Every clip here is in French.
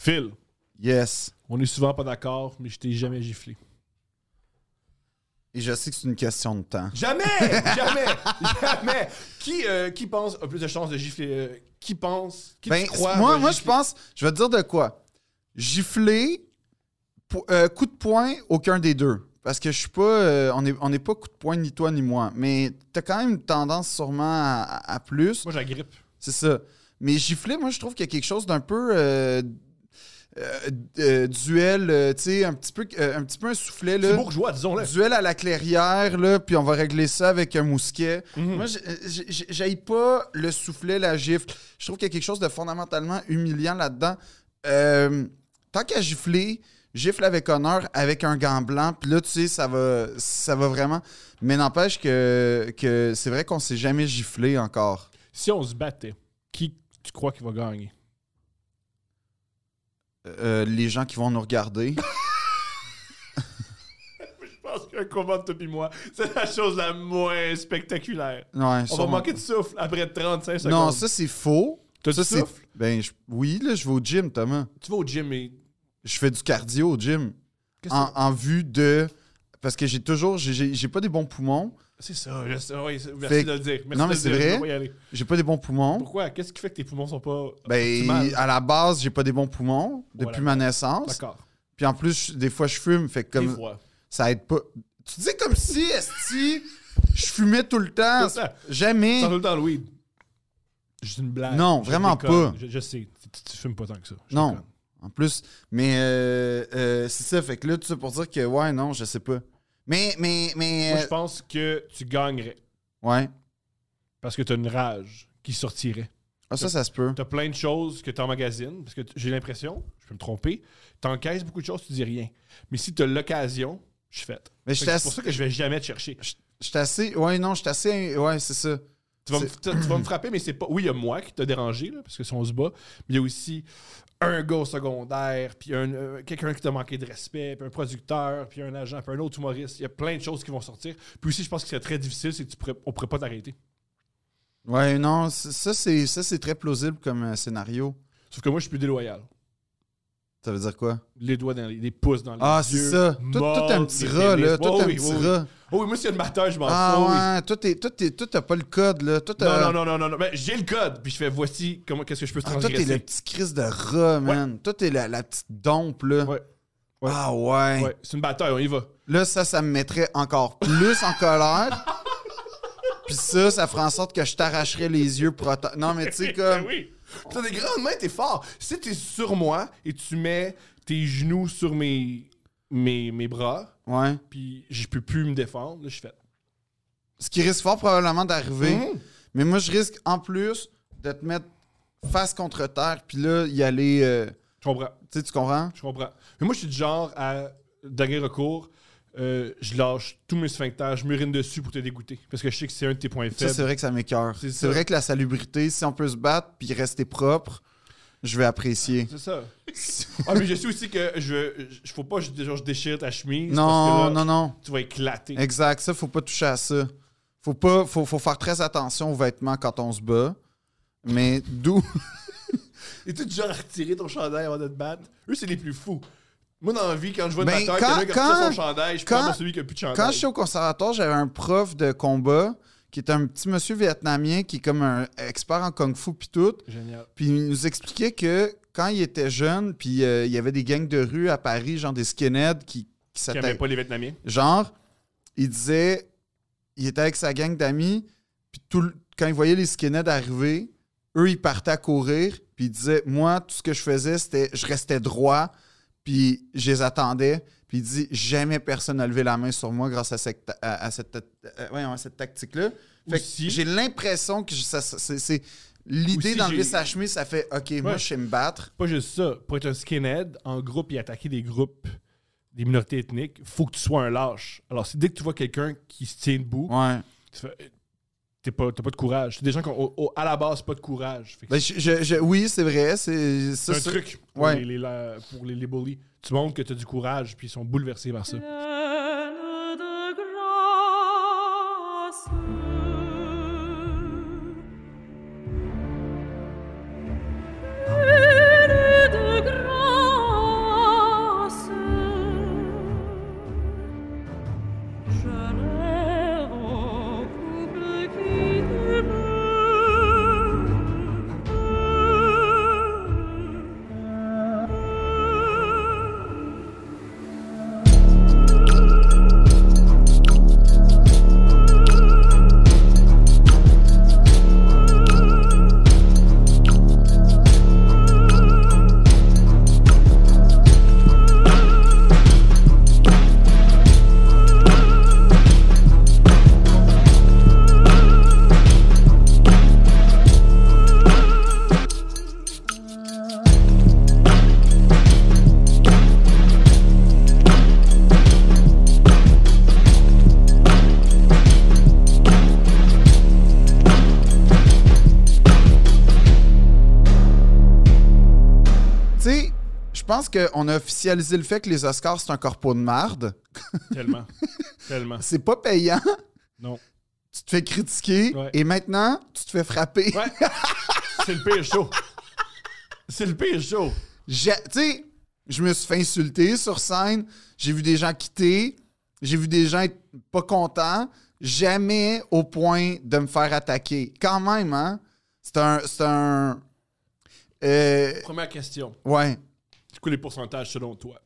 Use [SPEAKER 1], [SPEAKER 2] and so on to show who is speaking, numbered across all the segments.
[SPEAKER 1] Phil,
[SPEAKER 2] Yes.
[SPEAKER 1] on est souvent pas d'accord, mais je t'ai jamais giflé.
[SPEAKER 2] Et je sais que c'est une question de temps.
[SPEAKER 3] Jamais, jamais, jamais. Qui, euh, qui pense a plus de chances de gifler euh, Qui pense Qui
[SPEAKER 2] Ben,
[SPEAKER 3] tu crois
[SPEAKER 2] moi,
[SPEAKER 3] va
[SPEAKER 2] moi je
[SPEAKER 3] gifler?
[SPEAKER 2] pense, je vais te dire de quoi. Gifler, po- euh, coup de poing, aucun des deux. Parce que je suis pas. euh, on n'est on est pas coup de poing ni toi ni moi. Mais t'as quand même une tendance sûrement à, à plus.
[SPEAKER 1] Moi, j'agrippe.
[SPEAKER 2] C'est ça. Mais gifler, moi, je trouve qu'il y a quelque chose d'un peu. euh, euh, euh, duel, euh, tu sais, un petit peu euh, un petit peu un soufflet là.
[SPEAKER 3] C'est bourgeois, disons-le.
[SPEAKER 2] Duel à la clairière, là, puis on va régler ça avec un mousquet.
[SPEAKER 3] Hmm. Mhm.
[SPEAKER 2] Moi, j'ai- j'ai- j'aille pas le soufflet, la gifle. Je trouve qu'il y a quelque chose de fondamentalement humiliant là-dedans. Euh, tant qu'à gifler, gifle avec honneur, avec un gant blanc, puis là, tu sais, ça va, ça va vraiment. Mais n'empêche que, que c'est vrai qu'on s'est jamais giflé encore.
[SPEAKER 1] Si on se battait, qui tu crois qui va gagner?
[SPEAKER 2] Euh, les gens qui vont nous regarder.
[SPEAKER 3] Je pense qu'un combat de toi et moi, c'est la chose la moins spectaculaire.
[SPEAKER 2] Ouais,
[SPEAKER 3] On
[SPEAKER 2] sûrement.
[SPEAKER 3] va manquer de souffle après 35 secondes.
[SPEAKER 2] Non, ça, c'est faux.
[SPEAKER 1] T'as
[SPEAKER 2] Ça,
[SPEAKER 1] du
[SPEAKER 2] c'est.
[SPEAKER 1] souffle?
[SPEAKER 2] Ben, je- oui, là, je vais au gym, Thomas.
[SPEAKER 3] Tu vas au gym et.
[SPEAKER 2] je fais du cardio au gym
[SPEAKER 3] Qu'est-ce
[SPEAKER 2] en, en vue de parce que j'ai toujours j'ai- j'ai j'ai pas des bons poumons
[SPEAKER 3] C'est ça, je sais, oui, c'est- merci
[SPEAKER 2] Fait-
[SPEAKER 3] de le dire. Merci
[SPEAKER 2] Non, mais
[SPEAKER 3] de le
[SPEAKER 2] c'est
[SPEAKER 3] dire,
[SPEAKER 2] vrai.
[SPEAKER 3] je vais y aller.
[SPEAKER 2] j'ai pas des bons poumons
[SPEAKER 1] Pourquoi? Qu'est-ce qui fait que tes poumons sont pas.
[SPEAKER 2] ben
[SPEAKER 1] optimales?
[SPEAKER 2] à la base j'ai pas des bons poumons depuis
[SPEAKER 1] Voilà.
[SPEAKER 2] ma naissance
[SPEAKER 1] D'accord.
[SPEAKER 2] puis en plus je- des fois je fume fait que
[SPEAKER 1] Des
[SPEAKER 2] comme
[SPEAKER 1] fois.
[SPEAKER 2] ça aide pas tu dis comme si esti je fumais tout le temps
[SPEAKER 1] Tout le temps.
[SPEAKER 2] jamais
[SPEAKER 1] Sans tout le temps, Louis. Juste une blague.
[SPEAKER 2] Non,
[SPEAKER 1] Je
[SPEAKER 2] vraiment
[SPEAKER 1] déconne.
[SPEAKER 2] pas.
[SPEAKER 1] Je, je sais. Tu, tu fumes pas tant que ça. Je
[SPEAKER 2] non
[SPEAKER 1] déconne.
[SPEAKER 2] en plus mais euh, euh, c'est ça fait que là tout ça pour dire que ouais non je sais pas mais mais mais
[SPEAKER 1] Moi, je
[SPEAKER 2] euh,
[SPEAKER 1] pense que tu gagnerais
[SPEAKER 2] ouais
[SPEAKER 1] parce que t'as une rage qui sortirait.
[SPEAKER 2] ah ça ça se peut
[SPEAKER 1] T'as plein de choses que t'emmagasines, parce que t- j'ai l'impression, je peux me tromper, t'encaisses beaucoup de choses, tu dis rien. Mais si t'as l'occasion, je suis faite.
[SPEAKER 2] mais
[SPEAKER 1] Fait
[SPEAKER 2] je
[SPEAKER 1] que C'est
[SPEAKER 2] t'ass-
[SPEAKER 1] pour ça que je vais jamais te chercher.
[SPEAKER 2] je suis assez ouais non je suis assez ouais c'est ça
[SPEAKER 1] Tu vas, me, tu- tu vas me frapper, mais c'est pas. Oui, il y a moi qui t'a dérangé, là, parce que si on se bat, mais il y a aussi un gars au secondaire, puis un, euh, quelqu'un qui t'a manqué de respect, puis un producteur, puis un agent, puis un autre humoriste. Il y a plein de choses qui vont sortir. Puis aussi, je pense que c'est très difficile, c'est que tu pourrais, on pourrait pas t'arrêter.
[SPEAKER 2] Ouais, non, c- ça c'est ça c'est très plausible comme euh, scénario.
[SPEAKER 1] Sauf que moi, je suis plus déloyal.
[SPEAKER 2] Ça veut dire quoi
[SPEAKER 1] Les doigts dans les, les pouces dans les
[SPEAKER 2] Ah,
[SPEAKER 1] yeux.
[SPEAKER 2] c'est ça. Tout, tout un
[SPEAKER 1] mordre,
[SPEAKER 2] petit
[SPEAKER 1] les
[SPEAKER 2] rat
[SPEAKER 1] pénis.
[SPEAKER 2] là, tout
[SPEAKER 1] Ouais,
[SPEAKER 2] un
[SPEAKER 1] oui,
[SPEAKER 2] petit
[SPEAKER 1] oui, oui.
[SPEAKER 2] rat.
[SPEAKER 1] Oh oui, moi, c'est le matin, je m'en fous. oui.
[SPEAKER 2] Ah ouais, toi t'es toi t'es toi t'as pas le code là, toi t'as
[SPEAKER 1] Non, non, non, non, non, non. Ben, j'ai le code, puis je fais voici comment qu'est-ce que je peux
[SPEAKER 2] Ah, toi t'es le
[SPEAKER 1] transgresser.
[SPEAKER 2] petit crise de rat, man. Toi t'es la, la petite dompe là.
[SPEAKER 1] Ouais. Ouais.
[SPEAKER 2] Ah ouais.
[SPEAKER 1] ouais, c'est une bataille, on y va.
[SPEAKER 2] Là ça ça me mettrait encore plus en colère. Puis ça ça ferait en sorte que je t'arracherais les yeux pour atta- Non mais tu sais
[SPEAKER 1] Ben
[SPEAKER 2] comme
[SPEAKER 1] oui.
[SPEAKER 3] Puis T'as des grandes mains, t'es fort. Si t'es sur moi et tu mets
[SPEAKER 1] Tes genoux sur mes, mes, mes bras,
[SPEAKER 2] ouais.
[SPEAKER 1] puis je peux plus me défendre, là, je fais. Hum.
[SPEAKER 2] Ce qui risque fort probablement d'arriver.
[SPEAKER 1] Mmh.
[SPEAKER 2] Mais moi, je risque en plus de te mettre face contre terre, puis là, y aller. euh,
[SPEAKER 1] Je comprends,
[SPEAKER 2] tu sais, tu comprends?
[SPEAKER 1] je comprends. Mais moi, je suis du genre à, dernier recours, euh, je lâche tous mes sphincters, je m'urine dessus pour te dégoûter. Parce que je sais que c'est un de tes points
[SPEAKER 2] Ça,
[SPEAKER 1] faibles.
[SPEAKER 2] c'est vrai que ça m'écœure.
[SPEAKER 1] C'est
[SPEAKER 2] C'est
[SPEAKER 1] ça.
[SPEAKER 2] vrai que la salubrité, si on peut se battre puis rester propre, je vais apprécier.
[SPEAKER 1] C'est ça. ah, mais je sais aussi que je, je faut pas que je, genre, je déchire ta chemise. parce
[SPEAKER 2] Non,
[SPEAKER 1] que là,
[SPEAKER 2] non, non.
[SPEAKER 1] Tu vas éclater.
[SPEAKER 2] Exact. Ça, faut pas toucher à ça. Faut pas. Faut, faut faire très attention aux vêtements quand on se bat. Mais d'où.
[SPEAKER 3] et tu genre à retirer ton chandail avant de te battre, eux, c'est les plus fous. Moi, dans la vie, quand je vois une
[SPEAKER 2] Ben,
[SPEAKER 3] bataille,
[SPEAKER 2] quand-
[SPEAKER 3] quelqu'un qui a
[SPEAKER 2] quand-
[SPEAKER 3] retiré son chandail, je
[SPEAKER 2] quand-
[SPEAKER 3] pense à celui qui a plus de chandail.
[SPEAKER 2] Quand j'étais au conservatoire, j'avais un prof de combat qui est un petit monsieur vietnamien qui est comme un expert en kung-fu puis tout.
[SPEAKER 1] Génial.
[SPEAKER 2] Puis il nous expliquait que quand il était jeune, puis euh, il y avait des gangs de rue à Paris, genre des skinheads qui, qui
[SPEAKER 1] Qui
[SPEAKER 2] s'attaquaient.
[SPEAKER 1] n'aimait pas les Vietnamiens.
[SPEAKER 2] Genre, il disait, il était avec sa gang d'amis, puis tout le- quand il voyait les skinheads arriver, eux, ils partaient à courir, puis il disait, moi, tout ce que je faisais, c'était, je restais droit, puis je les attendais, puis il dit, jamais personne n'a levé la main sur moi grâce à cette, ta- à, à cette, ta- euh, voyons, à cette tactique-là. Fait que
[SPEAKER 1] Aussi-
[SPEAKER 2] j'ai l'impression que je- ça- ça- c'est, c'est- l'idée
[SPEAKER 1] Aussi,
[SPEAKER 2] d'enlever
[SPEAKER 1] j'ai-
[SPEAKER 2] sa chemise, ça fait, OK, moi,
[SPEAKER 1] Ouais.
[SPEAKER 2] je sais me battre.
[SPEAKER 1] pas juste ça, pour être un skinhead en groupe et attaquer des groupes, des minorités ethniques, faut que tu sois un lâche. Alors, si dès que tu vois quelqu'un qui se tient debout,
[SPEAKER 2] Ouais.
[SPEAKER 1] tu fais, euh, t'es pas, t'as pas de courage. C'est des gens qui ont, au- au- à la base, pas de courage. Fait que
[SPEAKER 2] Ben, je- je- je- oui, c'est vrai, c'est,
[SPEAKER 1] c'est
[SPEAKER 2] ça,
[SPEAKER 1] un
[SPEAKER 2] ça-
[SPEAKER 1] truc pour,
[SPEAKER 2] ouais.
[SPEAKER 1] les, les- la- pour les, les bullies. Tu montres que tu as du courage, puis ils sont bouleversés par ça.
[SPEAKER 4] Pleine de grâce. Pleine de grâce.
[SPEAKER 2] Je pense qu'on a officialisé le fait que les Oscars, c'est un corpo de marde.
[SPEAKER 1] Tellement. Tellement.
[SPEAKER 2] C'est pas payant.
[SPEAKER 1] Non.
[SPEAKER 2] Tu te fais critiquer
[SPEAKER 1] Ouais.
[SPEAKER 2] et maintenant, tu te fais frapper.
[SPEAKER 1] Ouais. C'est le pire show. C'est le pire show.
[SPEAKER 2] J'ai- Tu sais, je me suis fait insulter sur scène. J'ai vu des gens quitter. J'ai vu des gens être pas contents. Jamais au point de me faire attaquer. Quand même, hein? C'est un. C'est un. euh,
[SPEAKER 1] Première question.
[SPEAKER 2] ouais,
[SPEAKER 1] C'est quoi les pourcentages selon toi?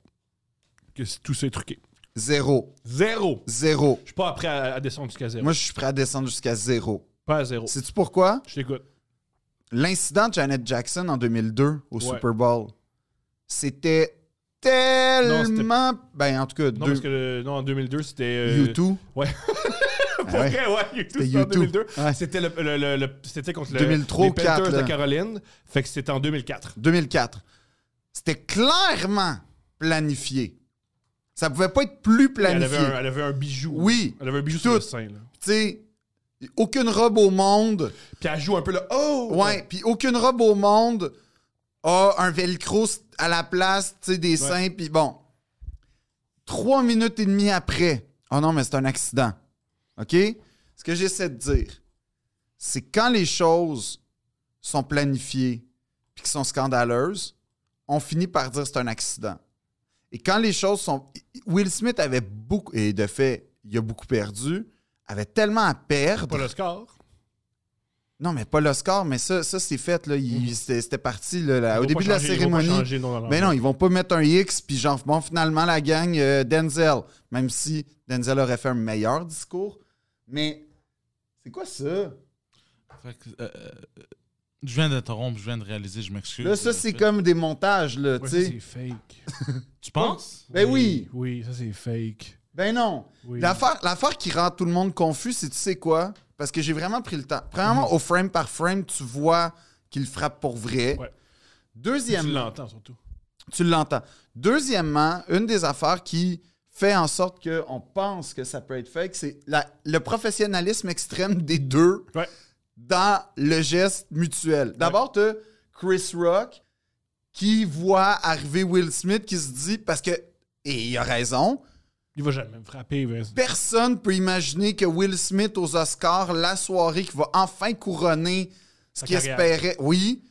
[SPEAKER 1] Que c- tout ça est truqué.
[SPEAKER 2] zéro.
[SPEAKER 1] Zéro.
[SPEAKER 2] Zéro.
[SPEAKER 1] Je suis pas prêt à, à descendre jusqu'à zéro.
[SPEAKER 2] Moi, je suis prêt à descendre jusqu'à zéro.
[SPEAKER 1] pas à zéro.
[SPEAKER 2] Sais-tu pourquoi?
[SPEAKER 1] Je t'écoute.
[SPEAKER 2] L'incident de Janet Jackson en 2002 au
[SPEAKER 1] Ouais.
[SPEAKER 2] Super Bowl, c'était tellement. ben, en tout cas,
[SPEAKER 1] Non,
[SPEAKER 2] deux,
[SPEAKER 1] parce que le- non, en 2002, c'était. euh,
[SPEAKER 2] U2.
[SPEAKER 1] Ouais.
[SPEAKER 2] Ah
[SPEAKER 1] Pour
[SPEAKER 2] ouais.
[SPEAKER 1] vrai, ouais, U2,
[SPEAKER 2] C'était
[SPEAKER 1] c'était en
[SPEAKER 2] U2.
[SPEAKER 1] 2002.
[SPEAKER 2] Ouais.
[SPEAKER 1] Ah, C'était le, le- le- le- c'était contre le-
[SPEAKER 2] 2003
[SPEAKER 1] les
[SPEAKER 2] ou 4,
[SPEAKER 1] Panthers
[SPEAKER 2] là.
[SPEAKER 1] de Caroline. Fait que c'était en 2004.
[SPEAKER 2] 2004. C'était clairement planifié. Ça pouvait pas être plus
[SPEAKER 1] Elle avait,
[SPEAKER 2] planifié.
[SPEAKER 1] un, elle avait un bijou.
[SPEAKER 2] Oui.
[SPEAKER 1] Elle avait un bijou
[SPEAKER 2] Tout.
[SPEAKER 1] sur le sein. là.
[SPEAKER 2] Tu sais, aucune robe au monde.
[SPEAKER 1] Puis elle joue un peu le Oh!
[SPEAKER 2] Ouais, puis aucune robe au monde a un velcro s- à la place, tu sais, des
[SPEAKER 1] Ouais.
[SPEAKER 2] seins, puis bon. Trois minutes et demie après, oh non, mais c'est un accident. OK? Ce que j'essaie de dire, c'est quand les choses sont planifiées puis qui sont scandaleuses, on finit par dire c'est un accident. Et quand les choses sont. Will Smith avait beaucoup. Et de fait, il a beaucoup perdu, avait tellement à perdre.
[SPEAKER 1] Pas le score.
[SPEAKER 2] Non, mais pas l'Oscar, mais ça, ça c'est fait. Là. Il- c'était, c'était parti là, là,
[SPEAKER 1] Mhm. Ils
[SPEAKER 2] au
[SPEAKER 1] vont
[SPEAKER 2] début
[SPEAKER 1] pas
[SPEAKER 2] de la
[SPEAKER 1] changer- ils vont pas
[SPEAKER 2] cérémonie.
[SPEAKER 1] changer le nom dans
[SPEAKER 2] Mais
[SPEAKER 1] l'ordre.
[SPEAKER 2] non, ils vont pas mettre un X, puis genre, bon, finalement, la gang, euh, Denzel. Même si Denzel aurait fait un meilleur discours. Mais c'est quoi ça?
[SPEAKER 5] Fait que, euh, euh, je viens d'interrompre, je viens de réaliser, je m'excuse.
[SPEAKER 2] Là, ça,
[SPEAKER 5] Euh,
[SPEAKER 2] c'est
[SPEAKER 5] fait-
[SPEAKER 2] comme des montages, là,
[SPEAKER 1] Ouais,
[SPEAKER 2] tu
[SPEAKER 1] ça,
[SPEAKER 2] sais.
[SPEAKER 1] c'est fake.
[SPEAKER 5] Tu penses
[SPEAKER 2] Ben oui.
[SPEAKER 1] Oui, ça c'est fake.
[SPEAKER 2] Ben non.
[SPEAKER 1] Oui.
[SPEAKER 2] L'affaire, l'affaire qui rend tout le monde confus, c'est tu sais quoi? Parce que j'ai vraiment pris le temps. Premièrement,
[SPEAKER 1] Mhm.
[SPEAKER 2] au frame par frame, tu vois qu'il frappe pour vrai.
[SPEAKER 1] Ouais.
[SPEAKER 2] Deuxièmement,
[SPEAKER 1] Tu l'entends surtout.
[SPEAKER 2] tu l'entends. Deuxièmement, une des affaires qui fait en sorte qu'on pense que ça peut être fake, c'est la- le professionnalisme extrême des deux
[SPEAKER 1] Ouais.
[SPEAKER 2] dans le geste mutuel. D'abord, tu Chris Rock qui voit arriver Will Smith qui se dit, parce que, et il a raison,
[SPEAKER 1] Il va jamais me frapper. Vince.
[SPEAKER 2] personne peut imaginer que Will Smith aux Oscars, la soirée qui va enfin couronner ce
[SPEAKER 1] Sa
[SPEAKER 2] qu'il
[SPEAKER 1] carrière.
[SPEAKER 2] espérait, oui,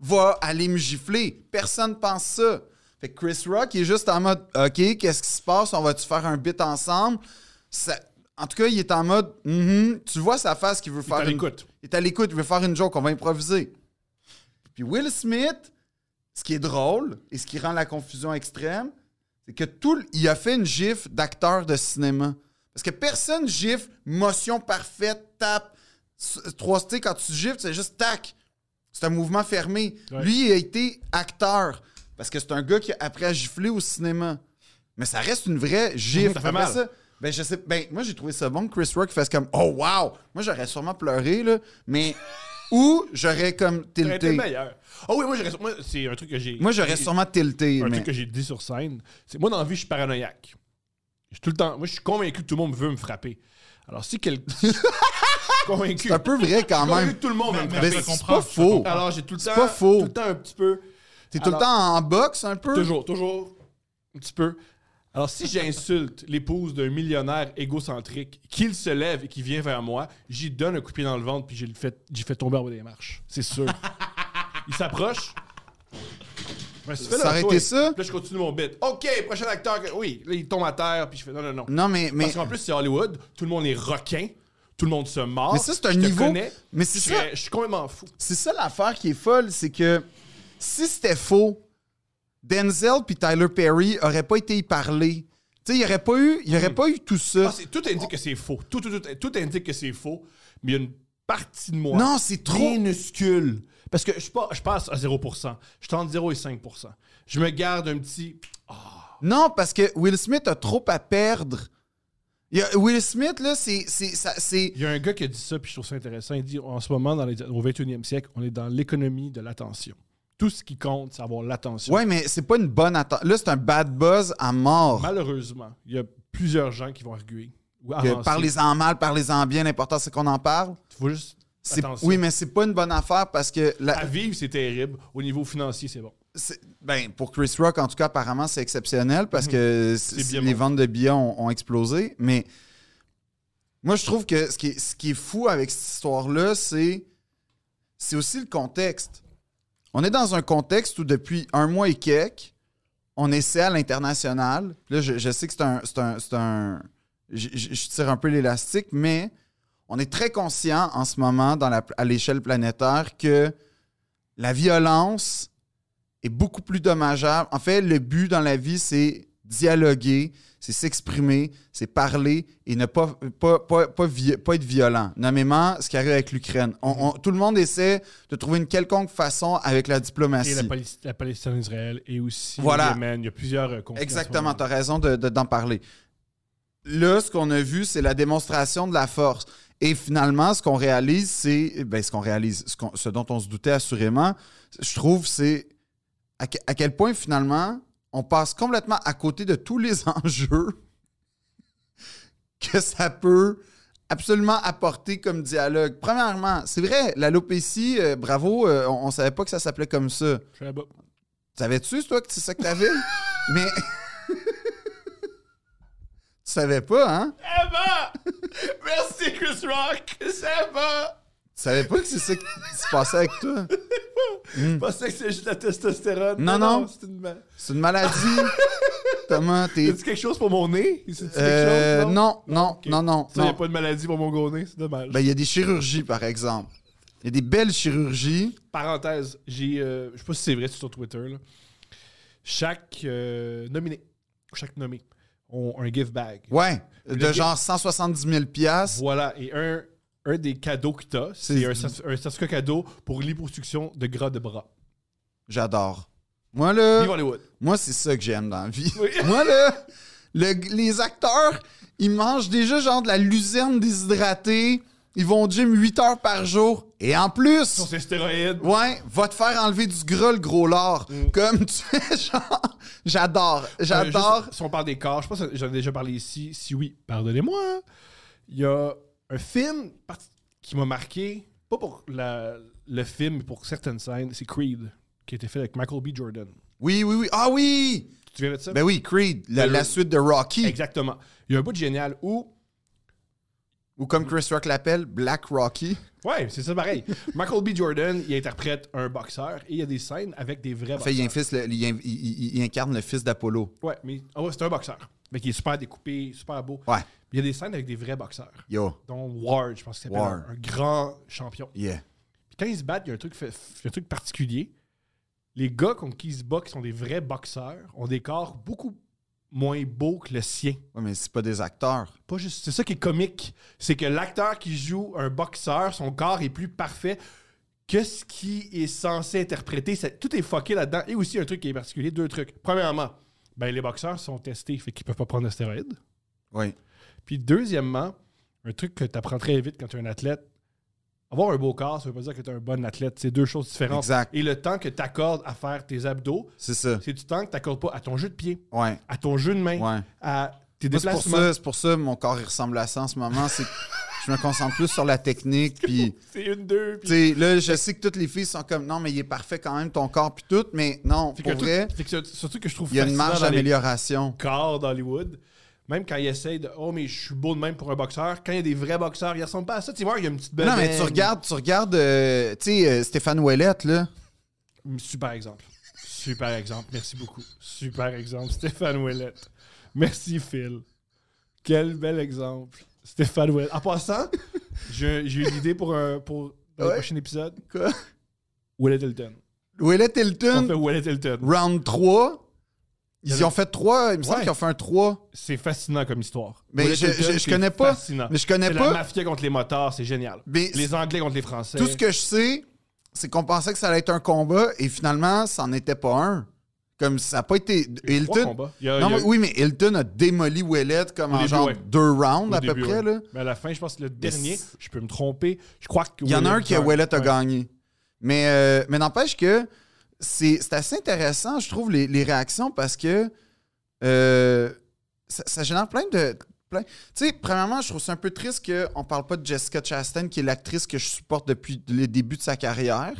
[SPEAKER 2] va aller me gifler. Personne pense ça. Fait que Chris Rock il est juste en mode OK, qu'est-ce qui se passe? On va-tu faire un bit ensemble? Ça- en tout cas, il est en mode Mhm. Tu vois sa face qui veut
[SPEAKER 1] Il est
[SPEAKER 2] faire
[SPEAKER 1] à
[SPEAKER 2] une-
[SPEAKER 1] l'écoute.
[SPEAKER 2] il est à l'écoute, il veut faire une joke, on va improviser. Puis Will Smith, ce qui est drôle et ce qui rend la confusion extrême, c'est que tout le- il a fait une gifle d'acteur de cinéma. Parce que personne gifle, motion parfaite, tape, s- trois tu sais, quand tu gifles, c'est juste tac. C'est un mouvement fermé.
[SPEAKER 1] Ouais.
[SPEAKER 2] Lui, il a été acteur. Parce que c'est un gars qui a appris à gifler au cinéma. Mais ça reste une vraie gifle.
[SPEAKER 1] Ça fait
[SPEAKER 2] Après
[SPEAKER 1] mal.
[SPEAKER 2] ça, ben, je sais, ben, moi, j'ai trouvé ça bon que Chris Rock fasse comme Oh, wow! Moi, j'aurais sûrement pleuré, là, mais. Ou j'aurais comme
[SPEAKER 1] T'aurais été
[SPEAKER 2] tilté.
[SPEAKER 1] meilleur. Oh oui, moi, j'aurais- moi, c'est un truc que j'ai.
[SPEAKER 2] Moi, j'aurais
[SPEAKER 1] j'ai-
[SPEAKER 2] sûrement tilté.
[SPEAKER 1] un
[SPEAKER 2] mais-
[SPEAKER 1] truc que j'ai dit sur scène, c'est moi dans la vie, je suis paranoïaque. Je suis tout le temps, moi je suis convaincu que tout le monde veut me frapper. Alors si quelqu'un convaincu,
[SPEAKER 2] C'est un peu vrai quand
[SPEAKER 1] convaincu
[SPEAKER 2] même.
[SPEAKER 1] que tout le monde veut me
[SPEAKER 5] Mais-
[SPEAKER 2] Mais
[SPEAKER 1] frapper. Ah,
[SPEAKER 5] je
[SPEAKER 2] c'est
[SPEAKER 5] comprends,
[SPEAKER 2] pas
[SPEAKER 5] je
[SPEAKER 2] faux.
[SPEAKER 1] Alors j'ai tout le temps
[SPEAKER 2] pas faux.
[SPEAKER 1] tout le temps un petit peu
[SPEAKER 2] T'es tout le
[SPEAKER 1] Alors-
[SPEAKER 2] temps en boxe un peu.
[SPEAKER 1] toujours toujours un petit peu. Alors si j'insulte l'épouse d'un millionnaire égocentrique qu'il se lève et qui vient vers moi, j'y donne un coup de pied dans le ventre puis j'ai le fait j'y fais tomber en bas des marches. C'est sûr. Il s'approche. Je me suis fait, là,
[SPEAKER 2] Ça aurait
[SPEAKER 1] toi.
[SPEAKER 2] été ça?
[SPEAKER 1] Puis là, je continue mon bit. OK, prochain acteur. que- Oui, là, il tombe à terre, puis je fais non, non, non.
[SPEAKER 2] Non, mais. mais...
[SPEAKER 1] Parce qu'en plus, c'est Hollywood, tout le monde est requin, tout le monde se mord.
[SPEAKER 2] Mais ça, c'est un
[SPEAKER 1] je te
[SPEAKER 2] niveau-
[SPEAKER 1] connais,
[SPEAKER 2] mais c'est
[SPEAKER 1] je
[SPEAKER 2] ça.
[SPEAKER 1] serais- Je suis complètement fou.
[SPEAKER 2] C'est ça l'affaire qui est folle, c'est que si c'était faux, Denzel puis Tyler Perry auraient pas été y parler. Tu sais, il y aurait pas eu, il y aurait pas eu
[SPEAKER 1] Ah,
[SPEAKER 2] tout ça.
[SPEAKER 1] c'est- tout indique que c'est faux. Tout, tout, tout, tout indique que c'est faux, mais il y a une partie de moi.
[SPEAKER 2] non, c'est trop.
[SPEAKER 1] Minuscule. Parce que je, pas, je passe à 0%. Je tente 0 et 5%. Je me garde un petit.
[SPEAKER 2] Non, parce que Will Smith a trop à perdre. Il y a- Will Smith là, c'est c'est ça- c'est
[SPEAKER 1] Il y a un gars qui a dit ça, puis je trouve ça intéressant. Il dit en ce moment, dans les- au 21e siècle, on est dans l'économie de l'attention. Tout ce qui compte, c'est avoir l'attention.
[SPEAKER 2] ouais, mais c'est pas une bonne attente. Là, c'est un bad buzz à mort.
[SPEAKER 1] Malheureusement, il y a plusieurs gens qui vont arguer. Ou
[SPEAKER 2] Que
[SPEAKER 1] avancer.
[SPEAKER 2] Parlez-en mal, parlez-en bien. L'important c'est qu'on en parle.
[SPEAKER 1] Faut juste
[SPEAKER 2] C'est-
[SPEAKER 1] attention. Ah.
[SPEAKER 2] Oui, mais c'est pas une bonne affaire parce que la-
[SPEAKER 1] À vivre, c'est terrible. Au niveau financier, c'est bon.
[SPEAKER 2] c'est- Ben, pour Chris Rock, en tout cas, apparemment, c'est exceptionnel parce que c'est-
[SPEAKER 1] bien
[SPEAKER 2] les
[SPEAKER 1] bon.
[SPEAKER 2] ventes de billets ont, ont explosé. Mais moi, je trouve que ce qui est, ce qui est fou avec cette histoire-là, c'est c'est aussi le contexte. On est dans un contexte où depuis un mois et quelques, on essaie à l'international. Là, je, je sais que c'est un. c'est un- c'est un- je, je- je tire un peu l'élastique, mais on est très conscient en ce moment, dans la- à l'échelle planétaire, que la violence est beaucoup plus dommageable. En fait, le but dans la vie, c'est dialoguer, c'est s'exprimer, c'est parler et ne pas, pas, pas, pas vi- pas être violent. Nommément, ce qui arrive avec l'Ukraine. On- on- tout le monde essaie de trouver une quelconque façon avec la diplomatie.
[SPEAKER 1] Et la, Pali- la Palestine-Israël et aussi
[SPEAKER 2] Voilà.
[SPEAKER 1] le Yémen. Il y a plusieurs euh, conflits. en ce
[SPEAKER 2] Exactement,
[SPEAKER 1] moment.
[SPEAKER 2] tu as raison d'en de, d'en parler. Là, ce qu'on a vu, c'est la démonstration de la force. Et finalement, ce qu'on réalise, c'est. Ben, ce qu'on réalise, ce, qu'on- ce dont on se doutait assurément, je trouve, c'est à, que- à quel point finalement on passe complètement à côté de tous les enjeux que ça peut absolument apporter comme dialogue. Premièrement, c'est vrai, l'alopécie, euh, bravo, euh, on, on savait pas que ça s'appelait comme ça.
[SPEAKER 1] Je suis là-bas.
[SPEAKER 2] Savais-tu, toi, que c'est ça que t'avais? Mais. tu savais pas, hein?
[SPEAKER 3] Merci, Chris Rock! C'est va!
[SPEAKER 2] Tu savais pas que c'est ça qui se passait avec toi?
[SPEAKER 3] Je pensais que c'était juste la testostérone.
[SPEAKER 2] Non, non.
[SPEAKER 3] C'est une... ma-
[SPEAKER 2] C'est une maladie. Thomas,
[SPEAKER 3] Y
[SPEAKER 2] t'es.
[SPEAKER 3] a-tu quelque chose pour mon nez? Y a-tu quelque
[SPEAKER 2] Euh,
[SPEAKER 3] chose,
[SPEAKER 2] non, non,
[SPEAKER 3] Ok.
[SPEAKER 2] non, non.
[SPEAKER 3] Ça, y a
[SPEAKER 2] non.
[SPEAKER 3] pas de maladie pour mon gros nez, c'est dommage.
[SPEAKER 2] Ben, il y a des chirurgies, par exemple. Il y a des belles chirurgies.
[SPEAKER 1] Parenthèse, j'ai, euh, je sais pas si c'est vrai c'est sur Twitter, là. chaque euh, nominé, chaque nommé, ont un give bag.
[SPEAKER 2] Ouais. De
[SPEAKER 1] Le-
[SPEAKER 2] genre 170 000 piastres.
[SPEAKER 1] Voilà, et un, un des cadeaux que t'as, c'est
[SPEAKER 2] C'est-
[SPEAKER 1] un, cer- un certificat cadeau pour l'hyposuction de gras de bras.
[SPEAKER 2] J'adore. Moi, là.
[SPEAKER 1] Vive Hollywood.
[SPEAKER 2] Moi, c'est ça que j'aime dans la vie.
[SPEAKER 1] Oui.
[SPEAKER 2] Moi, là, le- les acteurs, ils mangent déjà genre de la luzerne déshydratée. Ils vont au gym 8 heures par jour. Et en plus,
[SPEAKER 1] Sur ces stéroïdes.
[SPEAKER 2] ouais, va te faire enlever du gras le gros lard. Comme tu es genre. J'adore.
[SPEAKER 1] Euh,
[SPEAKER 2] J'adore.
[SPEAKER 1] Mm. juste, si on parle des corps, je pense que j'en ai déjà parlé ici. Si oui, pardonnez-moi. Il y a un film parti- qui m'a marqué, pas pour la- le film, mais pour certaines scènes, c'est Creed, qui a été fait avec Michael B. Jordan.
[SPEAKER 2] Oui, oui, oui. Ah oui!
[SPEAKER 1] Tu viens de ça?
[SPEAKER 2] Ben oui, Creed, la,
[SPEAKER 1] Ben,
[SPEAKER 2] la
[SPEAKER 1] le-
[SPEAKER 2] suite de Rocky.
[SPEAKER 1] Exactement. Il y a un bout de génial où.
[SPEAKER 2] Ou comme Chris Rock l'appelle, Black Rocky.
[SPEAKER 1] Ouais, c'est ça pareil. Michael B. Jordan, il interprète un boxeur et il y a des scènes avec des vrais
[SPEAKER 2] En fait, il,
[SPEAKER 1] boxeurs.
[SPEAKER 2] infiste le- il in- il- il- il incarne le fils d'Apollo.
[SPEAKER 1] Ouais, mais ah ouais, c'est un boxeur. Mais qui est super découpé, super beau.
[SPEAKER 2] Ouais.
[SPEAKER 1] Il y a des scènes avec des vrais boxeurs.
[SPEAKER 2] Yo.
[SPEAKER 1] Dont Ward, je pense qu'il s'appelle
[SPEAKER 2] Ward.
[SPEAKER 1] un, un grand champion.
[SPEAKER 2] Yeah.
[SPEAKER 1] Puis quand ils se battent, il y a un truc, fait- il y a un truc particulier. Les gars contre qui ils se battent, qui sont des vrais boxeurs, ont des corps beaucoup moins beaux que le sien.
[SPEAKER 2] Ouais, mais c'est pas des acteurs.
[SPEAKER 1] Pas juste. C'est ça qui est comique. C'est que l'acteur qui joue un boxeur, son corps est plus parfait que ce qui est censé interpréter. Ça- tout est fucké là-dedans. Et aussi un truc qui est particulier, deux trucs. Premièrement, ben, les boxeurs sont testés, fait qu'ils peuvent pas prendre de stéroïdes.
[SPEAKER 2] Oui.
[SPEAKER 1] Puis deuxièmement, un truc que tu apprends très vite quand tu es un athlète, avoir un beau corps, ça veut pas dire que tu es un bon athlète. C'est deux choses différentes.
[SPEAKER 2] Exact.
[SPEAKER 1] Et le temps que tu accordes à faire tes abdos,
[SPEAKER 2] C'est ça.
[SPEAKER 1] c'est du temps que tu n'accordes pas à ton jeu de pied,
[SPEAKER 2] Ouais.
[SPEAKER 1] à ton jeu de main,
[SPEAKER 2] Ouais.
[SPEAKER 1] à Hein? tes
[SPEAKER 2] Moi, C'est pour
[SPEAKER 1] déplacements.
[SPEAKER 2] ça, c'est pour ça que mon corps il ressemble à ça en ce moment. C'est que je me concentre plus sur la technique. Puis,
[SPEAKER 1] C'est une, deux. puis-
[SPEAKER 2] tu sais, là, je sais que toutes les filles sont comme non, mais il est parfait quand même ton corps puis tout, mais non,
[SPEAKER 1] Fait que
[SPEAKER 2] pour
[SPEAKER 1] tout-
[SPEAKER 2] vrai,
[SPEAKER 1] fait que c'est- c'est un truc que je trouve
[SPEAKER 2] il y a une
[SPEAKER 1] fascinant
[SPEAKER 2] marge
[SPEAKER 1] dans les
[SPEAKER 2] d'amélioration.
[SPEAKER 1] corps d'Hollywood. Même quand ils essayent de Oh, mais je suis beau de même pour un boxeur. Quand il y a des vrais boxeurs, ils ressemblent pas à ça. Tu vois, il y a une petite belle.
[SPEAKER 2] Non, mais tu regardes, tu regardes, euh, tu sais, euh, Stéphane Ouellette, là.
[SPEAKER 1] Super exemple. Super exemple. Merci beaucoup. Super exemple. Stéphane Ouellette. Merci, Phil. Quel bel exemple. Stéphane Ouellette. En passant, j'ai j'ai une idée pour, un, pour dans le
[SPEAKER 2] Ouais.
[SPEAKER 1] prochain épisode.
[SPEAKER 2] Quoi? Euh,
[SPEAKER 1] Ouellette Hilton.
[SPEAKER 2] Ouellette
[SPEAKER 1] On
[SPEAKER 2] Hilton,
[SPEAKER 1] fait Ouellette Hilton.
[SPEAKER 2] round 3.
[SPEAKER 1] y en
[SPEAKER 2] Ils
[SPEAKER 1] a-
[SPEAKER 2] ont fait 3, il me semble
[SPEAKER 1] Ouais.
[SPEAKER 2] qu'ils ont fait un 3.
[SPEAKER 1] C'est fascinant comme histoire.
[SPEAKER 2] Mais
[SPEAKER 1] Ouellette
[SPEAKER 2] je-
[SPEAKER 1] Hilton,
[SPEAKER 2] je- je
[SPEAKER 1] c'est
[SPEAKER 2] connais pas.
[SPEAKER 1] fascinant.
[SPEAKER 2] Mais je connais
[SPEAKER 1] C'est la
[SPEAKER 2] pas.
[SPEAKER 1] mafia contre les motards, c'est génial.
[SPEAKER 2] Mais
[SPEAKER 1] Les Anglais contre les Français.
[SPEAKER 2] Tout ce que je sais, c'est qu'on pensait que ça allait être un combat et finalement, ça n'en était pas un. Comme ça n'a pas été.
[SPEAKER 1] Trois
[SPEAKER 2] Hilton.
[SPEAKER 1] combats. Il y a-
[SPEAKER 2] Non,
[SPEAKER 1] il y a-
[SPEAKER 2] mais- oui, mais Hilton a démoli Ouellette comme en
[SPEAKER 1] début,
[SPEAKER 2] genre
[SPEAKER 1] ouais.
[SPEAKER 2] deux rounds
[SPEAKER 1] au
[SPEAKER 2] à
[SPEAKER 1] début,
[SPEAKER 2] peu près.
[SPEAKER 1] ouais.
[SPEAKER 2] Là.
[SPEAKER 1] Mais à la fin, je pense que le dernier,
[SPEAKER 2] c'est-
[SPEAKER 1] je peux me tromper. Je crois que.
[SPEAKER 2] Il y en a un qui a Ouellette a
[SPEAKER 1] ouais.
[SPEAKER 2] gagné. Mais, euh, mais n'empêche que c'est c'est assez intéressant, je trouve, les, les réactions parce que euh, ça, ça génère plein de. plein- Tu sais, premièrement, je trouve ça un peu triste qu'on parle pas de Jessica Chastain, qui est l'actrice que je supporte depuis le début de sa carrière.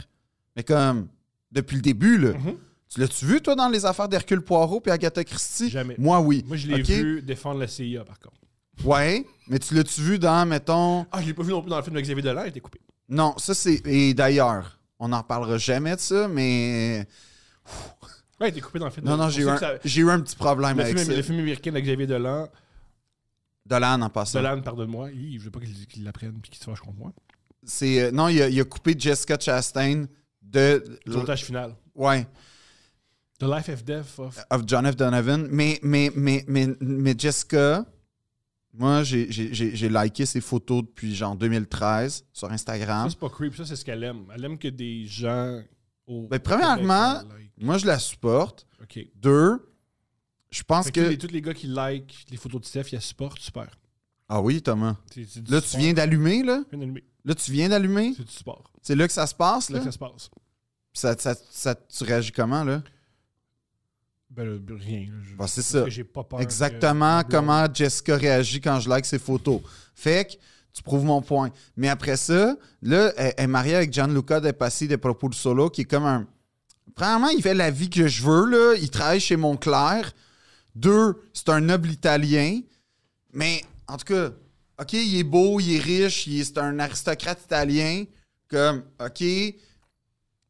[SPEAKER 2] Mais comme depuis le début, là.
[SPEAKER 1] Mhm.
[SPEAKER 2] Tu l'as-tu vu, toi, dans les affaires d'Hercule Poirot puis Agatha Christie?
[SPEAKER 1] Jamais.
[SPEAKER 2] Moi, oui.
[SPEAKER 1] Moi, je l'ai
[SPEAKER 2] Ok?
[SPEAKER 1] vu défendre la CIA, par contre.
[SPEAKER 2] Ouais, mais tu l'as-tu vu dans, mettons...
[SPEAKER 1] Ah, je l'ai pas vu non plus dans le film de Xavier Dolan, il était coupé.
[SPEAKER 2] Non, ça, c'est... Et d'ailleurs, on n'en parlera jamais de ça, mais...
[SPEAKER 1] Ouais, il était coupé dans le film de-
[SPEAKER 2] Non, non,
[SPEAKER 1] on
[SPEAKER 2] j'ai
[SPEAKER 1] sait
[SPEAKER 2] eu,
[SPEAKER 1] que
[SPEAKER 2] un-
[SPEAKER 1] ça-
[SPEAKER 2] j'ai eu un petit problème
[SPEAKER 1] le
[SPEAKER 2] avec
[SPEAKER 1] film,
[SPEAKER 2] ça.
[SPEAKER 1] le film américain de Xavier Dolan,
[SPEAKER 2] Dolan, en passant.
[SPEAKER 1] Dolan, pardonne-moi, hi, je veux pas qu'il qu'il l'apprenne puis qu'il se fâche contre moi.
[SPEAKER 2] C'est, euh, non, il a, il a coupé Jessica Chastain de...
[SPEAKER 1] Le montage final.
[SPEAKER 2] Ouais,
[SPEAKER 1] The Life of Death of.
[SPEAKER 2] of John F. Donovan. Mais, mais, mais, mais, mais Jessica, moi, j'ai- j'ai j'ai- j'ai liké ses photos depuis genre 2013 sur Instagram.
[SPEAKER 1] Ça, c'est pas creep, ça, c'est ce qu'elle aime. Elle aime que des gens. Au
[SPEAKER 2] Ben, premièrement,
[SPEAKER 1] Québec, like.
[SPEAKER 2] Moi, je la supporte.
[SPEAKER 1] OK.
[SPEAKER 2] Deux, je pense
[SPEAKER 1] Fait que tous
[SPEAKER 2] que...
[SPEAKER 1] les- tous les gars qui like les photos de Steph, ils la supportent, super.
[SPEAKER 2] Ah oui, Thomas.
[SPEAKER 1] C'est- c'est du
[SPEAKER 2] Là, tu
[SPEAKER 1] support.
[SPEAKER 2] viens d'allumer, là.
[SPEAKER 1] Je viens d'allumer.
[SPEAKER 2] Là, tu viens d'allumer.
[SPEAKER 1] C'est du sport.
[SPEAKER 2] C'est là que ça se passe,
[SPEAKER 1] C'est là
[SPEAKER 2] là.
[SPEAKER 1] que ça se passe.
[SPEAKER 2] Ça, ça, ça- tu réagis comment, là?
[SPEAKER 1] Ben, là, rien. là, je-
[SPEAKER 2] Bah, c'est
[SPEAKER 1] parce
[SPEAKER 2] ça.
[SPEAKER 1] que j'ai pas peur
[SPEAKER 2] Exactement
[SPEAKER 1] que-
[SPEAKER 2] comment Jessica réagit quand je like ses photos. Fait que tu prouves mon point. Mais après ça, là, elle elle est mariée avec Gianluca De Passi de Propul Solo, qui est comme un. Premièrement, il fait la vie que je veux, là. Il travaille chez Montclair. Deux, c'est un noble italien. Mais en tout cas, OK, il est beau, il est riche, il est- c'est un aristocrate italien. Comme, OK,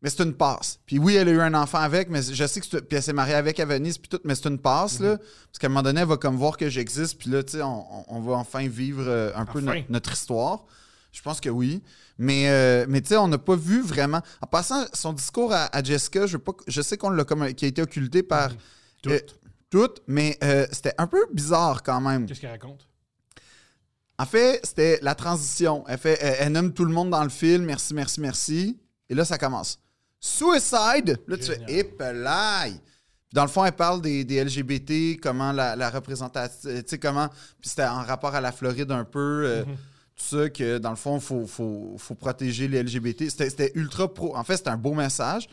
[SPEAKER 2] mais c'est une passe. Puis oui, elle a eu un enfant avec, mais je sais que c'est- puis elle s'est mariée avec à Venise, puis tout, mais c'est une passe, là. Parce qu'à un moment donné, elle va comme voir que j'existe, puis là, tu sais, on, on- on va enfin vivre euh, un peu
[SPEAKER 1] Enfin.
[SPEAKER 2] notre, notre histoire. Je pense que oui. Mais, euh, mais tu sais, on n'a pas vu vraiment. En passant, son discours à, à Jessica, je, veux pas, que- je sais qu'on l'a comme. qui a été occulté par.
[SPEAKER 1] Tout.
[SPEAKER 2] euh, tout, mais euh, c'était un peu bizarre quand même.
[SPEAKER 1] Qu'est-ce qu'elle raconte?
[SPEAKER 2] En fait, c'était la transition. Elle, fait, elle, elle nomme tout le monde dans le film. Merci, merci, merci. Et là, ça commence. Suicide. Là, tu fais
[SPEAKER 1] Génial.
[SPEAKER 2] épelaille. Puis Dans le fond, elle parle des, des LGBT, comment la, la représentation. Tu sais, comment. Puis c'était en rapport à la Floride un peu. euh, Tout ça, que dans le fond, il faut, faut- faut protéger les LGBT. C'était c'était ultra pro. En fait, c'était un beau message.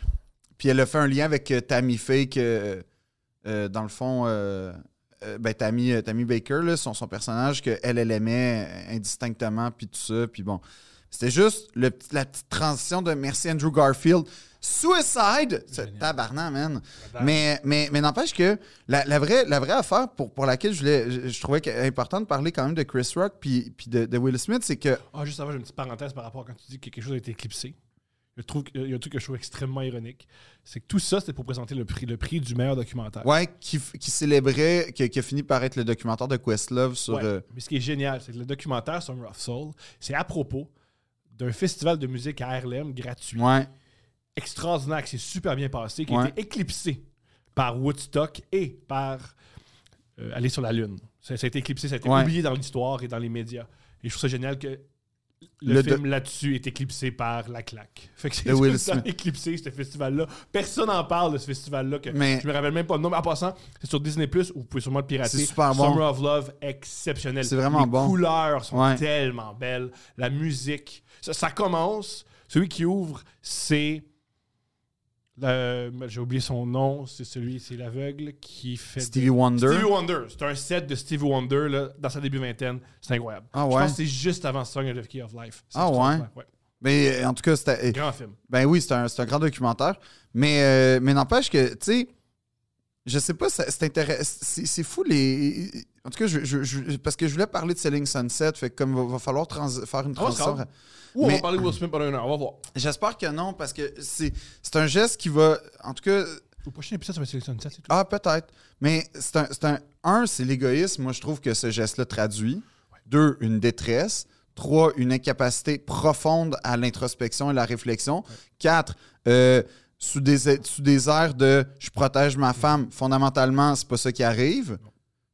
[SPEAKER 2] Puis elle a fait un lien avec euh, Tammy Fake, euh, euh, dans le fond, euh, euh, ben, Tammy, euh, Tammy Baker, là, son, son personnage qu'elle, elle elle aimait euh, indistinctement, puis tout ça, puis bon. C'était juste le petit- la petite transition de merci Andrew Garfield. Suicide! C'est
[SPEAKER 1] Génial.
[SPEAKER 2] tabarnak, man. Mais, mais, mais n'empêche que la, la vraie, la vraie affaire pour, pour laquelle je, voulais- je, je trouvais qu'elle- important de parler quand même de Chris Rock puis, puis de, de Will Smith, c'est que
[SPEAKER 1] Ah, juste avant, j'ai une petite parenthèse par rapport à quand tu dis que quelque chose a été éclipsé. Je trouve que- Il y a un truc que je trouve extrêmement ironique. C'est que tout ça, c'était pour présenter le prix, le prix du meilleur documentaire.
[SPEAKER 2] ouais, qui, f- qui célébrait, qui, qui a fini par être le documentaire de Questlove sur.
[SPEAKER 1] Ouais.
[SPEAKER 2] euh,
[SPEAKER 1] Mais ce qui est génial, c'est que le documentaire Summer of Soul, c'est à propos d'un festival de musique à Harlem gratuit,
[SPEAKER 2] ouais.
[SPEAKER 1] extraordinaire, qui s'est super bien passé, qui a
[SPEAKER 2] Ouais.
[SPEAKER 1] été éclipsé par Woodstock et par euh, Aller sur la Lune. Ça, ça a été éclipsé, ça a été
[SPEAKER 2] Ouais.
[SPEAKER 1] oublié dans l'histoire et dans les médias. Et je trouve ça génial que le,
[SPEAKER 2] Le
[SPEAKER 1] film là-dessus est éclipsé par la claque. Fait que c'est
[SPEAKER 2] De Will
[SPEAKER 1] tout le temps
[SPEAKER 2] Smith.
[SPEAKER 1] éclipsé, ce festival-là. Personne n'en parle de ce festival-là. que
[SPEAKER 2] Mais-
[SPEAKER 1] Je me rappelle même pas le nom. Mais en passant, c'est sur Disney+, où vous pouvez sûrement le pirater.
[SPEAKER 2] C'est super bon.
[SPEAKER 1] Summer of Love, exceptionnel.
[SPEAKER 2] C'est vraiment
[SPEAKER 1] Les
[SPEAKER 2] bon.
[SPEAKER 1] couleurs sont
[SPEAKER 2] Ouais.
[SPEAKER 1] tellement belles. La musique. Ça, ça commence. Celui qui ouvre, c'est. le- J'ai oublié son nom. C'est celui, c'est l'aveugle qui fait.
[SPEAKER 2] Stevie
[SPEAKER 1] des-
[SPEAKER 2] Wonder.
[SPEAKER 1] Stevie Wonder. C'est un set de Stevie Wonder là, dans sa début vingtaine. C'est incroyable.
[SPEAKER 2] Ah
[SPEAKER 1] Je
[SPEAKER 2] ouais?
[SPEAKER 1] pense que c'est juste avant Song of the Key of Life. C'est
[SPEAKER 2] Ah ouais?
[SPEAKER 1] extraordinaire,
[SPEAKER 2] Mais euh, en tout cas, c'était.
[SPEAKER 1] Grand film.
[SPEAKER 2] Ben oui, c'est un, c'est un grand documentaire. Mais, euh, mais n'empêche que, tu sais, je sais pas, ça- c'est intéress- c'est c'est fou les. En tout cas, je, je- je- parce que je voulais parler de Selling Sunset, fait que comme va, va falloir trans- faire une
[SPEAKER 1] Ah, on se
[SPEAKER 2] transition.
[SPEAKER 1] calme. Ou on
[SPEAKER 2] Mais-
[SPEAKER 1] va parler de Will Smith pendant une heure. On va voir.
[SPEAKER 2] J'espère que non, parce que c'est c'est un geste qui va. En tout cas,
[SPEAKER 1] Au prochain épisode, ça va être Sunset, c'est tout.
[SPEAKER 2] ah, peut-être. Mais c'est un, c'est un. Un, c'est l'égoïsme. Moi, je trouve que ce geste-là traduit. Deux, une détresse. Trois, une incapacité profonde à l'introspection et la réflexion. Quatre, euh, sous, des, sous des airs de je protège ma femme, fondamentalement, c'est pas ça qui arrive.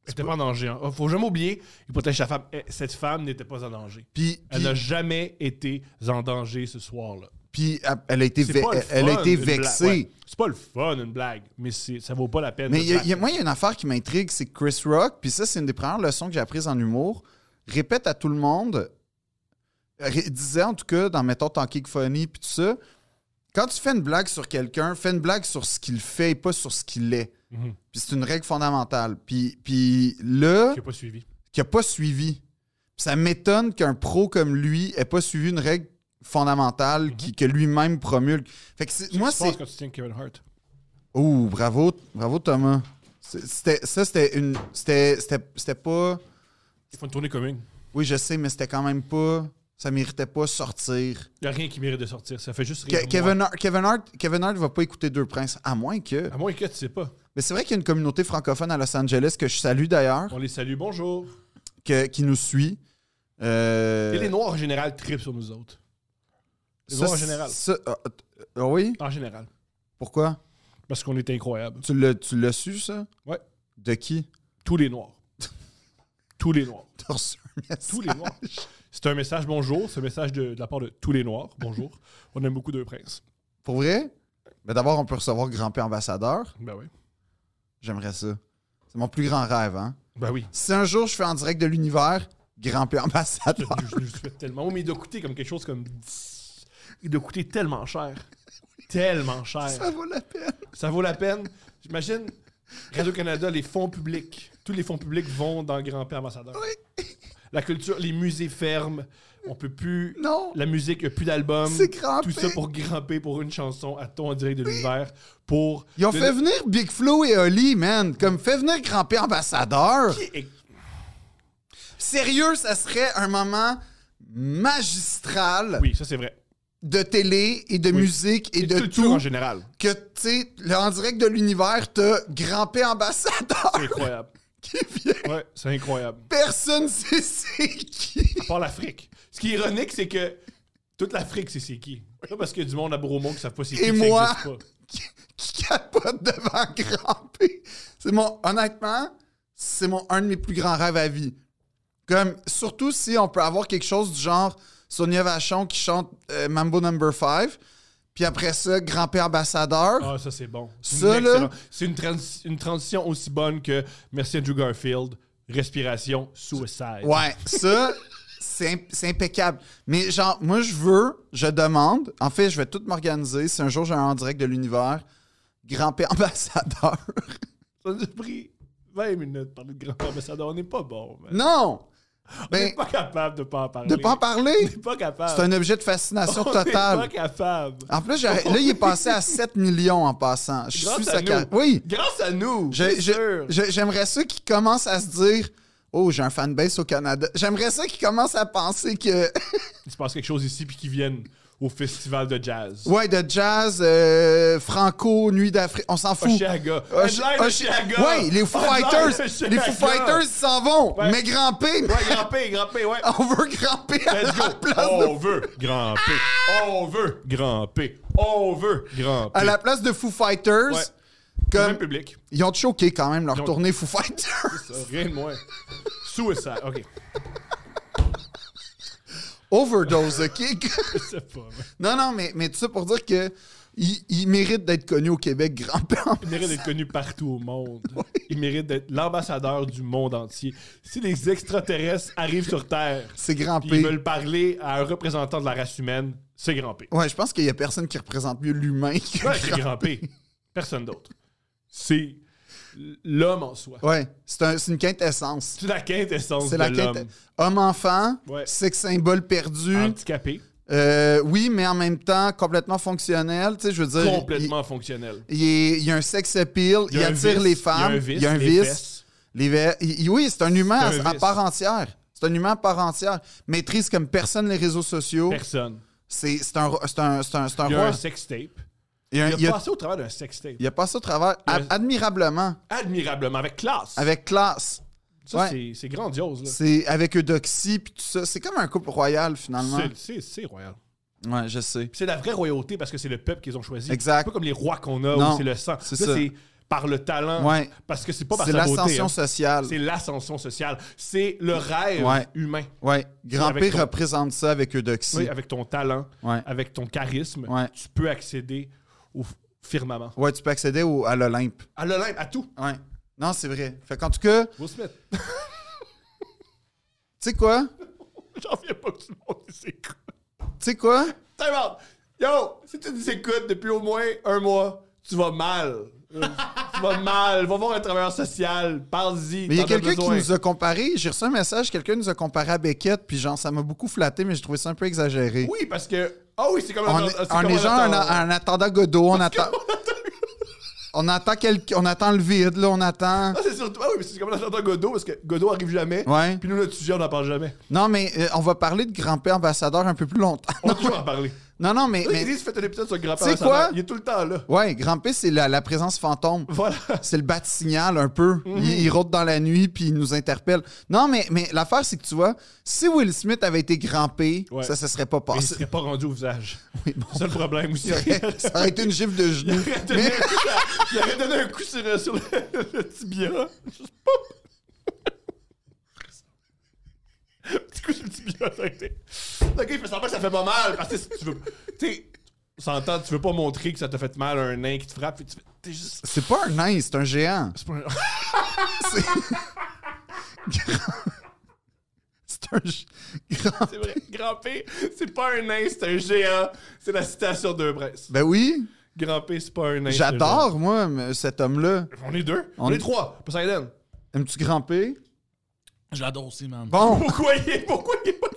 [SPEAKER 1] Elle n'était pas en danger. hein. Faut jamais oublier, il protège sa femme. Eh, Cette femme n'était pas en danger.
[SPEAKER 2] Puis,
[SPEAKER 1] Elle
[SPEAKER 2] puis-
[SPEAKER 1] n'a jamais été en danger ce soir-là.
[SPEAKER 2] puis, elle a été,
[SPEAKER 1] C'est
[SPEAKER 2] ve-
[SPEAKER 1] pas le
[SPEAKER 2] elle a
[SPEAKER 1] fun,
[SPEAKER 2] été
[SPEAKER 1] une blague.
[SPEAKER 2] vexée.
[SPEAKER 1] Ouais. C'est pas le fun, une blague, mais c'est- ça vaut pas la peine.
[SPEAKER 2] Mais
[SPEAKER 1] de
[SPEAKER 2] il y a- il y a-
[SPEAKER 1] blague.
[SPEAKER 2] moi, il y a une affaire qui m'intrigue, c'est que Chris Rock, puis ça, c'est une des premières leçons que j'ai apprises en humour, répète à tout le monde, euh, ré- disait en tout cas, dans Mettons ton kick funny, puis tout ça, quand tu fais une blague sur quelqu'un, fais une blague sur ce qu'il fait et pas sur ce qu'il est.
[SPEAKER 1] Mhm.
[SPEAKER 2] Puis c'est une règle fondamentale. Puis, puis là,
[SPEAKER 1] Qui a pas suivi.
[SPEAKER 2] qui n'a pas suivi. Puis ça m'étonne qu'un pro comme lui ait pas suivi une règle fondamentale qui- que lui-même promulgue. Fait que c'est- moi,
[SPEAKER 1] Moi,
[SPEAKER 2] c'est
[SPEAKER 1] c'est quand tu tiens Kevin Hart.
[SPEAKER 2] Oh, bravo, bravo Thomas. C'est- C'était, ça, c'était une. C'était, c'était, c'était pas.
[SPEAKER 1] Ils font une tournée commune.
[SPEAKER 2] Oui, je sais, mais c'était quand même pas. Ça méritait pas sortir.
[SPEAKER 1] Il n'y a rien qui mérite de sortir. Ça fait juste
[SPEAKER 2] Ke-
[SPEAKER 1] rire. moi.
[SPEAKER 2] Kevin, Hart, Kevin, Hart, Kevin Hart va pas écouter Deux Princes, à moins que.
[SPEAKER 1] À moins que tu sais pas.
[SPEAKER 2] Mais c'est vrai qu'il y a une communauté francophone à Los Angeles que je salue d'ailleurs,
[SPEAKER 1] On les salue, bonjour.
[SPEAKER 2] que- qui nous suit. Euh,
[SPEAKER 1] Et les Noirs, en général, tripent sur nous autres. Les
[SPEAKER 2] ça,
[SPEAKER 1] Noirs, en général.
[SPEAKER 2] ça- ah, ah, oui?
[SPEAKER 1] En général.
[SPEAKER 2] Pourquoi?
[SPEAKER 1] Parce qu'on est incroyables.
[SPEAKER 2] Tu l'as, tu l'as su, ça?
[SPEAKER 1] Ouais.
[SPEAKER 2] De qui?
[SPEAKER 1] Tous les Noirs. tous les Noirs.
[SPEAKER 2] T'as reçu un message?
[SPEAKER 1] Tous les Noirs. C'est un message bonjour. C'est un message de, de la part de tous les Noirs. Bonjour. On aime beaucoup Deux Princes.
[SPEAKER 2] Pour vrai? Mais d'abord, on peut recevoir Grand-Père Ambassadeur.
[SPEAKER 1] Ben oui.
[SPEAKER 2] J'aimerais ça. C'est mon plus grand rêve, hein?
[SPEAKER 1] Ben oui.
[SPEAKER 2] Si un jour je fais en direct de l'univers, Grand-Père Ambassadeur.
[SPEAKER 1] Je, je le souhaite tellement. Oh, mais il doit coûter comme quelque chose comme. 10. Il doit coûter tellement cher. Tellement cher.
[SPEAKER 2] Ça vaut la peine.
[SPEAKER 1] Ça vaut la peine. J'imagine Radio-Canada, les fonds publics. Tous les fonds publics vont dans Grand-Père Ambassadeur. La culture, les musées ferment. On peut plus.
[SPEAKER 2] Non.
[SPEAKER 1] La musique, il n'y a plus d'album.
[SPEAKER 2] C'est Grand-P.
[SPEAKER 1] Tout ça pour grimper pour une chanson à ton en direct de l'univers. Pour.
[SPEAKER 2] Ils ont
[SPEAKER 1] de-
[SPEAKER 2] fait venir Big Flo et Oli, man. Comme fait venir Grand-Père Ambassadeur.
[SPEAKER 1] Et-
[SPEAKER 2] Sérieux, ça serait un moment magistral
[SPEAKER 1] Oui, ça c'est vrai.
[SPEAKER 2] de télé et de musique et,
[SPEAKER 1] Et
[SPEAKER 2] de
[SPEAKER 1] culture en
[SPEAKER 2] tout.
[SPEAKER 1] général.
[SPEAKER 2] Que, tu sais, le- en direct de l'univers, t'as Grand-Père Ambassadeur
[SPEAKER 1] C'est incroyable.
[SPEAKER 2] qui vient.
[SPEAKER 1] Ouais, c'est incroyable.
[SPEAKER 2] Personne sait c'est qui.
[SPEAKER 1] À part l'Afrique. Ce qui est ironique, c'est que toute l'Afrique, c'est c'est qui. Pas parce qu'il y a du monde à Bromo qui ne savent pas c'est qui.
[SPEAKER 2] Et
[SPEAKER 1] ça
[SPEAKER 2] moi.
[SPEAKER 1] existe pas.
[SPEAKER 2] qui, qui capote devant Grand-P. C'est mon, honnêtement, c'est mon un de mes plus grands rêves à vie. Comme, surtout si on peut avoir quelque chose du genre Sonia Vachon qui chante euh, Mambo Number 5, puis après ça, Grand-P ambassadeur.
[SPEAKER 1] Ah, ça, c'est bon. C'est
[SPEAKER 2] Ça,
[SPEAKER 1] une
[SPEAKER 2] là-
[SPEAKER 1] excellente- C'est une, trans- une transition aussi bonne que Merci Andrew Garfield, Respiration, Suicide.
[SPEAKER 2] Ouais, ça, c'est imp- c'est impeccable. Mais genre, moi, je veux, je demande. En fait, je vais tout m'organiser. Si un jour j'ai un en direct de l'univers, Grand-P ambassadeur.
[SPEAKER 1] Ça nous a pris 20 minutes de parler de grand ambassadeur. On n'est pas bon, man.
[SPEAKER 2] non!
[SPEAKER 1] On n'est
[SPEAKER 2] Ben,
[SPEAKER 1] pas capable de pas en parler.
[SPEAKER 2] de pas en parler!
[SPEAKER 1] On n'est pas capable.
[SPEAKER 2] C'est un objet de fascination
[SPEAKER 1] On n'est
[SPEAKER 2] totale.
[SPEAKER 1] pas capable.
[SPEAKER 2] En plus, j'aurais- là, il est passé à 7 millions en passant. Je
[SPEAKER 1] Grâce
[SPEAKER 2] suis
[SPEAKER 1] à
[SPEAKER 2] sa
[SPEAKER 1] nous.
[SPEAKER 2] car- Oui.
[SPEAKER 1] Grâce à nous,
[SPEAKER 2] Je-
[SPEAKER 1] c'est
[SPEAKER 2] je-
[SPEAKER 1] sûr.
[SPEAKER 2] je- J'aimerais ça qui commence à se dire Oh, j'ai un fanbase au Canada. J'aimerais ça qui commence à penser que.
[SPEAKER 1] Il se passe quelque chose ici, puis qu'ils viennent au festival de jazz.
[SPEAKER 2] Ouais, de jazz, euh, franco, nuit d'Afrique. On s'en fout.
[SPEAKER 1] Oshiaga.
[SPEAKER 2] Osh-
[SPEAKER 1] Headline
[SPEAKER 2] Osh-
[SPEAKER 1] Oshiaga.
[SPEAKER 2] Euh, Ouais, les Foo
[SPEAKER 1] Headline
[SPEAKER 2] Fighters.
[SPEAKER 1] Oshiaga.
[SPEAKER 2] Les Foo Fighters ils s'en vont.
[SPEAKER 1] Ouais.
[SPEAKER 2] Mais Grand P,
[SPEAKER 1] Ouais, grimper, grimper, ouais.
[SPEAKER 2] on veut Grand P à
[SPEAKER 1] Let's
[SPEAKER 2] la
[SPEAKER 1] go. Oh.
[SPEAKER 2] place de-
[SPEAKER 1] On veut grand P. On veut grand P. On veut grand P.
[SPEAKER 2] à la place de Foo Fighters.
[SPEAKER 1] Ouais.
[SPEAKER 2] Comme,
[SPEAKER 1] Même public.
[SPEAKER 2] ils ont choqué quand même leur
[SPEAKER 1] ont-
[SPEAKER 2] tournée Foo Fighters.
[SPEAKER 1] Ça, rien de moins. Suicide. OK.
[SPEAKER 2] Overdose, OK?
[SPEAKER 1] Je sais pas. mais
[SPEAKER 2] non, non, mais, mais tout ça pour dire que il, il mérite d'être connu au Québec, grand-père.
[SPEAKER 1] Il mérite d'être connu partout au monde. Il mérite d'être l'ambassadeur du monde entier. Si les extraterrestres arrivent sur Terre
[SPEAKER 2] C'est grand
[SPEAKER 1] puis ils
[SPEAKER 2] P.
[SPEAKER 1] veulent parler à un représentant de la race humaine, c'est grand P.
[SPEAKER 2] Ouais, je pense qu'il y a personne qui représente mieux l'humain que
[SPEAKER 1] Ouais, c'est grand P. Personne d'autre. C'est l'homme en soi.
[SPEAKER 2] Ouais, c'est un- c'est une quintessence.
[SPEAKER 1] C'est la quintessence
[SPEAKER 2] C'est
[SPEAKER 1] de
[SPEAKER 2] la
[SPEAKER 1] l'homme.
[SPEAKER 2] quintessence. Homme-enfant,
[SPEAKER 1] Ouais.
[SPEAKER 2] sexe symbole perdu.
[SPEAKER 1] Handicapé,
[SPEAKER 2] Euh, oui, mais en même temps, complètement fonctionnel. Tu sais, je veux dire.
[SPEAKER 1] complètement fonctionnel.
[SPEAKER 2] Il, il est- il y a un sex appeal, il,
[SPEAKER 1] y a un
[SPEAKER 2] attire
[SPEAKER 1] vice,
[SPEAKER 2] les femmes, il y a un
[SPEAKER 1] les
[SPEAKER 2] vice.
[SPEAKER 1] fesses.
[SPEAKER 2] Les ver- il- il- oui, c'est un humain
[SPEAKER 1] C'est un
[SPEAKER 2] à, à
[SPEAKER 1] vice.
[SPEAKER 2] part entière. C'est un humain à part entière. Maîtrise comme personne les réseaux sociaux.
[SPEAKER 1] Personne.
[SPEAKER 2] C'est c'est un, ro- c'est un, c'est un, c'est un
[SPEAKER 1] Il y a
[SPEAKER 2] roi.
[SPEAKER 1] un sex tape.
[SPEAKER 2] Il y a, un-
[SPEAKER 1] Il a,
[SPEAKER 2] il y a-
[SPEAKER 1] passé au travers d'un sex tape.
[SPEAKER 2] il a passé au travers
[SPEAKER 1] Il y a-
[SPEAKER 2] ad- admirablement,
[SPEAKER 1] Admirablement, avec classe.
[SPEAKER 2] avec classe.
[SPEAKER 1] ça,
[SPEAKER 2] ouais.
[SPEAKER 1] c'est- c'est grandiose. là.
[SPEAKER 2] C'est avec Eudoxie puis tout ça. C'est comme un couple royal finalement.
[SPEAKER 1] C'est- C'est c'est royal.
[SPEAKER 2] Ouais, je sais.
[SPEAKER 1] Puis C'est la vraie royauté parce que c'est le peuple qu'ils ont choisi.
[SPEAKER 2] Exact.
[SPEAKER 1] C'est pas comme les rois qu'on a
[SPEAKER 2] Non,
[SPEAKER 1] où c'est le sang. Là,
[SPEAKER 2] c'est ça.
[SPEAKER 1] c'est par le talent.
[SPEAKER 2] Ouais.
[SPEAKER 1] Parce que c'est pas par
[SPEAKER 2] C'est
[SPEAKER 1] sa beauté.
[SPEAKER 2] l'ascension
[SPEAKER 1] hein.
[SPEAKER 2] sociale.
[SPEAKER 1] C'est l'ascension sociale. C'est le rêve
[SPEAKER 2] Ouais.
[SPEAKER 1] humain.
[SPEAKER 2] Ouais, Grand
[SPEAKER 1] avec
[SPEAKER 2] P
[SPEAKER 1] ton-
[SPEAKER 2] représente ça avec Eudoxie.
[SPEAKER 1] Oui, avec ton talent,
[SPEAKER 2] Ouais.
[SPEAKER 1] avec ton charisme,
[SPEAKER 2] Ouais.
[SPEAKER 1] tu peux accéder au f- firmament.
[SPEAKER 2] Ouais, tu peux accéder au- à l'Olympe.
[SPEAKER 1] À l'Olympe, à tout.
[SPEAKER 2] Ouais. Non, c'est vrai. Fait qu'en tout cas, tu
[SPEAKER 1] Will Smith.
[SPEAKER 2] sais quoi?
[SPEAKER 1] J'en viens pas que tout le monde les écoute.
[SPEAKER 2] Tu sais quoi?
[SPEAKER 1] Time out. Yo, si tu nous écoutes depuis au moins un mois, tu vas mal. Euh, tu vas mal. Va voir un travailleur social. Parle-y.
[SPEAKER 2] Mais il y a
[SPEAKER 1] t'en
[SPEAKER 2] quelqu'un qui
[SPEAKER 1] besoin.
[SPEAKER 2] nous a comparé. J'ai reçu un message, quelqu'un nous a comparé à Beckett, puis genre, ça m'a beaucoup flatté, mais j'ai trouvé ça un peu exagéré.
[SPEAKER 1] Oui, parce que. Ah oui, c'est comme
[SPEAKER 2] on
[SPEAKER 1] un-
[SPEAKER 2] est,
[SPEAKER 1] c'est
[SPEAKER 2] on
[SPEAKER 1] comme
[SPEAKER 2] est
[SPEAKER 1] un
[SPEAKER 2] genre en,
[SPEAKER 1] attend-
[SPEAKER 2] en attendant Godot, on attend. on attend, quelqu'un- on attend le vide, là, on attend.
[SPEAKER 1] Ah, c'est surtout. Ah oui, mais c'est comme on attend Godot, parce que Godot arrive jamais.
[SPEAKER 2] Ouais.
[SPEAKER 1] Puis nous, notre sujet, on n'en parle jamais.
[SPEAKER 2] Non, mais euh, on va parler de grand-père ambassadeur un peu plus longtemps.
[SPEAKER 1] On va toujours en parler.
[SPEAKER 2] Non, non, mais.
[SPEAKER 1] Là,
[SPEAKER 2] mais-
[SPEAKER 1] Ils disent, faites un épisode sur le grand-père.
[SPEAKER 2] Tu sais quoi?
[SPEAKER 1] Salant. Il est tout le temps là.
[SPEAKER 2] Ouais, grand-père, c'est la, la présence fantôme.
[SPEAKER 1] Voilà.
[SPEAKER 2] C'est le bat de signal un peu.
[SPEAKER 1] Mhm.
[SPEAKER 2] il, il rôde dans la nuit puis il nous interpelle. Non, mais, mais l'affaire, c'est que tu vois, si Will Smith avait été grand-père,
[SPEAKER 1] Ouais.
[SPEAKER 2] ça, ça serait pas
[SPEAKER 1] Mais il
[SPEAKER 2] passé.
[SPEAKER 1] serait pas rendu au visage.
[SPEAKER 2] Oui, bon.
[SPEAKER 1] C'est ça le problème aussi.
[SPEAKER 2] ça aurait été une gifle de genou.
[SPEAKER 1] donné un coup sur- il aurait donné un coup sur, euh, sur le, le tibia. Juste pop. Petit coup sur le tibia. ça a été- Le gars, il fait semblant que ça fait pas mal. Parce que si tu veux. Tu sais, on s'entend, tu veux pas montrer que ça t'a fait mal à un nain qui te frappe. Puis tu fais- T'es juste.
[SPEAKER 2] C'est pas un nain, c'est un géant.
[SPEAKER 1] C'est pas un-
[SPEAKER 2] C'est C'est un g- grand.
[SPEAKER 1] C'est vrai. Grand P, c'est pas un nain, c'est un géant. C'est la citation de Brest.
[SPEAKER 2] Ben oui,
[SPEAKER 1] Grand P, c'est pas un nain. c'est un géant.
[SPEAKER 2] j'adore, moi, m- cet homme-là.
[SPEAKER 1] On est deux. On,
[SPEAKER 2] On
[SPEAKER 1] est
[SPEAKER 2] est-
[SPEAKER 1] trois. Poseidon.
[SPEAKER 2] Aimes-tu grimper?
[SPEAKER 5] Je l'adore aussi, man.
[SPEAKER 2] Bon,
[SPEAKER 1] Pourquoi il est, pourquoi il est pas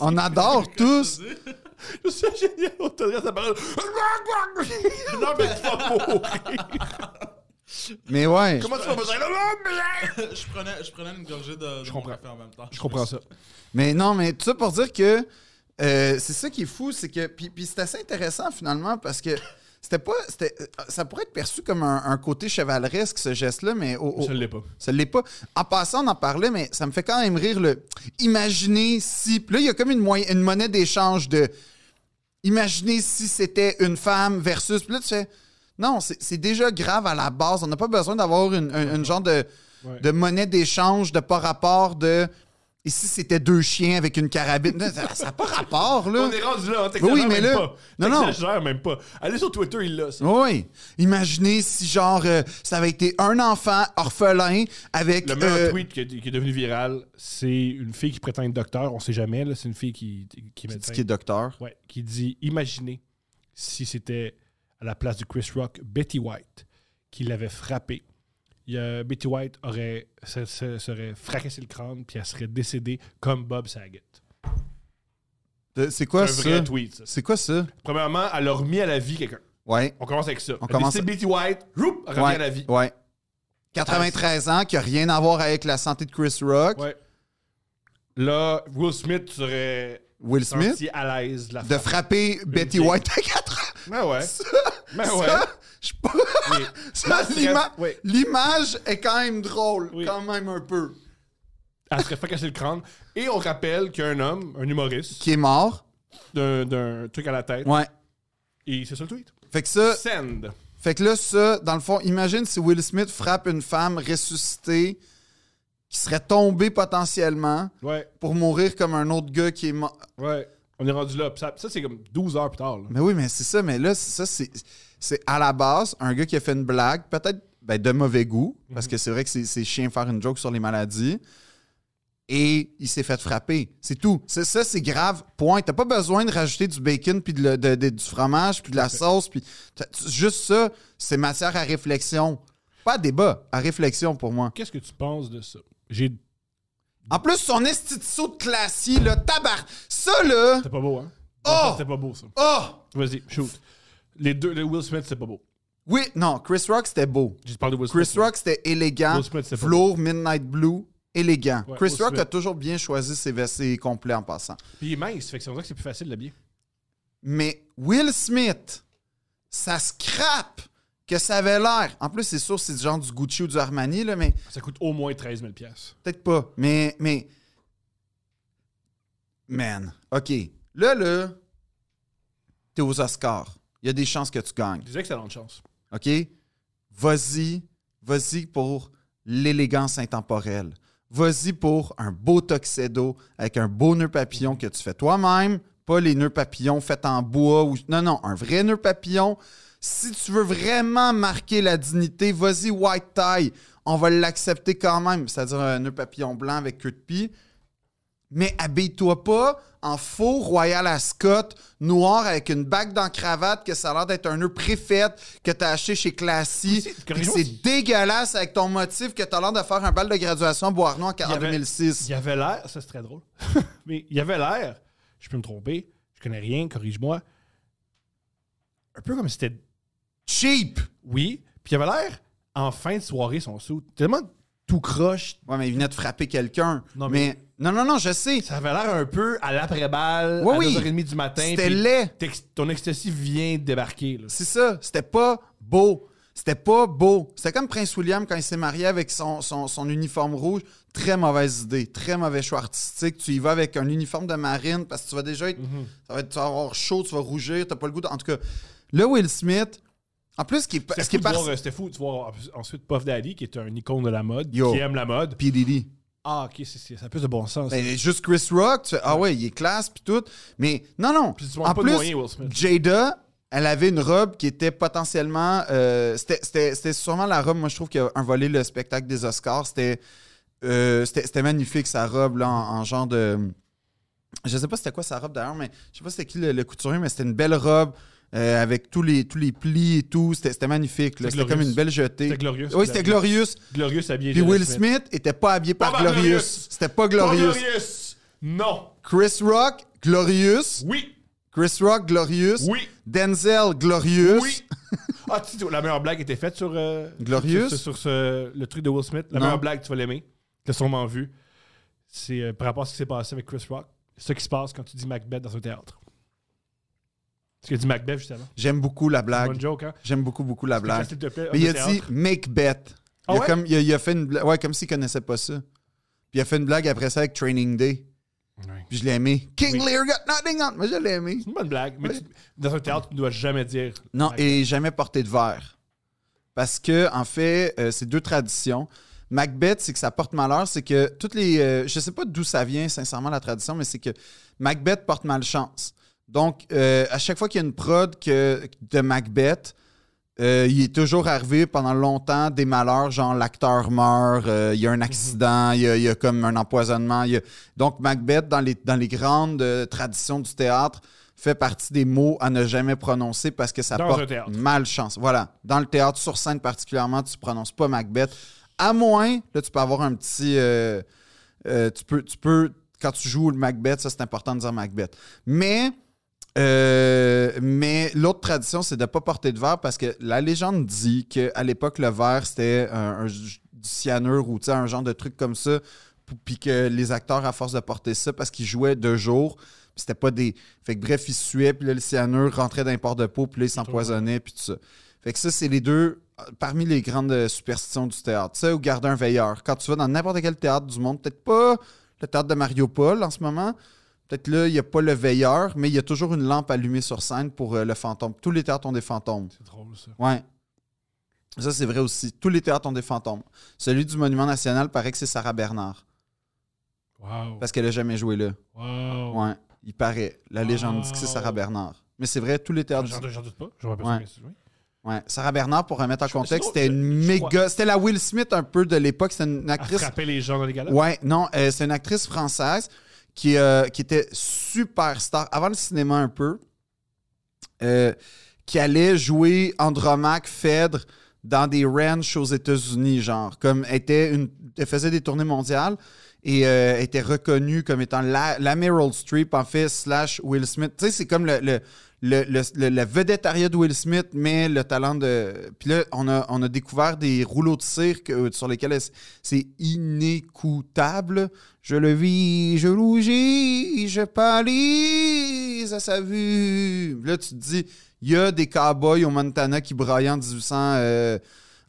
[SPEAKER 2] on adore tous.
[SPEAKER 1] Je suis génial, on te regarde sa parole. Non, mais tu vas mourir.
[SPEAKER 2] Mais ouais.
[SPEAKER 1] Comment tu vas besoin
[SPEAKER 5] je, prenais, je prenais une gorgée de, de mon
[SPEAKER 1] comprends.
[SPEAKER 5] café en même temps.
[SPEAKER 1] Je comprends ça.
[SPEAKER 2] Mais non, mais tout ça pour dire que euh, c'est ça qui est fou, c'est que. Puis, puis c'est assez intéressant finalement parce que c'était pas. c'était- euh, ça pourrait être perçu comme un, un côté chevaleresque, ce geste-là, mais au- au-
[SPEAKER 1] Je l'ai pas.
[SPEAKER 2] ça l'est pas. En passant, on en parlait, mais ça me fait quand même rire le. Imaginez si. Puis là, il y a comme une, moyen- une monnaie d'échange de. Imaginez si c'était une femme versus. Puis là, tu fais. Non, c'est c'est déjà grave à la base. On n'a pas besoin d'avoir une, un- une genre de,
[SPEAKER 1] Ouais.
[SPEAKER 2] de monnaie d'échange de pas rapport de. Et si c'était deux chiens avec une carabine? Non, ça n'a pas rapport, là.
[SPEAKER 1] On est rendu là, hein,
[SPEAKER 2] Oui,
[SPEAKER 1] t'exagères
[SPEAKER 2] oui, mais
[SPEAKER 1] même
[SPEAKER 2] là-
[SPEAKER 1] pas.
[SPEAKER 2] Non, non.
[SPEAKER 1] T'exagères même pas. Allez sur Twitter, il l'a. ça.
[SPEAKER 2] Oui. Imaginez si, genre, euh, ça avait été un enfant orphelin avec.
[SPEAKER 1] Le meilleur
[SPEAKER 2] euh,
[SPEAKER 1] tweet qui est, qui est devenu viral, c'est une fille qui prétend être docteur, on sait jamais, là, c'est une fille qui, qui est
[SPEAKER 2] qui dit
[SPEAKER 1] médecin.
[SPEAKER 2] qu'il est docteur.
[SPEAKER 1] Ouais, qui dit Imaginez si c'était à la place de Chris Rock, Betty White, qui l'avait frappé. Il y a- Betty White aurait, se, se- serait fracassé le crâne, puis elle serait décédée comme Bob Saget.
[SPEAKER 2] De- C'est
[SPEAKER 1] C'est un
[SPEAKER 2] quoi ça?
[SPEAKER 1] vrai tweet, ça.
[SPEAKER 2] C'est quoi ça?
[SPEAKER 1] Premièrement, elle a remis à la vie quelqu'un.
[SPEAKER 2] Ouais.
[SPEAKER 1] On commence avec ça.
[SPEAKER 2] On
[SPEAKER 1] Elle
[SPEAKER 2] commence-
[SPEAKER 1] décide Betty White, roup, revient
[SPEAKER 2] ouais.
[SPEAKER 1] à la vie.
[SPEAKER 2] Ouais. 93 ans, qui a rien à voir avec la santé de Chris Rock.
[SPEAKER 1] Ouais. Là, Will Smith serait
[SPEAKER 2] Will Smith.
[SPEAKER 1] senti à l'aise de la
[SPEAKER 2] De frapper Betty
[SPEAKER 1] vieille.
[SPEAKER 2] White à 4 ans.
[SPEAKER 1] Mais ouais.
[SPEAKER 2] Ça,
[SPEAKER 1] Mais Ben ouais.
[SPEAKER 2] ça, je peux-
[SPEAKER 1] Oui.
[SPEAKER 2] ça,
[SPEAKER 1] serait-
[SPEAKER 2] l'ima-
[SPEAKER 1] oui.
[SPEAKER 2] L'image est quand même drôle,
[SPEAKER 1] Oui.
[SPEAKER 2] quand même un peu.
[SPEAKER 1] Elle serait fracassée le crâne. Et on rappelle qu'il y a un homme, un humoriste,
[SPEAKER 2] Qui est mort.
[SPEAKER 1] d'un- d'un truc à la tête.
[SPEAKER 2] Ouais. Euh.
[SPEAKER 1] Et c'est ça le tweet.
[SPEAKER 2] Fait que ça,
[SPEAKER 1] Send.
[SPEAKER 2] fait que là, ça, dans le fond, imagine si Will Smith frappe une femme ressuscitée qui serait tombée potentiellement
[SPEAKER 1] Ouais,
[SPEAKER 2] pour mourir comme un autre gars qui est mort.
[SPEAKER 1] ouais. On est rendu là. Puis Ça, ça, c'est comme 12 heures plus tard. là.
[SPEAKER 2] Mais oui, mais c'est ça, mais là, c'est ça, c'est, c'est à la base un gars qui a fait une blague, peut-être ben, de mauvais goût, parce que c'est vrai que c'est, c'est chiant faire une joke sur les maladies. Et il s'est fait frapper. C'est tout. C'est, ça, c'est grave. Point. T'as pas besoin de rajouter du bacon, puis de, le- de- de- du fromage, puis de la sauce. Puis t'as- tu- juste ça, c'est matière à réflexion. Pas à débat, à réflexion pour moi.
[SPEAKER 1] Qu'est-ce que tu penses de ça? J'ai.
[SPEAKER 2] En plus, son esti de saut de classier, là, tabar. Ça, là.
[SPEAKER 1] C'était pas beau, hein?
[SPEAKER 2] Oh!
[SPEAKER 1] C'était pas beau, ça.
[SPEAKER 2] Oh!
[SPEAKER 1] Vas-y, shoot. Les deux, le Will Smith, c'est pas beau.
[SPEAKER 2] Oui, non, Chris Rock, c'était beau.
[SPEAKER 1] J'ai parlé de Will Smith.
[SPEAKER 2] Chris Rock, c'était élégant.
[SPEAKER 1] Will Smith, c'est pas
[SPEAKER 2] Flour, Midnight Blue, élégant.
[SPEAKER 1] Ouais,
[SPEAKER 2] Chris
[SPEAKER 1] Will
[SPEAKER 2] Rock a
[SPEAKER 1] Smith.
[SPEAKER 2] toujours bien choisi ses vestits complets en passant.
[SPEAKER 1] Puis il est mince, fait que c'est vrai que c'est plus facile de l'habiller.
[SPEAKER 2] Mais Will Smith, ça scrape que ça avait l'air. En plus, c'est sûr, c'est du genre du Gucci ou du Armani, là, mais
[SPEAKER 1] Ça coûte au moins 13 000 piastres.
[SPEAKER 2] peut-être pas. Mais, mais. Man, OK. Là, là, t'es aux Oscars. Il y a des chances que tu gagnes.
[SPEAKER 1] Des excellentes chances.
[SPEAKER 2] OK? Vas-y, vas-y pour l'élégance intemporelle. Vas-y pour un beau tuxedo avec un beau nœud papillon que tu fais toi-même, pas les nœuds papillons faits en bois ou non non, un vrai nœud papillon. Si tu veux vraiment marquer la dignité, vas-y white tie. On va l'accepter quand même, c'est-à-dire un nœud papillon blanc avec queue de pie. Mais habille-toi pas en faux Royal Ascot noir avec une bague dans cravate que ça a l'air d'être un nœud préfète que t'as acheté chez Classy.
[SPEAKER 1] c'est-
[SPEAKER 2] puis que C'est dégueulasse avec ton motif que t'as l'air de faire un bal de graduation à Bois-Arnaud en,
[SPEAKER 1] Il y
[SPEAKER 2] en
[SPEAKER 1] avait-
[SPEAKER 2] 2006.
[SPEAKER 1] Il y avait l'air, ça c'est très drôle, mais il y avait l'air, je peux me tromper, je connais rien, corrige-moi, un peu comme si c'était
[SPEAKER 2] Cheap!
[SPEAKER 1] Oui. Puis il avait l'air, en fin de soirée, son sou, tellement tout croche.
[SPEAKER 2] Ouais, mais il venait de frapper quelqu'un.
[SPEAKER 1] Non,
[SPEAKER 2] mais...
[SPEAKER 1] mais-
[SPEAKER 2] Non, non, non, je sais.
[SPEAKER 1] Ça avait l'air un peu à l'après-balle,
[SPEAKER 2] Oui,
[SPEAKER 1] à
[SPEAKER 2] oui.
[SPEAKER 1] 2h30 du matin.
[SPEAKER 2] C'était
[SPEAKER 1] puis
[SPEAKER 2] laid.
[SPEAKER 1] t'ex- Ton ecstasy vient de débarquer. là.
[SPEAKER 2] C'est ça. C'était pas beau. C'était pas beau. C'était comme Prince William quand il s'est marié avec son, son- son uniforme rouge. Très mauvaise idée. Très mauvais choix artistique. Tu y vas avec un uniforme de marine parce que tu vas déjà être.
[SPEAKER 1] Mm-hmm.
[SPEAKER 2] ça va être- tu vas avoir chaud, tu vas rougir, t'as pas le goût. de- En tout cas, là, Will Smith. En plus, ce qui est, pa-
[SPEAKER 1] C'était
[SPEAKER 2] ce qui
[SPEAKER 1] fou,
[SPEAKER 2] est
[SPEAKER 1] de
[SPEAKER 2] par-
[SPEAKER 1] voir, euh, c'était fou de voir ensuite Puff Daddy, qui est un icône de la mode,
[SPEAKER 2] Yo.
[SPEAKER 1] qui aime la mode.
[SPEAKER 2] P. Diddy.
[SPEAKER 1] Ah, ok, c'est- c'est- ça a plus de bon sens.
[SPEAKER 2] Ben, juste Chris Rock, tu fais, ah ouais, il est classe, puis tout. Mais non, non.
[SPEAKER 1] Puis tu
[SPEAKER 2] en
[SPEAKER 1] manques pas de
[SPEAKER 2] plus,
[SPEAKER 1] moyens, Will Smith.
[SPEAKER 2] Jada, elle avait une robe qui était potentiellement. euh, c'était- C'était c'était sûrement la robe, moi, je trouve, qui a envolé le spectacle des Oscars. C'était euh, c'était- c'était magnifique, sa robe, là, en, en genre de. Je sais pas c'était quoi sa robe d'ailleurs, mais je sais pas c'était qui le, le couturier, mais c'était une belle robe euh, avec tous les, tous les plis et tout. C'était c'était magnifique.
[SPEAKER 1] C'était
[SPEAKER 2] là. C'était comme
[SPEAKER 1] glorieux.
[SPEAKER 2] une belle jetée.
[SPEAKER 1] C'était glorieux.
[SPEAKER 2] Oui, c'était glorieux.
[SPEAKER 1] Glorieux s'habillait.
[SPEAKER 2] Puis
[SPEAKER 1] Jada
[SPEAKER 2] Will Smith était pas habillé par
[SPEAKER 1] Pas par
[SPEAKER 2] Glorious.
[SPEAKER 1] Glorious.
[SPEAKER 2] C'était pas
[SPEAKER 1] Pas
[SPEAKER 2] glorieux.
[SPEAKER 1] Glorious. Non.
[SPEAKER 2] Chris Rock, Glorious.
[SPEAKER 1] Oui.
[SPEAKER 2] Chris Rock, Glorious.
[SPEAKER 1] Oui.
[SPEAKER 2] Denzel, Glorious.
[SPEAKER 1] Oui. Ah, tu sais, la meilleure blague était faite sur. euh,
[SPEAKER 2] Glorious?
[SPEAKER 1] Sur, sur ce- le truc de Will Smith. La
[SPEAKER 2] Non.
[SPEAKER 1] meilleure blague, tu vas l'aimer. Tu l'as sûrement vu. C'est euh, par rapport à ce qui s'est passé avec Chris Rock. Ce qui se passe quand tu dis Macbeth dans un théâtre. Ce que dit Macbeth, justement.
[SPEAKER 2] J'aime beaucoup la
[SPEAKER 1] Bonne
[SPEAKER 2] blague.
[SPEAKER 1] joke, hein?
[SPEAKER 2] J'aime beaucoup, beaucoup la
[SPEAKER 1] Ça,
[SPEAKER 2] blague.
[SPEAKER 1] S'il te plaît.
[SPEAKER 2] Mais il a
[SPEAKER 1] un
[SPEAKER 2] dit
[SPEAKER 1] théâtre.
[SPEAKER 2] make bet.
[SPEAKER 1] Ah
[SPEAKER 2] il, a
[SPEAKER 1] ouais?
[SPEAKER 2] comme, il, a, il a fait une blague. Ouais, comme s'il connaissait pas ça. Puis il a fait une blague après ça avec Training Day.
[SPEAKER 1] Ouais.
[SPEAKER 2] Puis je l'ai aimé. King Lear got nothing on. Moi, je l'ai aimé.
[SPEAKER 1] C'est une bonne blague. Mais
[SPEAKER 2] Ouais.
[SPEAKER 1] tu- dans un théâtre, tu ne dois jamais dire.
[SPEAKER 2] Non,
[SPEAKER 1] Macbeth.
[SPEAKER 2] et jamais porté de verre. Parce que, en fait, euh, c'est deux traditions. Macbeth, c'est que ça porte malheur, c'est que toutes les. euh, je sais pas d'où ça vient, sincèrement, la tradition, mais c'est que Macbeth porte malchance. Donc, euh, à chaque fois qu'il y a une prod que, de Macbeth, euh, il est toujours arrivé pendant longtemps des malheurs, genre l'acteur meurt, euh, il y a
[SPEAKER 1] Mhm.
[SPEAKER 2] un accident, il y a, il y a comme un empoisonnement. il y a- Donc, Macbeth, dans les, dans les grandes euh, traditions du théâtre, fait partie des mots à ne jamais prononcer parce que ça
[SPEAKER 1] Dans un
[SPEAKER 2] porte
[SPEAKER 1] théâtre.
[SPEAKER 2] malchance. Voilà. Dans le théâtre, sur scène particulièrement, tu prononces pas Macbeth. À moins, là, tu peux avoir un petit. euh, euh, tu, peux, tu peux. Quand tu joues le Macbeth, ça, c'est important de dire Macbeth. Mais. Euh, mais l'autre tradition, c'est de ne pas porter de verre parce que la légende dit qu'à l'époque, le verre, c'était un, un- du cyanure ou tu sais, un genre de truc comme ça. p- Puis que les acteurs, à force de porter ça, parce qu'ils jouaient deux jours, puis c'était pas des. Fait que bref, ils suaient, puis là, le cyanure rentrait dans les port de peau, puis là, ils s'empoisonnaient, puis tout ça. Fait que ça, c'est les deux euh, parmi les grandes euh, superstitions du théâtre. Ça, ou garder un veilleur. Quand tu vas dans n'importe quel théâtre du monde, peut-être pas le théâtre de Mario Paul en ce moment, Peut-être là, il n'y a pas le veilleur, mais il y a toujours une lampe allumée sur scène pour euh, le fantôme. Tous les théâtres ont des fantômes.
[SPEAKER 1] C'est drôle, ça.
[SPEAKER 2] Ouais. Ça, c'est vrai aussi. Tous les théâtres ont des fantômes. Celui du Monument National, paraît que c'est Sarah Bernard.
[SPEAKER 1] Wow.
[SPEAKER 2] Parce qu'elle n'a jamais joué là.
[SPEAKER 1] Wow.
[SPEAKER 2] Ouais. Il paraît. La légende dit que c'est Sarah Bernard. Mais c'est vrai, tous les
[SPEAKER 1] J'en
[SPEAKER 2] théâtres. du-
[SPEAKER 1] j'en doute pas. J'aurais pas
[SPEAKER 2] Ouais.
[SPEAKER 1] dit, mais c'est- oui.
[SPEAKER 2] Ouais. Sarah Bernard, pour remettre en
[SPEAKER 1] Je- c'est
[SPEAKER 2] contexte,
[SPEAKER 1] drôle,
[SPEAKER 2] c'était
[SPEAKER 1] je-
[SPEAKER 2] une
[SPEAKER 1] je
[SPEAKER 2] méga.
[SPEAKER 1] crois. Ah,
[SPEAKER 2] C'était la Will Smith un peu de l'époque. C'était une
[SPEAKER 1] À
[SPEAKER 2] actrice
[SPEAKER 1] frapper les gens dans les galas.
[SPEAKER 2] Ouais, non, euh, c'est une actrice française qui, euh, qui était super star avant le cinéma un peu, euh, qui allait jouer Andromaque, Phèdre dans des ranchs aux États-Unis, genre. Comme elle, était une, elle faisait des tournées mondiales et euh, elle était reconnue comme étant la, la Meryl Streep, en fait, slash Will Smith. Tu sais, c'est comme le, le, le, le, le- le vedettariat de Will Smith, mais le talent de. Puis là, on a, on a découvert des rouleaux de cirque euh, sur lesquels elle s- c'est inécoutable. Je le vis, je rougis, je pâlis à sa vue. Là, tu te dis, il y a des cowboys au Montana qui braillaient en 1800. euh,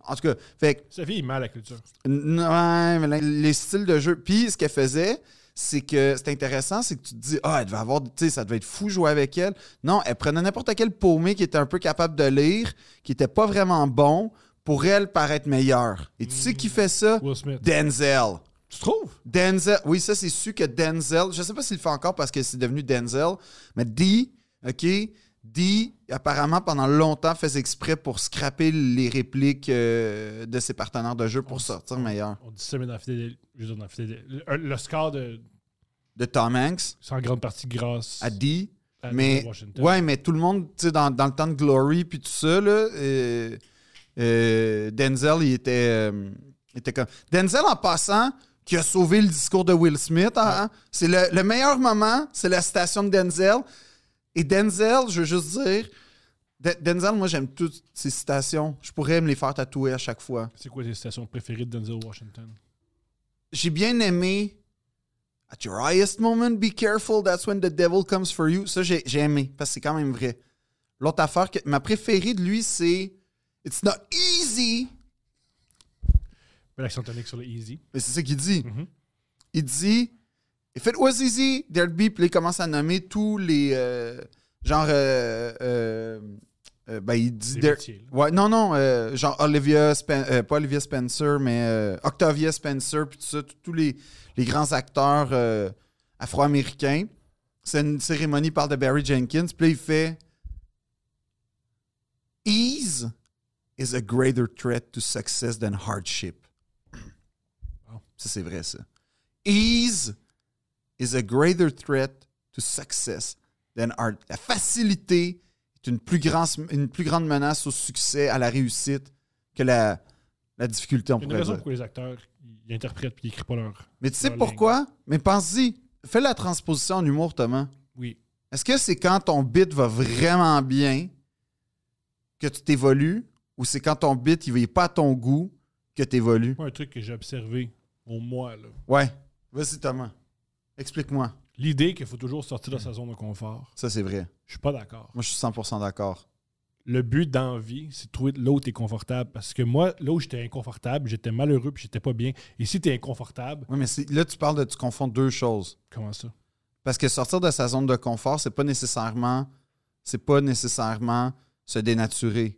[SPEAKER 2] en tout cas, fait que
[SPEAKER 1] Ça vieillit mal, la culture.
[SPEAKER 2] N- Ouais, mais la- les styles de jeu. Puis ce qu'elle faisait, c'est que c'est intéressant, c'est que tu te dis, ah, elle devait avoir, tu sais, ça devait être fou jouer avec elle. Non, elle prenait n'importe quel paumé qui était un peu capable de lire, qui était pas vraiment bon, pour elle paraître meilleure. Et tu sais qui fait ça?
[SPEAKER 1] Will Smith.
[SPEAKER 2] Denzel.
[SPEAKER 1] Tu trouves?
[SPEAKER 2] Denzel, oui, ça c'est sûr que Denzel, je sais pas s'il le fait encore parce que c'est devenu Denzel, mais D, OK, D, apparemment pendant longtemps faisait exprès pour scraper les répliques euh, de ses partenaires de jeu
[SPEAKER 1] Oh.
[SPEAKER 2] pour sortir meilleur.
[SPEAKER 1] On dit ça, mais dans Fidel- je veux dire, dans Fidel- le, le score, de,
[SPEAKER 2] De Tom Hanks
[SPEAKER 1] c'est en grande partie grâce
[SPEAKER 2] à D,
[SPEAKER 1] à
[SPEAKER 2] mais
[SPEAKER 1] Washington.
[SPEAKER 2] ouais, mais tout le monde, tu sais, dans, dans le temps de Glory puis tout ça, là, euh, euh, Denzel, il était, euh, il était comme... Denzel, en passant, qui a sauvé le discours de Will Smith, hein, hein, c'est le, le meilleur moment, c'est la citation de Denzel. Et Denzel, je veux juste dire, De- Denzel, moi, j'aime toutes ses citations. Je pourrais me les faire tatouer à chaque fois.
[SPEAKER 1] C'est quoi tes stations préférées de Denzel Washington?
[SPEAKER 2] J'ai bien aimé At your highest moment, be careful, that's when the devil comes for you. Ça, j'ai j'ai aimé, parce que c'est quand même vrai. L'autre affaire, que, ma préférée de lui, c'est It's not easy.
[SPEAKER 1] Ben, L'accent tonique sur le easy.
[SPEAKER 2] Mais c'est ça qu'il dit.
[SPEAKER 1] Mhm.
[SPEAKER 2] Il dit If it was easy, there'd be. Puis là, il commence à nommer tous les. euh, genre. euh, euh, euh, ben, il dit.
[SPEAKER 1] Des
[SPEAKER 2] there-
[SPEAKER 1] métiers, là.
[SPEAKER 2] ouais, non, non. euh, genre Olivia. Spen- euh, pas Olivia Spencer, mais euh, Octavia Spencer. Puis tout ça. tout- Tous les, les grands acteurs euh, afro-américains. C'est une cérémonie, il parle de Barry Jenkins. Puis là, il fait Ease is a greater threat to success than hardship. Ça, c'est vrai, ça. Ease is a greater threat to success than art. La facilité est une plus, grande une plus grande menace au succès, à la réussite que la, la difficulté, on
[SPEAKER 1] Il y a une
[SPEAKER 2] pourrait
[SPEAKER 1] raison
[SPEAKER 2] dire.
[SPEAKER 1] pourquoi les acteurs ils interprètent et ils écrivent pas leur.
[SPEAKER 2] Mais tu sais
[SPEAKER 1] leur
[SPEAKER 2] pourquoi? Mais pense-y. Fais la transposition en humour, Thomas.
[SPEAKER 1] Oui.
[SPEAKER 2] Est-ce que c'est quand ton bit va vraiment bien que tu t'évolues ou c'est quand ton bit il n'est pas à ton goût que tu évolues?
[SPEAKER 1] Moi, un truc que j'ai observé au mois, là.
[SPEAKER 2] Ouais. Vas-y, Thomas. Explique-moi.
[SPEAKER 1] L'idée qu'il faut toujours sortir de
[SPEAKER 2] Mm.
[SPEAKER 1] sa zone de confort,
[SPEAKER 2] Ça, c'est vrai.
[SPEAKER 1] je suis pas d'accord.
[SPEAKER 2] Moi, je suis 100% d'accord.
[SPEAKER 1] Le but d'envie, c'est de trouver là où t'es confortable. Parce que moi, là où j'étais inconfortable, j'étais malheureux puis j'étais pas bien. Et si t'es inconfortable,
[SPEAKER 2] Oui, mais c'est- là, tu parles de. Tu confonds deux choses.
[SPEAKER 1] comment ça?
[SPEAKER 2] Parce que sortir de sa zone de confort, c'est pas nécessairement. C'est pas nécessairement se dénaturer.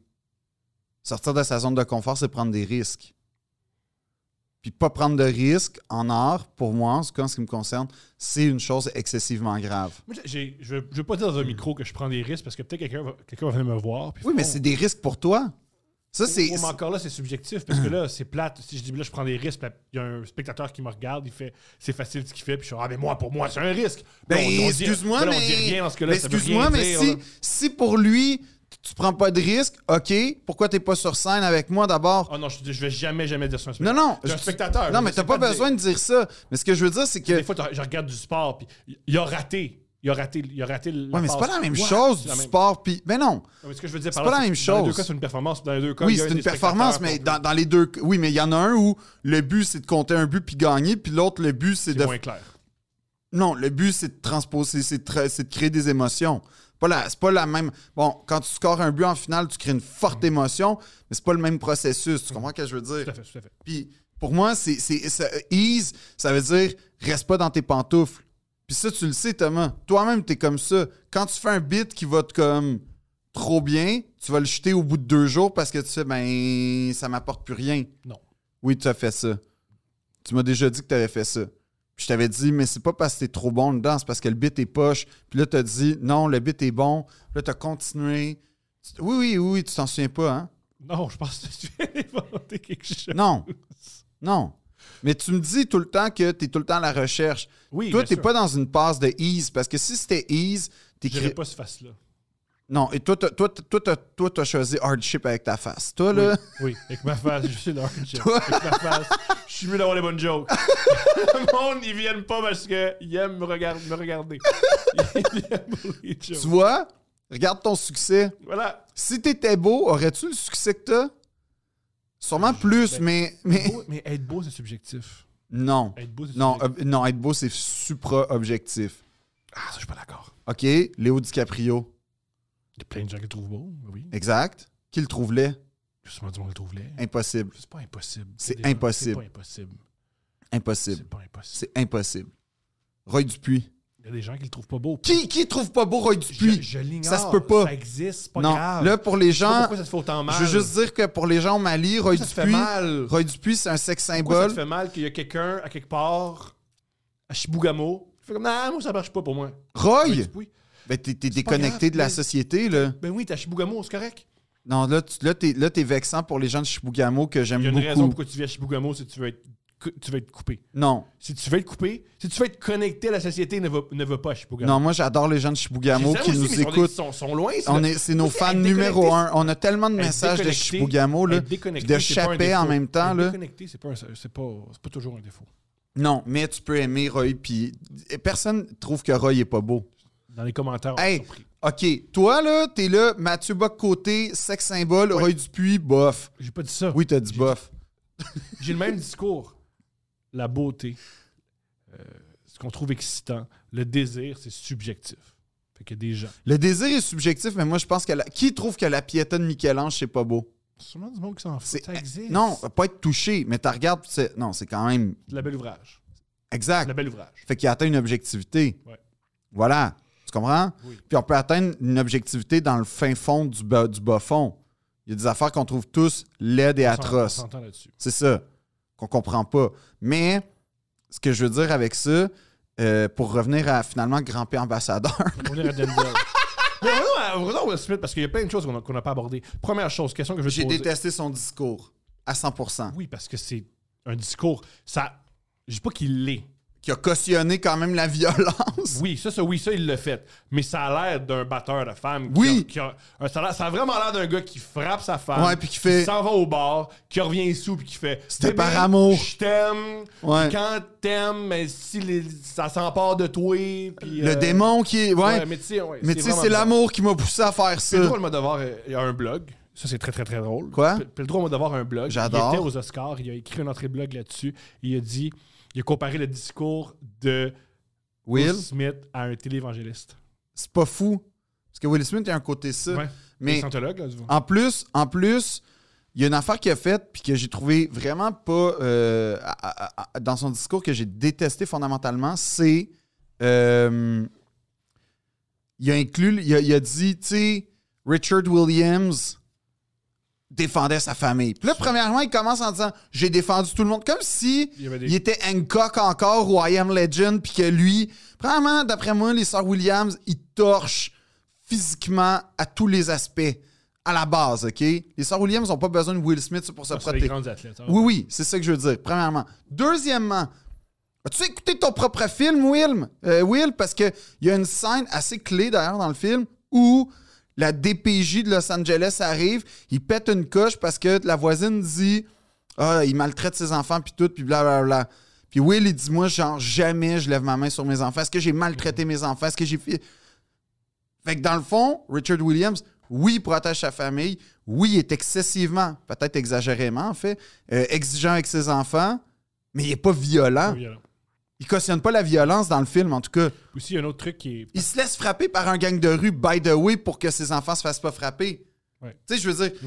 [SPEAKER 2] Sortir de sa zone de confort, c'est prendre des risques. Puis pas prendre de risques en art, pour moi, en tout cas, en ce qui me concerne, c'est une chose excessivement grave.
[SPEAKER 1] Moi, j'ai- je ne veux pas dire dans un micro que je prends des risques parce que peut-être quelqu'un va, quelqu'un va venir me voir. puis
[SPEAKER 2] Oui, mais
[SPEAKER 1] faire,
[SPEAKER 2] c'est des risques pour toi. Ça,
[SPEAKER 1] Oh,
[SPEAKER 2] c'est.
[SPEAKER 1] oh, mais encore là, c'est subjectif parce que là, c'est plate. Si je dis là, je prends des risques, puis il y a un spectateur qui me regarde, il fait c'est facile ce qu'il fait, puis je suis ah, mais moi, pour moi, c'est un risque.
[SPEAKER 2] Ben,
[SPEAKER 1] Là, on- on dit-
[SPEAKER 2] excuse-moi,
[SPEAKER 1] là,
[SPEAKER 2] mais.
[SPEAKER 1] On dit rien dans ce cas-là.
[SPEAKER 2] mais
[SPEAKER 1] ça veut
[SPEAKER 2] excuse-moi,
[SPEAKER 1] rien
[SPEAKER 2] mais
[SPEAKER 1] dire,
[SPEAKER 2] si,
[SPEAKER 1] là.
[SPEAKER 2] si pour lui, tu- tu prends pas de risque, OK, pourquoi t'es pas sur scène avec moi d'abord?
[SPEAKER 1] Oh non, je, je vais jamais, jamais dire ça à un
[SPEAKER 2] Non,
[SPEAKER 1] spectateur.
[SPEAKER 2] non.
[SPEAKER 1] C'est un
[SPEAKER 2] je-
[SPEAKER 1] spectateur.
[SPEAKER 2] Non,
[SPEAKER 1] je
[SPEAKER 2] mais
[SPEAKER 1] sais
[SPEAKER 2] t'as pas
[SPEAKER 1] dire.
[SPEAKER 2] besoin de dire ça. Mais ce que je veux dire, c'est que.
[SPEAKER 1] Des fois, t'as- je regarde du sport, puis il- il a raté. Il a raté, il a raté le.
[SPEAKER 2] Ouais, mais c'est pas la même
[SPEAKER 1] Ouais,
[SPEAKER 2] chose
[SPEAKER 1] c'est
[SPEAKER 2] du
[SPEAKER 1] la même-
[SPEAKER 2] sport, puis. Mais non.
[SPEAKER 1] Non, mais ce que je veux dire,
[SPEAKER 2] C'est
[SPEAKER 1] par
[SPEAKER 2] pas
[SPEAKER 1] là,
[SPEAKER 2] la même
[SPEAKER 1] que Dans les deux
[SPEAKER 2] chose.
[SPEAKER 1] cas, c'est une performance. Dans les deux cas, il y
[SPEAKER 2] Oui,
[SPEAKER 1] a
[SPEAKER 2] c'est une
[SPEAKER 1] des spectateurs
[SPEAKER 2] performance,
[SPEAKER 1] qui
[SPEAKER 2] mais
[SPEAKER 1] ont-
[SPEAKER 2] dans, dans les deux. Oui, mais il y en a un où le but, c'est de compter un but puis gagner, puis l'autre, le but, c'est
[SPEAKER 1] C'est
[SPEAKER 2] de.
[SPEAKER 1] moins clair.
[SPEAKER 2] Non, le but, c'est de transposer, c'est de, tra- c'est de créer des émotions. Pas la- C'est pas la même. Bon, quand tu scores un but en finale, tu crées une forte émotion, mais c'est pas le même processus. Tu comprends ce que je veux dire?
[SPEAKER 1] Mm. Tout à fait, tout à fait.
[SPEAKER 2] Puis pour moi, c'est c'est- ça- ease, ça veut dire reste pas dans tes pantoufles. Puis ça, tu le sais, Thomas. Toi-même, t'es comme ça. Quand tu fais un beat qui va te comme trop bien, tu vas le jeter au bout de deux jours parce que tu sais, ben, ça m'apporte plus rien.
[SPEAKER 1] Non.
[SPEAKER 2] Oui, tu as fait ça. Tu m'as déjà dit que tu avais fait ça. Puis je t'avais dit, mais c'est pas parce que t'es trop bon dedans, c'est parce que le beat est poche. Puis là, t'as dit, non, le beat est bon. Puis là, t'as continué. Tu- Oui, oui, oui, tu t'en souviens pas, hein?
[SPEAKER 1] Non, je pense que tu viens d'inventer quelque chose.
[SPEAKER 2] Non. Non. Mais tu me dis tout le temps que tu es tout le temps à la recherche.
[SPEAKER 1] Oui,
[SPEAKER 2] Toi,
[SPEAKER 1] bien
[SPEAKER 2] tu
[SPEAKER 1] sûr.
[SPEAKER 2] pas dans une passe de ease parce que si c'était ease, tu
[SPEAKER 1] J'irai pas ce face-là.
[SPEAKER 2] Non, et toi, t'as- toi, t'as- toi, t'as- toi, t'as choisi hardship avec ta face. Toi, là.
[SPEAKER 1] Oui, avec ma face, je suis dans le gym. Avec ma face, je suis mieux d'avoir les bonnes jokes. Le monde, ils viennent pas parce qu'ils aiment me, regard- me regarder. Ils aiment les
[SPEAKER 2] Tu
[SPEAKER 1] jokes.
[SPEAKER 2] vois, regarde ton succès.
[SPEAKER 1] Voilà.
[SPEAKER 2] Si t'étais beau, aurais-tu le succès que t'as? Sûrement plus,
[SPEAKER 1] ben,
[SPEAKER 2] mais, mais.
[SPEAKER 1] Beau- mais être beau, c'est subjectif.
[SPEAKER 2] Non.
[SPEAKER 1] Être beau, c'est
[SPEAKER 2] Non,
[SPEAKER 1] subjectif.
[SPEAKER 2] ob- non, être beau, c'est supra-objectif.
[SPEAKER 1] Ah, ça, je suis pas d'accord.
[SPEAKER 2] OK? Léo DiCaprio.
[SPEAKER 1] Il y a plein de gens qui le trouvent beau, oui.
[SPEAKER 2] Exact. Qui le trouve laid?
[SPEAKER 1] Justement, du monde le trouve laid.
[SPEAKER 2] Impossible.
[SPEAKER 1] C'est pas impossible.
[SPEAKER 2] C'est
[SPEAKER 1] Il y a des gens-
[SPEAKER 2] impossible.
[SPEAKER 1] C'est pas impossible.
[SPEAKER 2] Impossible.
[SPEAKER 1] C'est pas impossible.
[SPEAKER 2] C'est impossible. Roy Dupuis.
[SPEAKER 1] Il y a des gens qui le trouvent pas beau.
[SPEAKER 2] Qui, qui trouve pas beau Roy Dupuis?
[SPEAKER 1] je, je l'ignore.
[SPEAKER 2] Ça se peut pas.
[SPEAKER 1] Ça existe, c'est pas
[SPEAKER 2] non,
[SPEAKER 1] grave.
[SPEAKER 2] là, pour les
[SPEAKER 1] Je sais pas
[SPEAKER 2] gens,
[SPEAKER 1] pourquoi ça te fait autant mal?
[SPEAKER 2] je veux juste dire que pour les gens au Mali, Roy
[SPEAKER 1] ça te fait
[SPEAKER 2] Dupuis,
[SPEAKER 1] mal.
[SPEAKER 2] Roy Dupuis, c'est un sex
[SPEAKER 1] Pourquoi ça
[SPEAKER 2] symbole.
[SPEAKER 1] te fait mal qu'il y a quelqu'un à quelque part, à Chibougamau, qui fait comme Non, moi ça marche pas pour moi.
[SPEAKER 2] Roy!
[SPEAKER 1] Oui, oui.
[SPEAKER 2] Ben, t'es t'es
[SPEAKER 1] pas grave,
[SPEAKER 2] déconnecté de la
[SPEAKER 1] mais-
[SPEAKER 2] société, là.
[SPEAKER 1] Ben oui, t'es à Chibougamau, c'est correct.
[SPEAKER 2] Non, là, tu- là, t'es là, t'es vexant pour les gens de Chibougamau que j'aime
[SPEAKER 1] Il y a une
[SPEAKER 2] beaucoup.
[SPEAKER 1] raison pourquoi tu vis à Chibougamau, c'est que tu veux être, cou- tu veux être coupé.
[SPEAKER 2] Non,
[SPEAKER 1] Si tu veux être coupé, si tu veux être connecté à la société, ne va, ne va pas à Chibougamau.
[SPEAKER 2] non, moi, j'adore les gens de Chibougamau qui nous
[SPEAKER 1] Ils
[SPEAKER 2] écoutent.
[SPEAKER 1] sont, sont loin. c'est
[SPEAKER 2] On
[SPEAKER 1] le-
[SPEAKER 2] est, c'est nos
[SPEAKER 1] Moi,
[SPEAKER 2] fans
[SPEAKER 1] être
[SPEAKER 2] numéro
[SPEAKER 1] déconnecté,
[SPEAKER 2] un. On a tellement de
[SPEAKER 1] être
[SPEAKER 2] messages de
[SPEAKER 1] déconnecté,
[SPEAKER 2] Chibougamau, là.
[SPEAKER 1] être déconnecté,
[SPEAKER 2] de
[SPEAKER 1] c'est pas un
[SPEAKER 2] Chappé
[SPEAKER 1] défaut.
[SPEAKER 2] en même temps,
[SPEAKER 1] Être
[SPEAKER 2] là.
[SPEAKER 1] Déconnecté, c'est pas, un- c'est pas, c'est pas toujours un défaut.
[SPEAKER 2] Non, mais tu peux aimer Roy, puis personne trouve que Roy est pas beau.
[SPEAKER 1] Dans les commentaires, on est
[SPEAKER 2] Hey.
[SPEAKER 1] surpris.
[SPEAKER 2] OK, toi, là, t'es là, Mathieu Bock-Côté, sex symbole, Roy Dupuis, bof.
[SPEAKER 1] J'ai pas dit ça.
[SPEAKER 2] Oui, t'as dit bof.
[SPEAKER 1] J'ai le même discours. La beauté, euh, ce qu'on trouve excitant, le désir, c'est subjectif. Fait qu'il y a des gens.
[SPEAKER 2] Le désir est subjectif, mais moi, je pense que... La... Qui trouve que la piété de Michel-Ange, c'est pas beau?
[SPEAKER 1] Sûrement du monde qui s'en fout.
[SPEAKER 2] C'est-
[SPEAKER 1] Ça existe.
[SPEAKER 2] Non, pas être touché, mais t'as regardes, puis c'est- non, c'est quand même...
[SPEAKER 1] De La belle ouvrage. De
[SPEAKER 2] Exact.
[SPEAKER 1] La belle ouvrage.
[SPEAKER 2] Fait qu'il atteint une objectivité.
[SPEAKER 1] Ouais.
[SPEAKER 2] Voilà. Tu comprends?
[SPEAKER 1] Oui.
[SPEAKER 2] Puis on peut atteindre une objectivité dans le fin fond du bas, du bas fond. Il y a des affaires qu'on trouve tous laides et
[SPEAKER 1] On s'en- On
[SPEAKER 2] atroces.
[SPEAKER 1] s'entend là-dessus.
[SPEAKER 2] C'est ça qu'on comprend pas. Mais ce que je veux dire avec ça, euh, pour revenir à finalement Grand P ambassadeur,
[SPEAKER 1] On est à Denzel. Mais revenons à- revenons à Will Smith parce qu'il y a plein de choses qu'on a- qu'on n'a pas abordées. Première chose, question que je veux te
[SPEAKER 2] j'ai
[SPEAKER 1] poser.
[SPEAKER 2] détesté son discours à 100%.
[SPEAKER 1] Oui, parce que c'est un discours. Ça, je dis pas qu'il l'est.
[SPEAKER 2] Qui a cautionné quand même la violence.
[SPEAKER 1] Oui, ça, ça, oui, ça, il l'a fait. Mais ça a l'air d'un batteur de femme.
[SPEAKER 2] Oui.
[SPEAKER 1] Qui a- qui a- euh, ça, a l'air- ça a vraiment l'air d'un gars qui frappe sa femme.
[SPEAKER 2] Ouais, puis qui fait-
[SPEAKER 1] s'en va au bar, qui revient sous, puis qui fait.
[SPEAKER 2] C'était
[SPEAKER 1] Bébé,
[SPEAKER 2] par amour.
[SPEAKER 1] Je t'aime.
[SPEAKER 2] Ouais.
[SPEAKER 1] Puis Quand t'aimes, mais si les- ça s'empare de toi. Puis,
[SPEAKER 2] Le
[SPEAKER 1] euh,
[SPEAKER 2] démon qui est. Ouais.
[SPEAKER 1] ouais, mais tu sais, ouais,
[SPEAKER 2] mais tu sais,
[SPEAKER 1] vraiment
[SPEAKER 2] c'est
[SPEAKER 1] bizarre.
[SPEAKER 2] l'amour qui m'a poussé à faire ça.
[SPEAKER 1] Pedro Almodovar euh, il y a un blog. Ça, c'est très, très, très drôle.
[SPEAKER 2] Quoi?
[SPEAKER 1] Pe- Pedro Almodovar a un blog.
[SPEAKER 2] J'adore.
[SPEAKER 1] Il était aux Oscars. Il a écrit une entrée de blog là-dessus. Il a dit... Il a comparé le discours de
[SPEAKER 2] Will,
[SPEAKER 1] Will Smith à un télévangéliste.
[SPEAKER 2] c'est pas fou. Parce que Will Smith, il y a un côté ça.
[SPEAKER 1] Ouais.
[SPEAKER 2] Mais-
[SPEAKER 1] Un scientologue, là, du coup.
[SPEAKER 2] En plus, en plus, il y a une affaire qu'il a faite puis que j'ai trouvé vraiment pas euh, à- à- à- dans son discours que j'ai détesté fondamentalement, c'est euh, il a inclus, il a, il a dit, tu sais, Richard Williams défendait sa famille. Puis là, premièrement, il commence en disant, j'ai défendu tout le monde, comme si
[SPEAKER 1] Il y avait des-
[SPEAKER 2] il était Hancock encore ou I Am Legend, puis que lui, vraiment, d'après moi, les sœurs Williams, ils torchent physiquement à tous les aspects, à la base, OK? Les sœurs Williams n'ont pas besoin de Will Smith pour se
[SPEAKER 1] Ah, c'est des
[SPEAKER 2] protéger.
[SPEAKER 1] grandes athlètes. hein.
[SPEAKER 2] Oui, oui, c'est ça que je veux dire, premièrement. Deuxièmement, as-tu écouté ton propre film, Will? Euh, Will, parce qu'il y a une scène assez clé d'ailleurs dans le film où la DPJ de Los Angeles arrive, il pète une coche parce que la voisine dit Ah, il maltraite ses enfants, puis tout, puis blablabla. Puis Will, il dit Moi, genre, jamais je lève ma main sur mes enfants. Est-ce que j'ai maltraité mes enfants? Est-ce que j'ai fait. Fait que dans le fond, Richard Williams, oui, il protège sa famille. Oui, il est excessivement, peut-être exagérément en fait, euh, exigeant avec ses enfants, mais il n'est pas violent.
[SPEAKER 1] Oui, alors.
[SPEAKER 2] Il cautionne pas la violence dans le film, en tout cas.
[SPEAKER 1] Aussi, il y a un autre truc qui est...
[SPEAKER 2] Il se laisse frapper par un gang de rue, by the way, pour que ses enfants se fassent pas frapper.
[SPEAKER 1] Ouais.
[SPEAKER 2] Tu sais, je veux dire,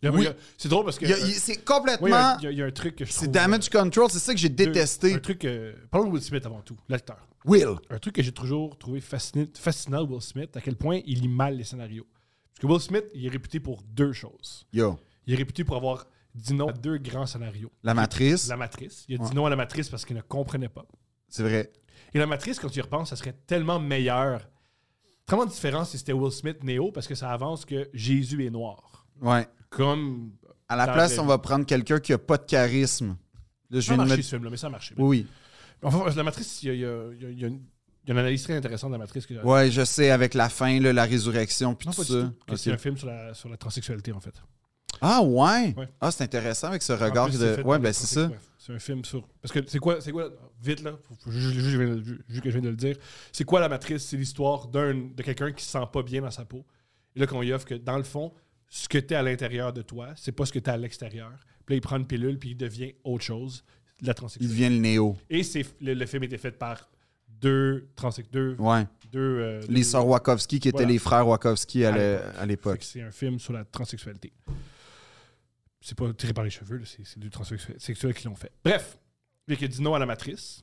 [SPEAKER 1] Il y a-
[SPEAKER 2] Oui.
[SPEAKER 1] il y a- C'est drôle parce que...
[SPEAKER 2] il y a-
[SPEAKER 1] euh,
[SPEAKER 2] il-
[SPEAKER 1] oui,
[SPEAKER 2] c'est
[SPEAKER 1] il y a
[SPEAKER 2] complètement...
[SPEAKER 1] un- il y, a- il y a un truc que je trouve...
[SPEAKER 2] c'est damage control, c'est ça que j'ai
[SPEAKER 1] euh,
[SPEAKER 2] détesté.
[SPEAKER 1] Un truc... euh, Parlons de Will Smith avant tout, l'acteur.
[SPEAKER 2] Will.
[SPEAKER 1] un truc que j'ai toujours trouvé fascinant, fascinant de Will Smith, à quel point il lit mal les scénarios. Parce que Will Smith, il est réputé pour deux choses.
[SPEAKER 2] Yo.
[SPEAKER 1] Il est réputé pour avoir dit non à deux grands scénarios.
[SPEAKER 2] La matrice,
[SPEAKER 1] La Matrice. Il a
[SPEAKER 2] Ouais.
[SPEAKER 1] dit non à La Matrice parce qu'il ne comprenait pas.
[SPEAKER 2] c'est vrai.
[SPEAKER 1] Et La Matrice, quand tu y repenses, ça serait tellement meilleur, tellement différent si c'était Will Smith néo parce que ça avance que Jésus est noir.
[SPEAKER 2] Ouais.
[SPEAKER 1] Comme...
[SPEAKER 2] À la
[SPEAKER 1] Dans
[SPEAKER 2] place,
[SPEAKER 1] le-
[SPEAKER 2] on va prendre quelqu'un qui a pas de charisme. Là, je
[SPEAKER 1] Ça a
[SPEAKER 2] viens de
[SPEAKER 1] marché
[SPEAKER 2] mettre...
[SPEAKER 1] ce film-là, mais ça a marché.
[SPEAKER 2] Oui,
[SPEAKER 1] Enfin, La Matrice, il y a, il y a- il y a- il y a une, il y a une analyse très intéressante de La Matrice. Que,
[SPEAKER 2] oui. Ouais, je sais, avec la fin, là, la résurrection, puis
[SPEAKER 1] Non,
[SPEAKER 2] tout
[SPEAKER 1] pas du
[SPEAKER 2] ça.
[SPEAKER 1] tout. Que
[SPEAKER 2] Ok.
[SPEAKER 1] C'est un film sur la, sur la transsexualité, en fait.
[SPEAKER 2] Ah ouais?
[SPEAKER 1] Ouais.
[SPEAKER 2] Ah, c'est intéressant avec ce
[SPEAKER 1] En
[SPEAKER 2] regard
[SPEAKER 1] plus, c'est
[SPEAKER 2] de.
[SPEAKER 1] fait
[SPEAKER 2] Ouais,
[SPEAKER 1] dans
[SPEAKER 2] ben
[SPEAKER 1] les contextes,
[SPEAKER 2] c'est ça.
[SPEAKER 1] bref. C'est un film sur. Parce que c'est quoi, c'est quoi, vite là, faut- faut- ju- ju- ju- je viens de- ju- vu que je viens de le dire, c'est quoi la matrice C'est l'histoire d'un de quelqu'un qui se sent pas bien dans sa peau. Et là, qu'on lui offre que dans le fond, ce que t'es à l'intérieur de toi, c'est pas ce que t'es à l'extérieur. Puis là, il prend une pilule, puis il devient autre chose, de la
[SPEAKER 2] Il
[SPEAKER 1] transsexualité.
[SPEAKER 2] devient le néo.
[SPEAKER 1] Et c'est, le, le film était fait par deux transex, deux,
[SPEAKER 2] Ouais.
[SPEAKER 1] deux, euh,
[SPEAKER 2] Les
[SPEAKER 1] deux-
[SPEAKER 2] sœurs Wachowski qui étaient
[SPEAKER 1] Voilà.
[SPEAKER 2] les frères Wachowski à l'é- à
[SPEAKER 1] Fait
[SPEAKER 2] l'époque.
[SPEAKER 1] que C'est un film sur la transsexualité. C'est pas tiré par les cheveux, là, c'est c'est deux transsexuels qui l'ont fait. Bref, il a dit non à la matrice.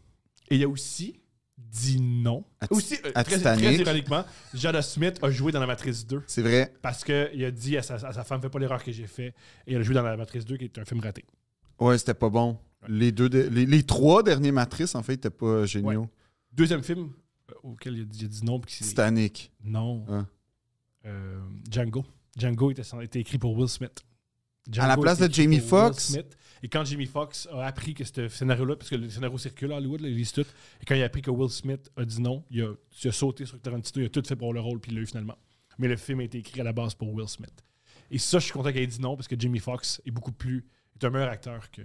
[SPEAKER 1] Et il a aussi dit non.
[SPEAKER 2] À Ti-
[SPEAKER 1] Aussi, euh,
[SPEAKER 2] à
[SPEAKER 1] très,
[SPEAKER 2] Titanic.
[SPEAKER 1] très ironiquement, Jada Smith a joué dans la matrice 2
[SPEAKER 2] C'est vrai.
[SPEAKER 1] parce qu'il a dit à sa, à sa femme Fais pas l'erreur que j'ai fait. Et elle a joué dans la matrice 2 qui est un film raté.
[SPEAKER 2] Ouais, c'était pas bon. Les, deux de- les, les trois derniers matrices, en fait, étaient pas géniaux.
[SPEAKER 1] Deuxième film euh, auquel il a dit, il a dit non. puis c'est-
[SPEAKER 2] Titanic.
[SPEAKER 1] Non.
[SPEAKER 2] Hein.
[SPEAKER 1] Euh, Django. Django était, était écrit pour Will Smith.
[SPEAKER 2] À la place
[SPEAKER 1] était
[SPEAKER 2] de
[SPEAKER 1] écrit
[SPEAKER 2] Jamie
[SPEAKER 1] pour Will
[SPEAKER 2] Foxx.
[SPEAKER 1] Smith. Et quand Jamie Fox a appris que ce scénario-là, parce que le scénario circule à Hollywood, là, il existe tout, et quand il a appris que Will Smith a dit non, il a, il a sauté sur Tarantino, il a tout fait pour le rôle, puis il l'a eu finalement. Mais le film a été écrit à la base pour Will Smith. Et ça, je suis content qu'il ait dit non, parce que Jamie Foxx est beaucoup plus. est un meilleur acteur que.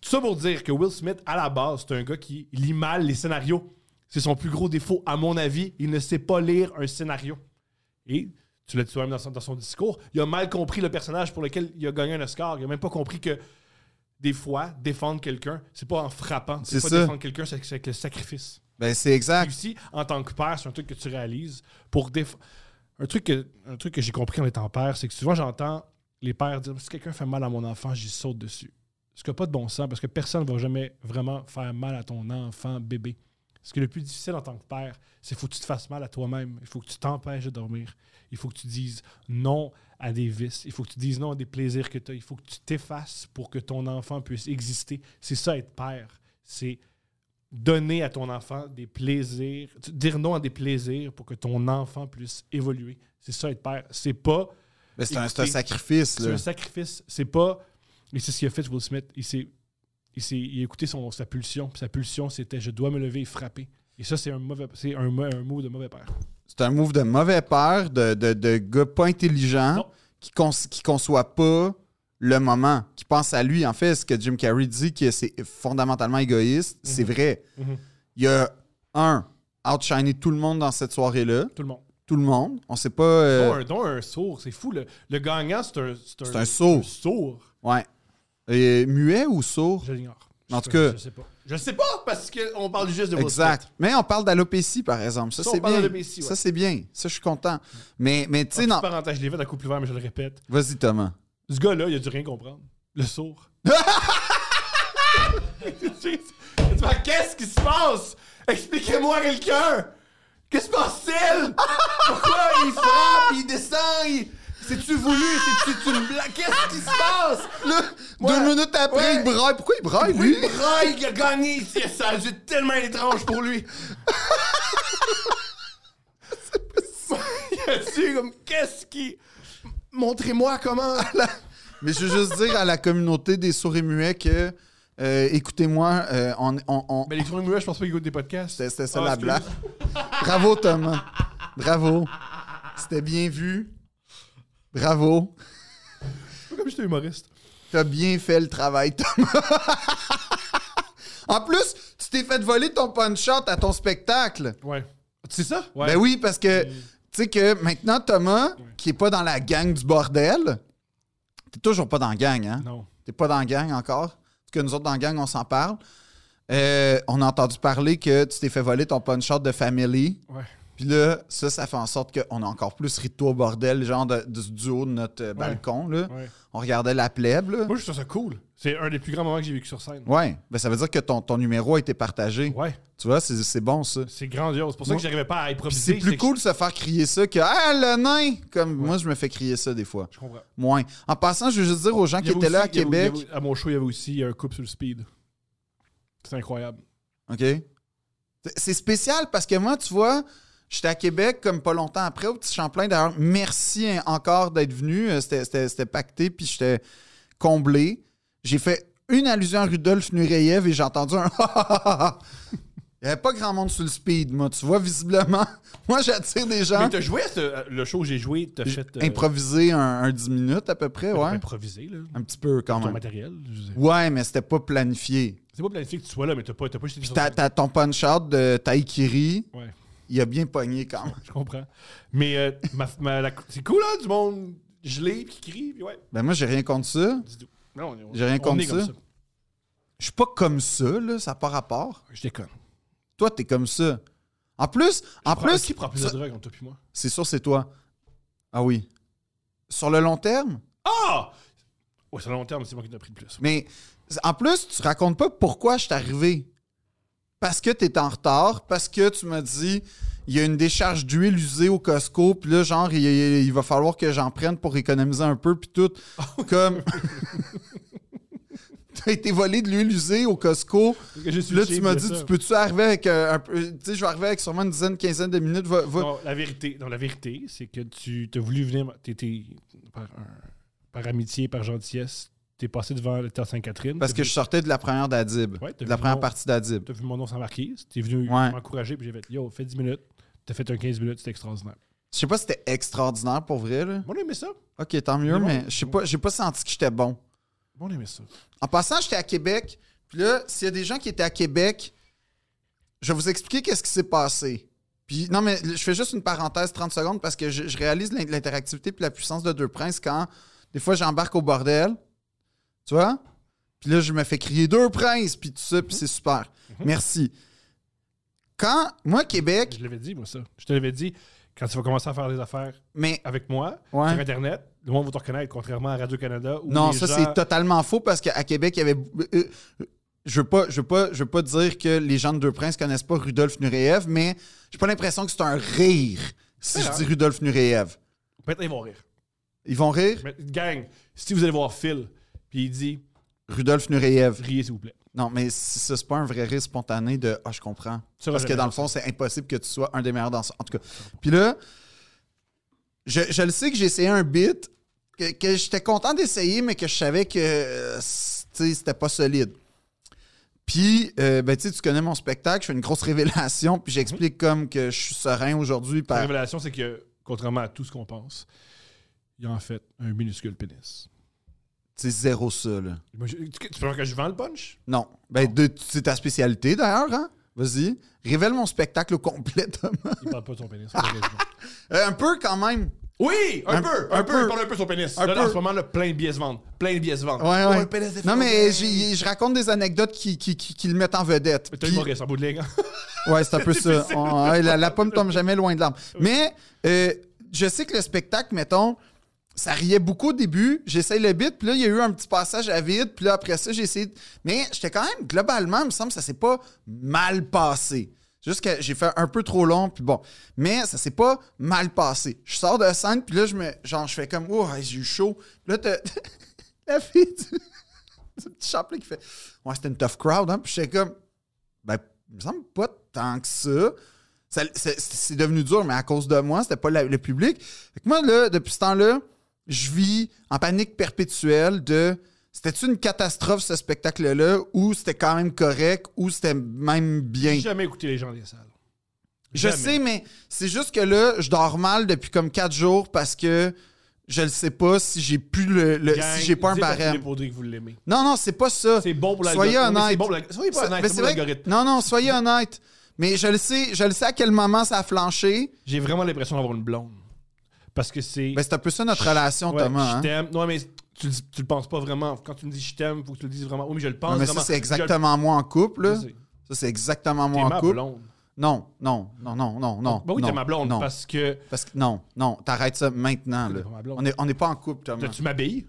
[SPEAKER 1] Tout ça pour dire que Will Smith, à la base, c'est un gars qui lit mal les scénarios. C'est son plus gros défaut, à mon avis. Il ne sait pas lire un scénario. Et tu l'as dit toi-même dans son, dans son discours, il a mal compris le personnage pour lequel il a gagné un Oscar. Il a même pas compris que des fois, défendre quelqu'un, c'est pas en frappant. C'est
[SPEAKER 2] C'est
[SPEAKER 1] pas
[SPEAKER 2] ça.
[SPEAKER 1] défendre quelqu'un, c'est c'est avec le sacrifice
[SPEAKER 2] Ben, c'est exact.
[SPEAKER 1] réussi en tant que père, c'est un truc que tu réalises pour déf- un truc que un truc que j'ai compris en étant père, c'est que souvent j'entends les pères dire si quelqu'un fait mal à mon enfant, j'y saute dessus. Ce qui n'a pas de bon sens parce que personne ne va jamais vraiment faire mal à ton enfant bébé. Ce qui est le plus difficile en tant que père, c'est faut que tu te fasses mal à toi-même. Il faut que tu t'empêches de dormir. Il faut que tu dises non à des vices. Il faut que tu dises non à des plaisirs que tu as. Il faut que tu t'effaces pour que ton enfant puisse exister. C'est ça être père. C'est donner à ton enfant des plaisirs, tu- dire non à des plaisirs pour que ton enfant puisse évoluer. C'est ça être père. C'est pas
[SPEAKER 2] Ben, c'est un, c'est un
[SPEAKER 1] Écoutez,
[SPEAKER 2] sacrifice,
[SPEAKER 1] c'est
[SPEAKER 2] là.
[SPEAKER 1] un sacrifice. C'est pas. Et c'est ce qu'il a fait Will Smith. Il s'est, il s'est- il a écouté son, sa pulsion. Puis sa pulsion, c'était je dois me lever et frapper. Et ça, c'est un mauvais, c'est un, mo- un mot de mauvais père.
[SPEAKER 2] C'est un move de mauvais père, de, de, de gars pas intelligent,
[SPEAKER 1] Non.
[SPEAKER 2] qui, con- qui conçoit pas le moment, qui pense à lui. En fait, ce que Jim Carrey dit, que c'est fondamentalement égoïste, c'est vrai.
[SPEAKER 1] Mhm.
[SPEAKER 2] Il a, un, outshiné tout le monde dans cette soirée-là.
[SPEAKER 1] Tout le monde.
[SPEAKER 2] Tout le monde. On sait pas... euh,
[SPEAKER 1] Dont un, dont un sourd, c'est fou. Le, le gagnant, c'est un, c'est
[SPEAKER 2] C'est un sourd.
[SPEAKER 1] sourd.
[SPEAKER 2] Ouais. Et muet ou sourd?
[SPEAKER 1] Je l'ignore.
[SPEAKER 2] En
[SPEAKER 1] Je-
[SPEAKER 2] tout cas-
[SPEAKER 1] je sais pas. Je sais pas parce qu'on parle juste de Will
[SPEAKER 2] Exact. Mais on parle d'alopécie, par exemple. Ça,
[SPEAKER 1] Ça, on
[SPEAKER 2] c'est
[SPEAKER 1] parle
[SPEAKER 2] bien.
[SPEAKER 1] d'alopécie, ouais.
[SPEAKER 2] Ça, c'est bien. Ça, je suis content. Mais, mais tu sais,
[SPEAKER 1] Smith.
[SPEAKER 2] non.
[SPEAKER 1] Petite parenthèse, je l'ai fait à coup plus vert, mais je le répète.
[SPEAKER 2] Vas-y, Thomas.
[SPEAKER 1] Ce gars-là, il a dû rien comprendre. Le sourd.
[SPEAKER 3] Tu vois, Qu'est-ce qui se passe? Expliquez-moi quelqu'un! Qu'est-ce qui se passe-t-il? Pourquoi il frappe, il descend, il... C'est-tu voulu? C'est-tu une blague? Qu'est-ce qui se passe?
[SPEAKER 2] Là, deux minutes après,
[SPEAKER 3] Ouais.
[SPEAKER 2] il braille. Pourquoi il braille, lui?
[SPEAKER 3] Oui, Braille il a gagné ici. Ça a dû être tellement étrange pour lui. il a su comme qu'est-ce qui. Montrez-moi comment.
[SPEAKER 2] Mais je veux juste dire à la communauté des sourds et muets que, euh, écoutez-moi, euh, on, on- on-
[SPEAKER 1] Mais Ben, les tournées muets, je pense pas qu'ils écoutent des podcasts.
[SPEAKER 2] c'était c'était ça
[SPEAKER 1] Ah,
[SPEAKER 2] la
[SPEAKER 1] excuse.
[SPEAKER 2] blague. Bravo, Thomas. Bravo. C'était bien vu. Bravo.
[SPEAKER 1] C'est pas comme j'étais humoriste.
[SPEAKER 2] T'as bien fait le travail, Thomas. en plus, tu t'es fait voler ton punch-out à ton spectacle.
[SPEAKER 1] Ouais. Euh, C'est ça? Ouais.
[SPEAKER 2] Ben oui, parce que tu sais que maintenant, Thomas, qui est pas dans la gang du bordel, t'es toujours pas dans la gang, hein?
[SPEAKER 1] Non.
[SPEAKER 2] T'es pas dans la gang encore. Parce que nous autres, dans la gang, on s'en parle. Euh, on a entendu parler que tu t'es fait voler ton punch-out de Family.
[SPEAKER 1] Ouais.
[SPEAKER 2] Puis là, ça, ça fait en sorte qu'on a encore plus ri de toi au bordel, genre de- de- du duo de notre euh, balcon. Là.
[SPEAKER 1] Ouais.
[SPEAKER 2] On regardait la plèbe. Là.
[SPEAKER 1] Moi, je trouve ça cool. C'est un des plus grands moments que j'ai vécu sur scène.
[SPEAKER 2] Ouais. Ben, ça veut dire que ton, ton numéro a été partagé.
[SPEAKER 1] Ouais.
[SPEAKER 2] Tu vois, c'est c'est bon, ça.
[SPEAKER 1] C'est grandiose. C'est pour ça que
[SPEAKER 2] Moi-
[SPEAKER 1] j'arrivais pas à
[SPEAKER 2] Puis
[SPEAKER 1] improviser.
[SPEAKER 2] c'est
[SPEAKER 1] que
[SPEAKER 2] plus cool de se faire crier ça que Ah, le nain Comme moi, je me fais crier ça des fois.
[SPEAKER 1] Je comprends.
[SPEAKER 2] Moins. En passant, je veux juste dire aux gens
[SPEAKER 1] Il
[SPEAKER 2] Ah, qui
[SPEAKER 1] y avait
[SPEAKER 2] étaient là à
[SPEAKER 1] aussi- il y avait-
[SPEAKER 2] Québec.
[SPEAKER 1] il y avait- à mon show, il y avait aussi euh, un couple sur le speed. C'est incroyable.
[SPEAKER 2] OK? C'est- C'est spécial parce que moi, tu vois, j'étais à Québec comme pas longtemps après, au Petit Champlain. D'ailleurs, merci hein, encore d'être venu. Euh, C'était- C'était c'était pacté, puis j'étais comblé. J'ai fait une allusion à Rudolf Nureyev et j'ai entendu un Il n'y avait pas grand monde sur le speed, moi. Tu vois, visiblement, moi, j'attire des gens.
[SPEAKER 1] Mais t'as joué à ce- euh, le show où j'ai joué, t'as fait. euh,
[SPEAKER 2] Improviser un, un 10 minutes à peu près,
[SPEAKER 1] t'as
[SPEAKER 2] ouais.
[SPEAKER 1] improvisé, là.
[SPEAKER 2] Un petit peu quand
[SPEAKER 1] Ton
[SPEAKER 2] même.
[SPEAKER 1] matériel. je sais.
[SPEAKER 2] Ouais, mais c'était pas planifié.
[SPEAKER 1] C'est pas planifié que tu sois là, mais t'as pas, t'as pas été sur
[SPEAKER 2] T'as t'as ton punch-out de Taikiri,
[SPEAKER 1] euh, Ouais,
[SPEAKER 2] il a bien pogné quand même.
[SPEAKER 1] je comprends. Mais euh, ma- ma- la- c'est cool, hein, du monde gelé, qui crie, puis ouais.
[SPEAKER 2] Ben moi, j'ai rien contre ça.
[SPEAKER 1] dis-donc. Non, on-
[SPEAKER 2] J'ai rien
[SPEAKER 1] on
[SPEAKER 2] contre
[SPEAKER 1] est comme
[SPEAKER 2] ça. Je suis pas comme ça, là, ça n'a pas rapport.
[SPEAKER 1] Je déconne.
[SPEAKER 2] Toi, t'es comme ça. En plus, en
[SPEAKER 1] Prends-
[SPEAKER 2] plus,
[SPEAKER 1] Qui prend plus de
[SPEAKER 2] ça-
[SPEAKER 1] drogue entre toi puis moi?
[SPEAKER 2] c'est sûr, c'est toi. Ah oui. Sur le long terme,
[SPEAKER 1] Ah! Ouais, c'est à long terme, c'est moi qui t'ai pris le plus.
[SPEAKER 2] mais en plus, tu racontes pas pourquoi je suis arrivé. Parce que t'es en retard, parce que tu m'as dit, il y a une décharge d'huile usée au Costco, puis là, genre, il, il va falloir que j'en prenne pour économiser un peu, puis tout.
[SPEAKER 1] Oh
[SPEAKER 2] Comme. T'as été volé de l'huile usée au Costco.
[SPEAKER 1] Parce que j'ai
[SPEAKER 2] Puis là,
[SPEAKER 1] switché,
[SPEAKER 2] tu m'as
[SPEAKER 1] puis
[SPEAKER 2] dit,
[SPEAKER 1] ça.
[SPEAKER 2] tu peux-tu arriver avec euh, un peu. Tu sais, je vais arriver avec sûrement une dizaine, quinzaine de minutes. va- va-
[SPEAKER 1] Non, la vérité, non, la vérité, c'est que tu t'as voulu venir, t'étais par, un- par amitié, par gentillesse, t'es passé devant le Théâtre Sainte-Catherine.
[SPEAKER 2] parce
[SPEAKER 1] t'as
[SPEAKER 2] que
[SPEAKER 1] vu-
[SPEAKER 2] je sortais de la première d'Adib.
[SPEAKER 1] Ouais, t'as
[SPEAKER 2] de la
[SPEAKER 1] vu
[SPEAKER 2] première
[SPEAKER 1] mon-
[SPEAKER 2] partie d'Adib.
[SPEAKER 1] T'as vu mon nom sans marquise, t'es venu
[SPEAKER 2] Ouais.
[SPEAKER 1] m'encourager, puis j'ai fait Yo, fais 10 minutes. T'as fait un 15 minutes, c'était extraordinaire.
[SPEAKER 2] Je sais pas si c'était extraordinaire pour vrai, là.
[SPEAKER 1] Bon, on aimait ça.
[SPEAKER 2] Ok, tant mieux,
[SPEAKER 1] Mais bon,
[SPEAKER 2] mais je sais pas, j'ai pas senti que j'étais bon.
[SPEAKER 1] Bon, on aimait ça.
[SPEAKER 2] En passant, j'étais à Québec. Puis là, s'il y a des gens qui étaient à Québec, je vais vous expliquer qu'est-ce qui s'est passé. Puis, non, mais je fais juste une parenthèse 30 secondes parce que je, je réalise l'in- l'interactivité puis la puissance de Deux Princes quand, des fois, j'embarque au bordel. Tu vois? Puis là, je me fais crier Deux Princes, puis tout ça, puis c'est super. Merci. Quand, moi, Québec,
[SPEAKER 1] Je l'avais dit, moi, ça. Je te l'avais dit, quand tu vas commencer à faire des affaires
[SPEAKER 2] mais
[SPEAKER 1] avec moi,
[SPEAKER 2] Ouais.
[SPEAKER 1] sur Internet, le monde va te reconnaître, contrairement à Radio-Canada. où
[SPEAKER 2] Hein? Non,
[SPEAKER 1] les
[SPEAKER 2] ça
[SPEAKER 1] gens-
[SPEAKER 2] c'est totalement faux parce qu'à Québec, il y avait. euh, euh, je veux pas, je veux pas, je veux pas dire que les gens de Deux Princes connaissent pas Rudolf Nureyev, mais j'ai pas l'impression que c'est un rire si je
[SPEAKER 1] grave.
[SPEAKER 2] dis Rudolf Nureyev.
[SPEAKER 1] Peut-être ils vont rire.
[SPEAKER 2] Ils vont rire?
[SPEAKER 1] Mais, gang, si vous allez voir Phil, puis il dit,
[SPEAKER 2] Rudolf Nureyev.
[SPEAKER 1] riez s'il vous plaît.
[SPEAKER 2] Non, mais c- ça, c'est pas un vrai rire spontané de Ah, je comprends.
[SPEAKER 1] Ça,
[SPEAKER 2] Parce que
[SPEAKER 1] j'aime
[SPEAKER 2] dans le fond, c'est impossible que tu sois un des meilleurs danseurs. En tout cas. Puis là, je, je le sais que j'ai essayé un beat que, que j'étais content d'essayer, mais que je savais que euh, c- tu sais, c'était pas solide. Puis, euh, ben, tu sais, tu connais mon spectacle, je fais une grosse révélation, puis j'explique comme que je suis serein aujourd'hui.
[SPEAKER 1] La
[SPEAKER 2] Par...
[SPEAKER 1] révélation, c'est que, contrairement à tout ce qu'on pense, il y a en fait un minuscule pénis.
[SPEAKER 2] C'est zéro ça, là.
[SPEAKER 1] Moi, je- Tu tu veux que je vends le punch?
[SPEAKER 2] Non. Ben, de- c'est ta spécialité d'ailleurs, hein? Vas-y. Révèle mon spectacle au complet, Thomas.
[SPEAKER 1] Il parle pas de son pénis. malheureusement.
[SPEAKER 2] Euh, un peu quand même.
[SPEAKER 1] oui, un,
[SPEAKER 2] Un-
[SPEAKER 1] peu, un,
[SPEAKER 2] un
[SPEAKER 1] peu,
[SPEAKER 2] peu.
[SPEAKER 1] Il parle un peu de son pénis.
[SPEAKER 2] Un
[SPEAKER 1] là, là, en
[SPEAKER 2] peu.
[SPEAKER 1] ce moment, là, plein de biais ventes. Plein de biais ventes.
[SPEAKER 2] Ouais, ouais.
[SPEAKER 1] le pénis est
[SPEAKER 2] non, mais
[SPEAKER 1] fait.
[SPEAKER 2] j'ai- je raconte des anecdotes qui, qui, qui- qui le mettent en vedette.
[SPEAKER 1] Mais t'as
[SPEAKER 2] Puis-
[SPEAKER 1] humoriste en bout de ligne. hein?
[SPEAKER 2] ouais, c'est un peu ça. On- ouais, la, la pomme tombe jamais loin de l'arbre. Mais euh, je sais que le spectacle, mettons, ça riait beaucoup au début. J'essaye le beat, puis là, il y a eu un petit passage à vide, puis là, après ça, j'ai essayé. de- Mais j'étais quand même, globalement, il me semble que ça s'est pas mal passé. Juste que j'ai fait un peu trop long, puis bon. Mais ça s'est pas mal passé. Je sors de scène, puis là, je me. Genre, je fais comme, oh, j'ai eu chaud. Puis là, t'as- la fille du, du petit chapelet qui fait, ouais, c'était une tough crowd, hein. Puis j'étais comme, ben, il me semble pas tant que ça. Ça- c'est- c'est devenu dur, mais à cause de moi, c'était pas la- le public. Fait que moi, là, depuis ce temps-là, je vis en panique perpétuelle de c'était-tu une catastrophe ce spectacle-là ou c'était quand même correct ou c'était même bien?
[SPEAKER 1] J'ai jamais écouté les gens des salles.
[SPEAKER 2] Je
[SPEAKER 1] Jamais.
[SPEAKER 2] sais, mais c'est juste que là, je dors mal depuis comme quatre jours parce que je ne sais pas si j'ai plus le, le-
[SPEAKER 1] Gang,
[SPEAKER 2] Euh, si j'ai pas un
[SPEAKER 1] dites à tous les
[SPEAKER 2] barème.
[SPEAKER 1] podris que vous l'aimez.
[SPEAKER 2] Non, non, c'est pas ça.
[SPEAKER 1] C'est bon pour
[SPEAKER 2] Soyez
[SPEAKER 1] l'algorithme. Non, mais
[SPEAKER 2] honnête.
[SPEAKER 1] C'est bon pour la- Soyez pas
[SPEAKER 2] Ça-
[SPEAKER 1] honnête,
[SPEAKER 2] mais
[SPEAKER 1] c'est
[SPEAKER 2] c'est
[SPEAKER 1] bon pour
[SPEAKER 2] vrai que-
[SPEAKER 1] l'algorithme.
[SPEAKER 2] Non, non, soyez honnête. Mais je le sais, je le sais à quel moment ça a flanché.
[SPEAKER 1] J'ai vraiment l'impression d'avoir une blonde. Parce que c'est.
[SPEAKER 2] Ben, c'est un peu ça notre relation,
[SPEAKER 1] Ouais,
[SPEAKER 2] Thomas. hein.
[SPEAKER 1] Je t'aime. Non, mais tu, le dis- tu le penses pas vraiment. Quand tu me dis je t'aime, faut que tu le dises vraiment. Oui, mais je le pense
[SPEAKER 2] Non, mais
[SPEAKER 1] vraiment.
[SPEAKER 2] ça, c'est
[SPEAKER 1] Je le-
[SPEAKER 2] exactement moi en couple. là.
[SPEAKER 1] Je sais.
[SPEAKER 2] Ça, c'est exactement
[SPEAKER 1] T'es
[SPEAKER 2] moi en
[SPEAKER 1] ma
[SPEAKER 2] couple.
[SPEAKER 1] blonde.
[SPEAKER 2] Non, non, non, non, non, non.
[SPEAKER 1] Bah oui,
[SPEAKER 2] non,
[SPEAKER 1] t'es ma blonde
[SPEAKER 2] Non,
[SPEAKER 1] parce que
[SPEAKER 2] parce que, non, non, t'arrêtes ça maintenant.
[SPEAKER 1] T'es
[SPEAKER 2] Là.
[SPEAKER 1] pas ma blonde.
[SPEAKER 2] On n'est on est pas en couple, Thomas.
[SPEAKER 1] tu m'habilles.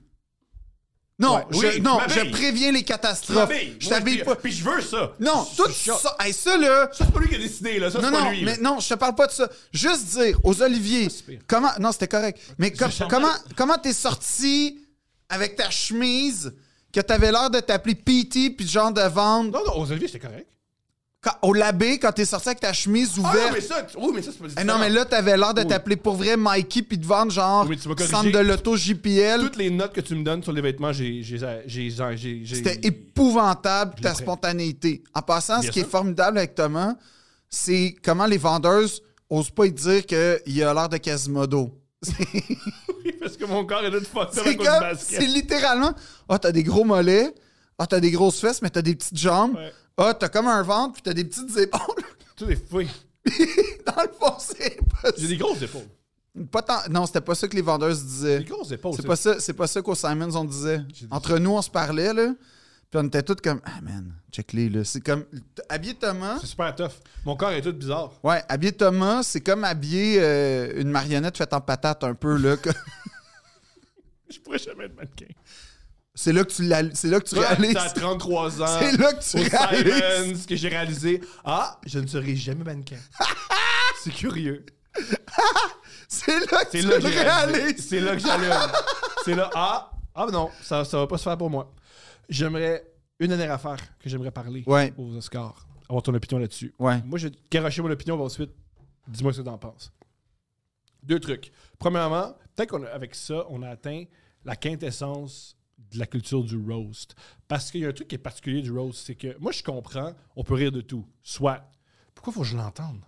[SPEAKER 2] Non,
[SPEAKER 1] Ouais.
[SPEAKER 2] je,
[SPEAKER 1] Oui, tu
[SPEAKER 2] non
[SPEAKER 1] m'habilles.
[SPEAKER 2] je préviens les
[SPEAKER 1] Tu
[SPEAKER 2] catastrophes.
[SPEAKER 1] m'habilles.
[SPEAKER 2] Je
[SPEAKER 1] Moi,
[SPEAKER 2] t'habille
[SPEAKER 1] puis-
[SPEAKER 2] pas.
[SPEAKER 1] Puis je veux ça.
[SPEAKER 2] Non,
[SPEAKER 1] Je
[SPEAKER 2] tout
[SPEAKER 1] suis choc.
[SPEAKER 2] ça. Hey, ça, là.
[SPEAKER 1] Ça, c'est pas lui qui a décidé, là. Ça,
[SPEAKER 2] Non,
[SPEAKER 1] c'est
[SPEAKER 2] non,
[SPEAKER 1] pas lui. là.
[SPEAKER 2] mais non, je te parle pas de ça. Juste dire aux Olivier,
[SPEAKER 1] c'est pire.
[SPEAKER 2] comment. Non, c'était correct. Mais com-
[SPEAKER 5] change.
[SPEAKER 2] comment comment t'es sorti avec ta chemise que t'avais l'air de t'appeler PT puis genre de vendre
[SPEAKER 1] Non, non, aux Olivier, j'étais correct.
[SPEAKER 2] quand- au labé quand t'es sorti avec ta chemise
[SPEAKER 1] Ah, non,
[SPEAKER 2] ouverte?
[SPEAKER 1] mais ça, tu- oui, mais ça, c'est pas
[SPEAKER 2] Eh non, mais là, t'avais l'air de t'appeler pour vrai Mikey puis de vendre genre
[SPEAKER 1] Oui, mais tu m'as corrigé.
[SPEAKER 2] centre de l'auto JPL.
[SPEAKER 1] Toutes les notes que tu me donnes sur les vêtements, j'ai. j'ai- j'ai- j'ai- j'ai- j'ai-
[SPEAKER 2] C'était épouvantable ta
[SPEAKER 1] pris.
[SPEAKER 2] spontanéité. En passant, ce
[SPEAKER 1] Bien
[SPEAKER 2] qui
[SPEAKER 1] sûr.
[SPEAKER 2] est formidable avec Thomas, c'est comment les vendeuses osent pas y dire qu'il a l'air de Quasimodo.
[SPEAKER 1] Parce que mon corps est là de fuck
[SPEAKER 2] C'est comme, c'est littéralement, ah, t'as des gros mollets, ah, t'as des grosses fesses, mais t'as des petites jambes,
[SPEAKER 1] Ouais.
[SPEAKER 2] ah, t'as comme un ventre, puis t'as des petites épaules.
[SPEAKER 1] Tout est fouillé.
[SPEAKER 2] Dans le fond, c'est
[SPEAKER 1] J'ai
[SPEAKER 2] impossible.
[SPEAKER 1] des grosses épaules.
[SPEAKER 2] Pas tant- Non, c'était pas ça que les vendeuses
[SPEAKER 1] Des
[SPEAKER 2] disaient.
[SPEAKER 1] grosses épaules.
[SPEAKER 2] C'est pas ça, c'est pas ça qu'au Simons on disait.
[SPEAKER 1] J'ai dit-
[SPEAKER 2] Entre nous, on se parlait, là, puis on était tous comme, ah, man, check-les, là. C'est comme, habillé Thomas.
[SPEAKER 1] C'est super tough. Mon corps est tout bizarre.
[SPEAKER 2] Ouais, habiller Thomas, c'est comme habiller euh, une marionnette faite en patate un peu là. que-
[SPEAKER 1] Je pourrais jamais être mannequin.
[SPEAKER 2] c'est là que tu l'as- c'est là que tu réalises.
[SPEAKER 1] C'est à 33 ans.
[SPEAKER 2] C'est là que tu
[SPEAKER 1] au
[SPEAKER 2] réalises.
[SPEAKER 1] Simons que j'ai réalisé. Ah, je ne serai jamais mannequin. C'est curieux.
[SPEAKER 2] C'est là que
[SPEAKER 1] C'est
[SPEAKER 2] tu
[SPEAKER 1] là
[SPEAKER 2] le
[SPEAKER 1] que j'ai réalisé.
[SPEAKER 2] réalises.
[SPEAKER 1] C'est là que j'allume. C'est là. Ah, ah non, ça, ça va pas se faire pour moi. J'aimerais une dernière affaire que j'aimerais parler
[SPEAKER 2] Ouais.
[SPEAKER 1] aux Oscars. Avoir ton opinion là-dessus.
[SPEAKER 2] Ouais.
[SPEAKER 1] Moi, je vais garocher mon opinion, puis ensuite, dis-moi ce que t'en penses. Deux trucs. Premièrement, peut-être qu'avec ça, on a atteint la quintessence de la culture du roast. Parce qu'il y a un truc qui est particulier du roast, c'est que moi, je comprends, on peut rire de tout. Soit, pourquoi faut que je l'entende?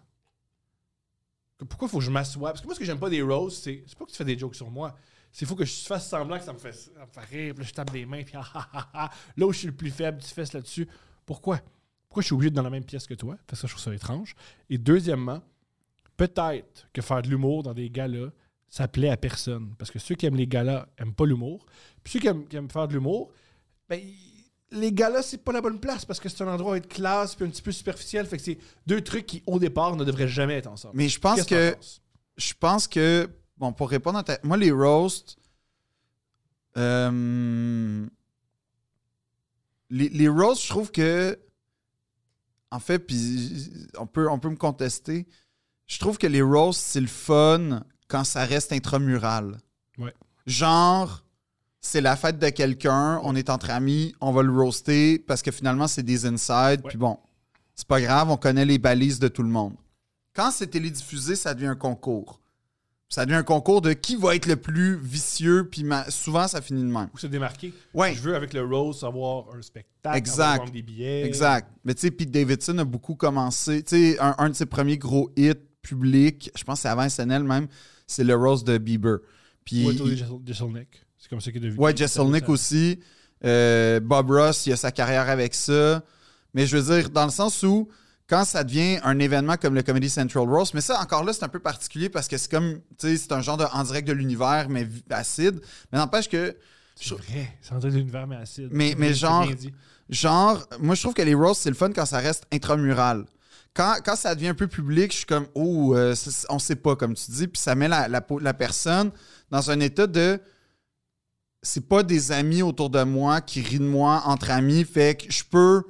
[SPEAKER 1] Pourquoi faut que je m'assoie? Parce que moi, ce que j'aime pas des roasts, c'est c'est pas que tu fais des jokes sur moi. C'est faut que je fasse semblant que ça me fait, ça me fait rire, puis là, je tape des mains, puis ah, ah, ah, ah. là où je suis le plus faible, tu fesses là-dessus. Pourquoi? Pourquoi je suis obligé d'être dans la même pièce que toi? Parce que je trouve ça étrange. Et deuxièmement, peut-être que faire de l'humour dans des galas, ça plaît à personne. Parce que ceux qui aiment les galas aiment pas l'humour. Puis ceux qui aiment, qui aiment faire de l'humour, ben, ils- les galas, c'est pas la bonne place parce que c'est un endroit à être classe puis un petit peu superficiel. Fait que c'est deux trucs qui, au départ, ne devraient jamais être ensemble.
[SPEAKER 2] Mais je pense
[SPEAKER 1] Qu'est-ce t'en
[SPEAKER 2] que
[SPEAKER 1] penses?
[SPEAKER 2] je pense que, bon, pour répondre à ta. Moi, les roasts. euh, les, les roasts, je trouve que. En fait, puis on peut, on peut me contester. Je trouve que les roasts, c'est le fun quand ça reste intramural.
[SPEAKER 1] Ouais.
[SPEAKER 2] Genre, c'est la fête de quelqu'un, on est entre amis, on va le roaster parce que finalement, c'est des insides.
[SPEAKER 1] Ouais.
[SPEAKER 2] Puis bon, c'est pas grave, on connaît les balises de tout le monde. Quand c'est télédiffusé, ça devient un concours. Ça devient un concours de qui va être le plus vicieux, puis ma- souvent, ça finit de même.
[SPEAKER 1] Ou se démarquer.
[SPEAKER 2] Ouais.
[SPEAKER 1] Je veux, avec le Rose, avoir un spectacle,
[SPEAKER 2] Exact.
[SPEAKER 1] avoir vendre des billets.
[SPEAKER 2] Exact. Mais tu sais, Pete Davidson a beaucoup commencé. Tu sais, un, un de ses premiers gros hits publics, je pense que c'est avant SNL même, c'est le roast de Bieber. Puis,
[SPEAKER 1] Ou autour des Jessel- Jesselneck. C'est comme ça qu'il est devenu.
[SPEAKER 2] ouais, Jesselnick aussi. Euh, Bob Ross, il a sa carrière avec ça. Mais je veux dire, dans le sens où, quand ça devient un événement comme le Comedy Central Roast, mais ça, encore là, c'est un peu particulier parce que c'est comme, tu sais, c'est un genre de en direct de l'univers, mais vi- acide. Mais n'empêche que,
[SPEAKER 1] C'est vrai. C'est en train d'univers, mais acide.
[SPEAKER 2] Mais-
[SPEAKER 1] C'est
[SPEAKER 2] mais
[SPEAKER 1] bien
[SPEAKER 2] genre-
[SPEAKER 1] dit.
[SPEAKER 2] genre, moi, je trouve que les roasts, c'est le fun quand ça reste intramural. Quand, quand ça devient un peu public, je suis comme, oh, euh, c'est- on sait pas, comme tu dis, puis ça met la, la, peau de la personne dans un état de. C'est pas des amis autour de moi qui rient de moi entre amis, fait que je peux.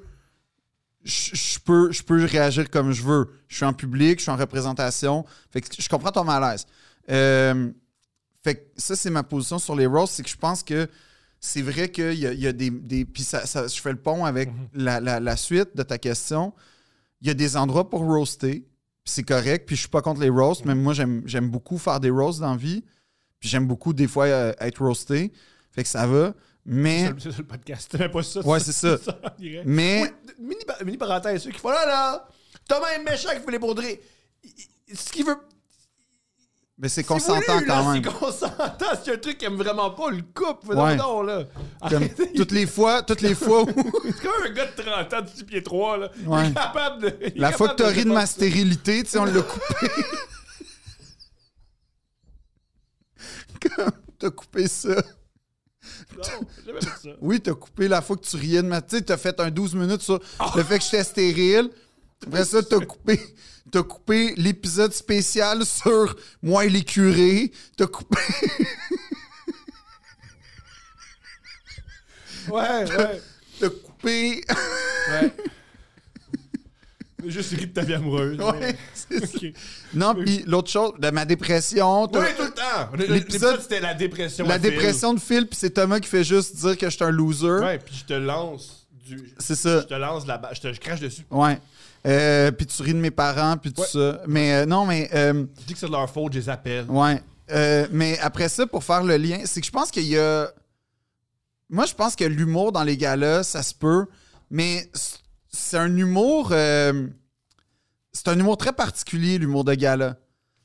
[SPEAKER 2] Je je peux, je peux réagir comme je veux. Je suis en public, je suis en représentation. Fait que je comprends ton malaise. Euh, fait que ça, c'est ma position sur les roasts, c'est que je pense que c'est vrai qu'il y a, il y a des. des puis ça, ça- je fais le pont avec
[SPEAKER 3] Mhm.
[SPEAKER 2] la, la- la suite de ta question. Il y a des endroits pour roaster, puis c'est correct, puis je suis pas contre les roasts,
[SPEAKER 3] Mhm.
[SPEAKER 2] mais moi, j'aime j'aime beaucoup faire des roasts dans la vie, puis j'aime beaucoup, des fois, euh, être roasté, fait que ça va, mais.
[SPEAKER 1] C'est le- C'est le podcast. C'était même pas ça.
[SPEAKER 2] Ouais, c'est ça.
[SPEAKER 1] en direct.
[SPEAKER 2] Mais.
[SPEAKER 3] Oui, mini, pa- mini parenthèse, ceux qui font là, là, Thomas est méchant avec Philippe Audrey. Il- il- Ce qu'il veut.
[SPEAKER 2] Mais c'est
[SPEAKER 3] c'est
[SPEAKER 2] consentant
[SPEAKER 3] voulu, là,
[SPEAKER 2] quand même.
[SPEAKER 3] C'est consentant. C'est un truc qu'il aime vraiment pas, le couple. Fais
[SPEAKER 2] Ouais.
[SPEAKER 3] donc donc, là.
[SPEAKER 2] Comme
[SPEAKER 3] Arrêtez.
[SPEAKER 2] toutes les fois, toutes les fois où
[SPEAKER 1] C'est comme un gars de 30 ans, de 6 pieds 3, là. Il
[SPEAKER 2] Ouais.
[SPEAKER 1] est capable de. il est
[SPEAKER 2] la fois que
[SPEAKER 1] capable
[SPEAKER 2] t'as ri de ma
[SPEAKER 1] répondre.
[SPEAKER 2] stérilité, tu sais, on l'a coupé. Comme t'as coupé ça.
[SPEAKER 1] Non, j'ai jamais fait ça.
[SPEAKER 2] Oui, t'as coupé la fois que tu riais de ma. Tu sais, t'as fait un 12 minutes sur
[SPEAKER 1] Ah!
[SPEAKER 2] le fait que j'étais stérile. Après ça, t'as coupé. T'as coupé l'épisode spécial sur moi et les curés. T'as coupé.
[SPEAKER 1] Ouais, ouais.
[SPEAKER 2] T'as coupé.
[SPEAKER 1] ouais. J'ai Juste ri de ta vie amoureuse.
[SPEAKER 2] Ouais, c'est ça.
[SPEAKER 1] Ok.
[SPEAKER 2] Non, puis l'autre chose, de ma dépression. t'as-
[SPEAKER 1] Oui, tout le temps. L'épisode,
[SPEAKER 2] L'épisode-
[SPEAKER 1] c'était la dépression.
[SPEAKER 2] La
[SPEAKER 1] à fil.
[SPEAKER 2] dépression de Phil, puis c'est Thomas qui fait juste dire que je suis un loser.
[SPEAKER 1] Ouais, puis je te lance du.
[SPEAKER 2] C'est ça.
[SPEAKER 1] Je te lance la ba- Je te je crache dessus.
[SPEAKER 2] Ouais. Euh, puis tu ris de mes parents, puis tout
[SPEAKER 1] Ouais.
[SPEAKER 2] ça. Mais euh, non, mais. euh,
[SPEAKER 1] Je dis que c'est de leur faute, je les appelle.
[SPEAKER 2] ouais. Euh, mais après ça, pour faire le lien, c'est que je pense qu'il y a. Moi, je pense que l'humour dans les galas, ça se peut, mais c- c'est un humour. euh, c'est un humour très particulier, l'humour de gala.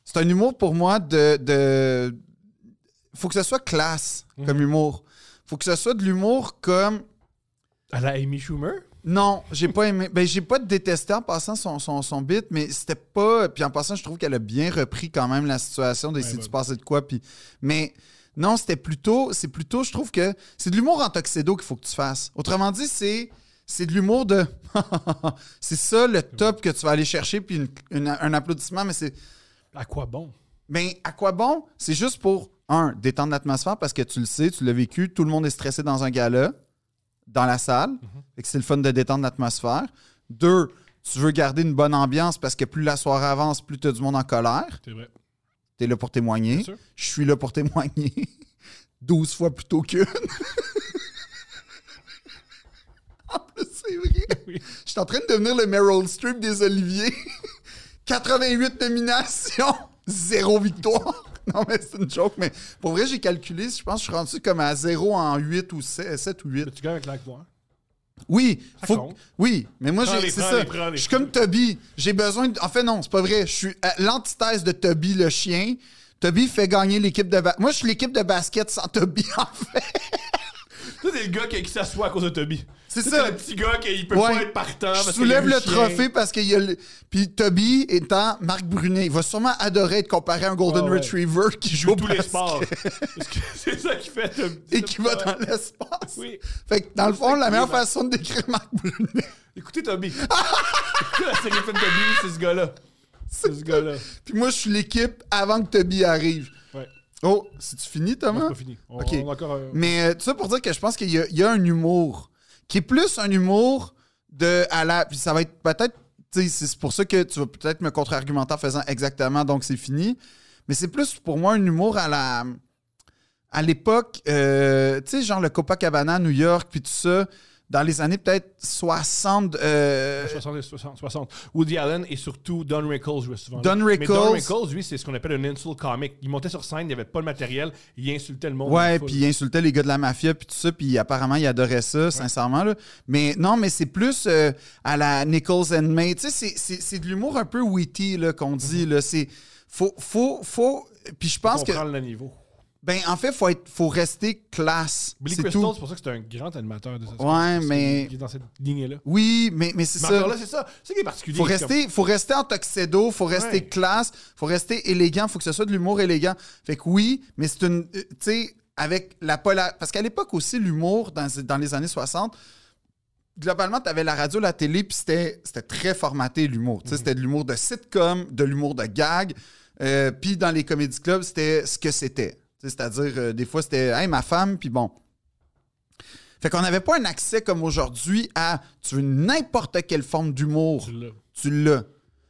[SPEAKER 2] C'est un humour pour moi de. de faut que ce soit classe
[SPEAKER 1] Mhm.
[SPEAKER 2] comme humour. Faut que ce soit de l'humour comme.
[SPEAKER 1] À la Amy Schumer?
[SPEAKER 2] Non, j'ai pas aimé. Ben, j'ai pas détesté en passant son, son, son beat, mais c'était pas. Puis en passant, je trouve qu'elle a bien repris quand même la situation d'essayer
[SPEAKER 1] Ouais,
[SPEAKER 2] de se passer de quoi. Puis, mais non, c'était plutôt. C'est plutôt, je trouve que c'est de l'humour en tuxedo qu'il faut que tu fasses. Autrement dit, c'est. C'est de l'humour de. c'est ça le top que tu vas aller chercher, puis une- une- un applaudissement, mais c'est.
[SPEAKER 1] À quoi bon?
[SPEAKER 2] Mais à quoi bon? C'est juste pour, un, détendre l'atmosphère parce que tu le sais, tu l'as vécu, tout le monde est stressé dans un gala, dans la salle. Fait que c'est le fun de détendre l'atmosphère. Deux, tu veux garder une bonne ambiance parce que plus la soirée avance, plus tu as du monde en colère.
[SPEAKER 1] C'est vrai.
[SPEAKER 2] Tu es là pour témoigner.
[SPEAKER 1] sûr.
[SPEAKER 2] Je suis là pour témoigner. 12 fois plus tôt qu'une. en plus, c'est vrai.
[SPEAKER 1] Oui.
[SPEAKER 2] Je suis en train de devenir le Meryl Streep des Oliviers. 88 nominations, zéro victoire. Non, mais c'est une joke, mais pour vrai, j'ai calculé, je pense que je suis rendu comme à 0 en 8 ou 7, ou 8.
[SPEAKER 1] Mais tu gagnes avec la gloire.
[SPEAKER 2] Oui, faut
[SPEAKER 1] compte.
[SPEAKER 2] oui, mais moi,
[SPEAKER 1] Prends-les,
[SPEAKER 2] j'ai, c'est
[SPEAKER 1] prends-les,
[SPEAKER 2] ça.
[SPEAKER 1] prends-les.
[SPEAKER 2] Je suis comme Toby. J'ai besoin. de- En fait, non, c'est pas vrai. Je suis euh, l'antithèse de Toby le chien. Toby fait gagner l'équipe de. ba- Moi, je suis l'équipe de basket sans Toby, en fait.
[SPEAKER 1] Ça, c'est le gars qui, qui s'assoit à cause de Toby.
[SPEAKER 2] C'est
[SPEAKER 1] Ça,
[SPEAKER 2] ça.
[SPEAKER 1] C'est le petit gars qui il peut
[SPEAKER 2] Ouais.
[SPEAKER 1] pas être partant.
[SPEAKER 2] Je
[SPEAKER 1] parce
[SPEAKER 2] soulève
[SPEAKER 1] qu'il y a
[SPEAKER 2] le
[SPEAKER 1] eu chien.
[SPEAKER 2] trophée parce qu'il y a le... Puis Toby étant Marc Brunet, il va sûrement adorer être comparé à un Golden
[SPEAKER 1] Ah Ouais, ouais.
[SPEAKER 2] Retriever qui joue au
[SPEAKER 1] Tous les
[SPEAKER 2] basket
[SPEAKER 1] sports. Parce que c'est ça qui fait Toby.
[SPEAKER 2] Et qui va dans l'espace.
[SPEAKER 1] Oui.
[SPEAKER 2] Fait que dans le fond, la meilleure
[SPEAKER 1] Effectivement.
[SPEAKER 2] façon de décrire Marc Brunet,
[SPEAKER 1] Écoutez Toby. Écoutez la série de Toby, c'est ce gars-là. C'est ce gars-là.
[SPEAKER 2] Puis moi, je suis l'équipe avant que Toby arrive.
[SPEAKER 1] Ouais.
[SPEAKER 2] Oh, c'est-tu fini, Thomas?
[SPEAKER 1] C'est pas fini. On,
[SPEAKER 2] Ok.
[SPEAKER 1] on a encore un-
[SPEAKER 2] Mais euh, tout ça pour dire que je pense qu'il y, a- il y a un humour qui est plus un humour de à la. Puis ça va être peut-être. tu sais, C'est pour ça que tu vas peut-être me contre-argumenter en faisant exactement donc c'est fini. Mais c'est plus pour moi un humour à la. À l'époque, euh, tu sais, genre le Copacabana à New York, puis tout ça, dans les années peut-être 60. euh,
[SPEAKER 1] 60, 60, 60. Woody Allen et surtout Don Rickles jouaient souvent. là.
[SPEAKER 2] Don
[SPEAKER 1] Mais Don
[SPEAKER 2] Rickles-
[SPEAKER 1] Rickles, lui, c'est ce qu'on appelle un insult comic. Il montait sur scène, il n'y avait pas de matériel, il insultait le monde.
[SPEAKER 2] Ouais,
[SPEAKER 1] Full.
[SPEAKER 2] puis il insultait les gars de la mafia, puis tout ça, puis apparemment, il adorait ça, sincèrement. Là. Mais non, mais c'est plus euh, à la Nichols and May. Tu sais, c'est- c'est c'est de l'humour un peu witty là, qu'on dit.
[SPEAKER 1] Mm-hmm.
[SPEAKER 2] là. C'est. Faut. Faut. faut... Puis je pense
[SPEAKER 1] On
[SPEAKER 2] que.
[SPEAKER 1] prend le niveau.
[SPEAKER 2] Ben, en fait, faut, être, faut rester classe.
[SPEAKER 1] Billy
[SPEAKER 2] C'est
[SPEAKER 1] Crystal,
[SPEAKER 2] tout.
[SPEAKER 1] c'est pour ça que c'est un grand animateur de ça.
[SPEAKER 2] Ouais, mais-
[SPEAKER 1] Il est dans cette lignée-là.
[SPEAKER 2] Oui, mais, mais c'est
[SPEAKER 1] Mais
[SPEAKER 2] ça.
[SPEAKER 1] encore là, c'est ça. C'est ça qui est particulier.
[SPEAKER 2] Faut
[SPEAKER 1] C'est comme-
[SPEAKER 2] rester, faut rester en tuxedo, faut rester
[SPEAKER 1] Ouais.
[SPEAKER 2] classe, faut rester élégant, faut que ce soit de l'humour élégant. Fait que oui, mais c'est une. euh, Tu sais, avec la pola- Parce qu'à l'époque aussi, l'humour, dans, dans les années 60, globalement, tu avais la radio, la télé, puis c'était c'était très formaté l'humour.
[SPEAKER 1] Mhm.
[SPEAKER 2] Tu sais, C'était de l'humour de sitcom, de l'humour de gag. Euh, puis dans les comédie clubs, c'était ce que c'était. Tu sais, C'est-à-dire, euh, des fois, c'était Hey, ma femme, puis bon. Fait qu'on n'avait pas un accès comme aujourd'hui à tu veux n'importe quelle forme d'humour
[SPEAKER 1] Tu l'as.
[SPEAKER 2] tu l'as.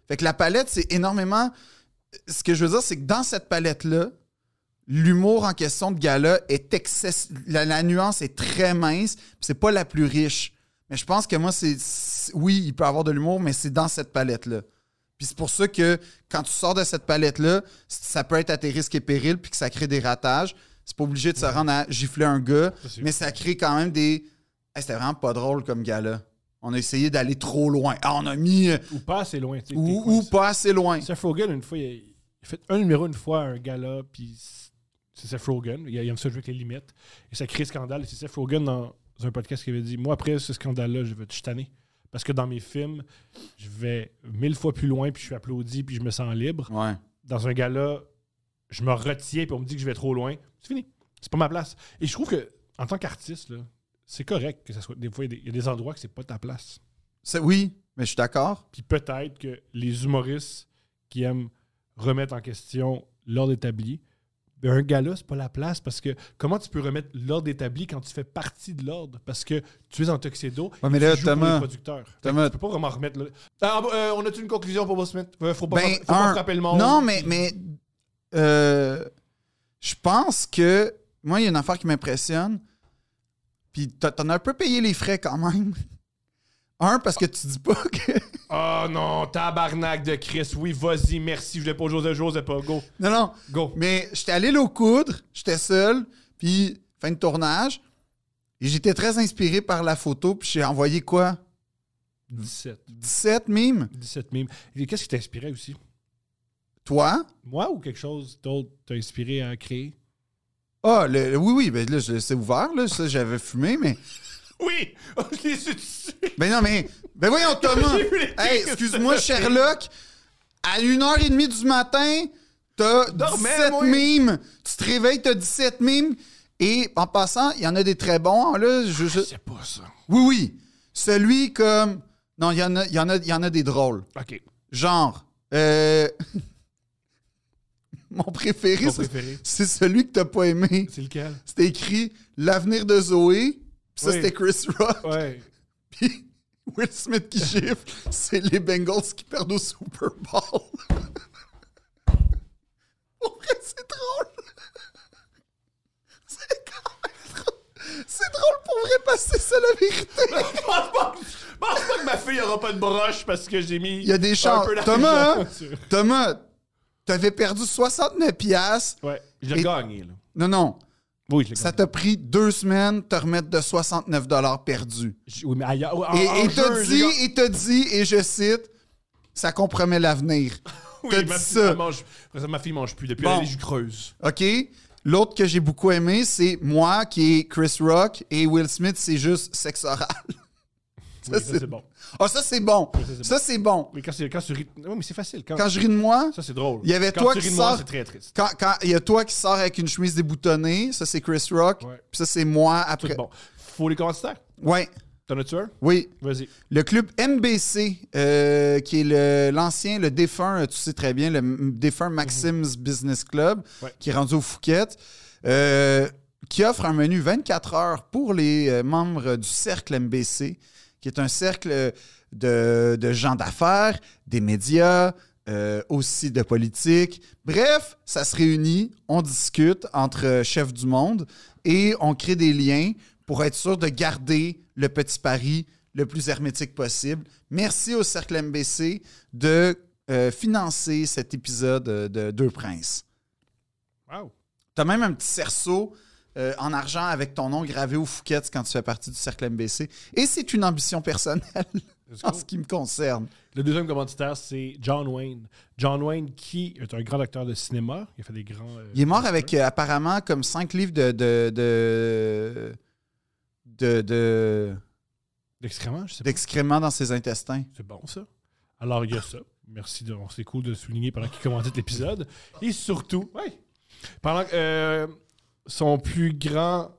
[SPEAKER 2] Fait que la palette, c'est énormément. Ce que je veux dire, c'est que dans cette palette-là, l'humour en question de gala est excess. La, la nuance est très mince, puis c'est pas la plus riche. Mais je pense que moi, c'est. c'est- Oui, il peut avoir de l'humour, mais c'est dans cette palette-là. Puis c'est pour ça que quand tu sors de cette palette-là, c- ça peut être à tes risques et périls, puis que ça crée des ratages. C'est pas obligé de se rendre à gifler un gars,
[SPEAKER 1] c'est-
[SPEAKER 2] mais ça crée quand même des. Hey, C'était vraiment pas drôle comme gala. On a essayé d'aller trop loin. Ah, on a mis. euh,
[SPEAKER 1] Ou pas assez loin. tu sais, t'es
[SPEAKER 2] ou,
[SPEAKER 1] coincé.
[SPEAKER 2] ou pas assez loin.
[SPEAKER 1] Seth Rogen, une fois, il a, il a fait un numéro une fois à un gala, puis c'est- c'est Seth Rogen. Il, a- il aime ça jouer avec les limites. Et ça crée scandale. Et c'est Seth Rogen dans, dans un podcast qui avait dit Moi, après ce scandale-là, je vais te chicaner. Parce que dans mes films, je vais mille fois plus loin, puis je suis applaudi, puis je me sens libre.
[SPEAKER 2] Ouais.
[SPEAKER 1] Dans un gala, je me retiens, puis on me dit que je vais trop loin. C'est fini. C'est pas ma place. Et je trouve que, en tant qu'artiste, là, c'est correct que ça soit. Des fois, il y a des- il y a des endroits que c'est pas ta place.
[SPEAKER 2] C'est- Oui, mais je suis d'accord.
[SPEAKER 1] Puis peut-être que les humoristes qui aiment remettre en question l'ordre établi, ben, un gala, c'est pas la place parce que comment tu peux remettre l'ordre établi quand tu fais partie de l'ordre parce que tu es en tuxedo
[SPEAKER 2] Ouais, mais
[SPEAKER 1] et
[SPEAKER 2] là,
[SPEAKER 1] tu joues pour
[SPEAKER 2] Thomas,
[SPEAKER 1] les producteurs.
[SPEAKER 2] Thomas-
[SPEAKER 1] Tu peux pas vraiment remettre le... Ah, bah, euh, on a-tu une conclusion pour Will Smith? Euh, faut pas,
[SPEAKER 2] Ben,
[SPEAKER 1] fra- faut pas
[SPEAKER 2] un-
[SPEAKER 1] frapper le monde.
[SPEAKER 2] Non, mais, mais euh, je pense que moi, il y a une affaire qui m'impressionne. Puis t'as- t'en as un peu payé les frais quand même. Un, parce que tu dis pas que.
[SPEAKER 1] Oh non, tabarnak de Chris. Oui, vas-y, merci. Je voulais pas José José, pas. Go,
[SPEAKER 2] Non, non.
[SPEAKER 1] go.
[SPEAKER 2] Mais j'étais allé l'eau coudre, j'étais seul, puis fin de tournage. Et j'étais très inspiré par la photo, puis j'ai envoyé quoi
[SPEAKER 1] 17.
[SPEAKER 2] 17 mimes
[SPEAKER 1] 17 mimes. Et Qu'est-ce qui t'inspirait aussi?
[SPEAKER 2] Toi
[SPEAKER 1] Moi ou quelque chose d'autre t'a inspiré à créer?
[SPEAKER 2] Ah, le- le- oui, oui, ben là, je- c'est ouvert, là, ça, j'avais fumé, mais.
[SPEAKER 1] Oui! Oh, Je l'ai su dessus.
[SPEAKER 2] Ben non, mais. Ben voyons, Thomas!
[SPEAKER 1] J'ai vu les
[SPEAKER 2] Hey,
[SPEAKER 1] textes.
[SPEAKER 2] excuse-moi, Sherlock! À 1h30 du matin, t'as
[SPEAKER 1] Dormais,
[SPEAKER 2] 17
[SPEAKER 1] moi.
[SPEAKER 2] mimes! Tu te réveilles, t'as 17 mimes! Et en passant, il y en a des très bons, hein, là. Je, je-
[SPEAKER 1] Ah, C'est pas ça.
[SPEAKER 2] Oui, oui! Celui comme. Non, il y, en a- il y, en a- il y en a des drôles.
[SPEAKER 1] OK.
[SPEAKER 2] Genre. euh, Mon préféré,
[SPEAKER 1] Mon
[SPEAKER 2] c'est-
[SPEAKER 1] préféré.
[SPEAKER 2] c'est celui que t'as pas aimé.
[SPEAKER 1] C'est lequel?
[SPEAKER 2] C'était écrit L'avenir de Zoé. Puis ça,
[SPEAKER 1] Oui.
[SPEAKER 2] c'était Chris Rock.
[SPEAKER 1] Ouais.
[SPEAKER 2] Puis Will Smith qui gifle, c'est les Bengals qui perdent au Super Bowl. Pour vrai, c'est drôle. C'est quand même drôle. C'est drôle pour vrai parce que c'est ça la vérité.
[SPEAKER 1] Je pense pas que- je pense pas que ma fille aura pas de broche parce que j'ai mis.
[SPEAKER 2] Il y a des chances. Thomas, hein? Thomas, t'avais perdu 69 piastres.
[SPEAKER 1] Ouais. Je l'ai
[SPEAKER 2] Et-
[SPEAKER 1] gagné, là.
[SPEAKER 2] Non, non.
[SPEAKER 1] Oui, je l'ai
[SPEAKER 2] Ça t'a pris deux semaines de te remettre de 69 perdus.
[SPEAKER 1] gagné. Oui, mais ailleurs. en-
[SPEAKER 2] Et
[SPEAKER 1] en
[SPEAKER 2] et
[SPEAKER 1] jeu,
[SPEAKER 2] t'as
[SPEAKER 1] j'ai
[SPEAKER 2] dit,
[SPEAKER 1] gagné.
[SPEAKER 2] et t'as dit, et je cite, ça compromet l'avenir.
[SPEAKER 1] Oui,
[SPEAKER 2] t'as
[SPEAKER 1] ma
[SPEAKER 2] dit
[SPEAKER 1] fille,
[SPEAKER 2] ça.
[SPEAKER 1] elle mange- Après ça, ma fille mange plus depuis
[SPEAKER 2] Bon.
[SPEAKER 1] elle est creuse.
[SPEAKER 2] OK? L'autre que j'ai beaucoup aimé, c'est moi qui est Chris Rock et Will Smith, c'est juste sexe oral.
[SPEAKER 1] Oui, ça, c'est bon.
[SPEAKER 2] Ah, ça, c'est bon.
[SPEAKER 1] ça, c'est
[SPEAKER 2] Ça, c'est bon.
[SPEAKER 1] Oui, quand, c'est- quand tu ris. Oui, mais c'est facile. Quand,
[SPEAKER 2] Quand je ris de moi,
[SPEAKER 1] ça, c'est drôle.
[SPEAKER 2] il y avait
[SPEAKER 1] Quand
[SPEAKER 2] toi
[SPEAKER 1] tu
[SPEAKER 2] qui
[SPEAKER 1] ris de moi,
[SPEAKER 2] sors-
[SPEAKER 1] C'est très triste.
[SPEAKER 2] quand quand- il y a toi qui sors avec une chemise déboutonnée, ça, c'est Chris Rock.
[SPEAKER 1] Ouais.
[SPEAKER 2] Puis ça, c'est moi
[SPEAKER 1] Tout
[SPEAKER 2] après.
[SPEAKER 1] est bon. Faut les commentaires.
[SPEAKER 2] Ouais.
[SPEAKER 1] T'en as-tu un?
[SPEAKER 2] Oui.
[SPEAKER 1] Vas-y.
[SPEAKER 2] Le club MBC, euh, qui est le- l'ancien, le défunt, euh, tu sais très bien, le m- défunt Maxim's Business Club,
[SPEAKER 1] Ouais.
[SPEAKER 2] qui est rendu au Fouquet, euh, qui offre un menu 24 heures pour les euh, membres du cercle MBC, qui est un cercle euh, de, de gens d'affaires, des médias, euh, aussi de politique. Bref, ça se réunit, on discute entre euh, chefs du monde et on crée des liens pour être sûr de garder le petit Paris le plus hermétique possible. Merci au Cercle MBC de euh, financer cet épisode euh, de Deux Princes.
[SPEAKER 1] Wow.
[SPEAKER 2] T'as même un petit cerceau euh, en argent avec ton nom gravé au Fouquet's quand tu fais partie du Cercle MBC. Et c'est une ambition personnelle
[SPEAKER 1] Let's go.
[SPEAKER 2] en ce qui me concerne.
[SPEAKER 1] Le deuxième commanditaire, c'est John Wayne. John Wayne, qui est un grand acteur de cinéma. Il a fait des grands. euh,
[SPEAKER 2] Il est mort avec euh, apparemment comme cinq livres de. de, de de- de-
[SPEAKER 1] D'excréments, je sais pas.
[SPEAKER 2] d'excréments dans ses intestins.
[SPEAKER 1] C'est bon, ça. Alors, il y a ça. Merci. De, on- c'est cool de le souligner pendant qu'il commentait l'épisode. Et surtout, ouais, pendant que, euh, son plus grand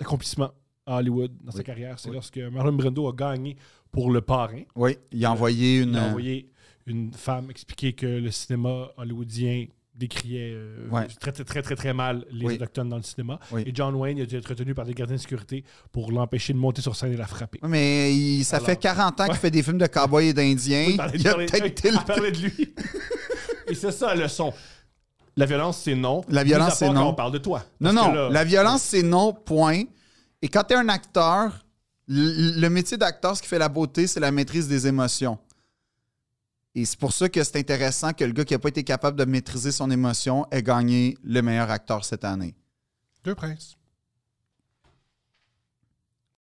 [SPEAKER 1] accomplissement à Hollywood dans sa carrière, c'est lorsque Marlon Brando a gagné pour le parrain.
[SPEAKER 2] Oui, il a envoyé une...
[SPEAKER 1] Il a envoyé une femme expliquer que le cinéma hollywoodien décriait euh,
[SPEAKER 2] Ouais.
[SPEAKER 1] très, très, très, très, très mal les
[SPEAKER 2] Oui.
[SPEAKER 1] Autochtones dans le cinéma.
[SPEAKER 2] Oui.
[SPEAKER 1] Et John Wayne il a dû être retenu par des gardiens de sécurité pour l'empêcher de monter sur scène et la frapper.
[SPEAKER 2] Oui, mais il- ça
[SPEAKER 1] Alors.
[SPEAKER 2] fait 40 ans qu'il fait des films de cowboys et d'indiens. il a peut-être
[SPEAKER 1] Elle
[SPEAKER 2] tilté.
[SPEAKER 1] parlait de lui. et c'est ça la leçon. La violence, c'est non.
[SPEAKER 2] La
[SPEAKER 1] Mis
[SPEAKER 2] violence,
[SPEAKER 1] à
[SPEAKER 2] c'est
[SPEAKER 1] part quand
[SPEAKER 2] non.
[SPEAKER 1] on parle de toi.
[SPEAKER 2] Non,
[SPEAKER 1] Parce que
[SPEAKER 2] non,
[SPEAKER 1] là,
[SPEAKER 2] la violence, c'est non, point. Et quand t'es un acteur, l- le métier d'acteur, ce qui fait la beauté, c'est la maîtrise des émotions. Et c'est pour ça que c'est intéressant que le gars qui n'a pas été capable de maîtriser son émotion ait gagné le meilleur acteur cette année.
[SPEAKER 1] Deux princes.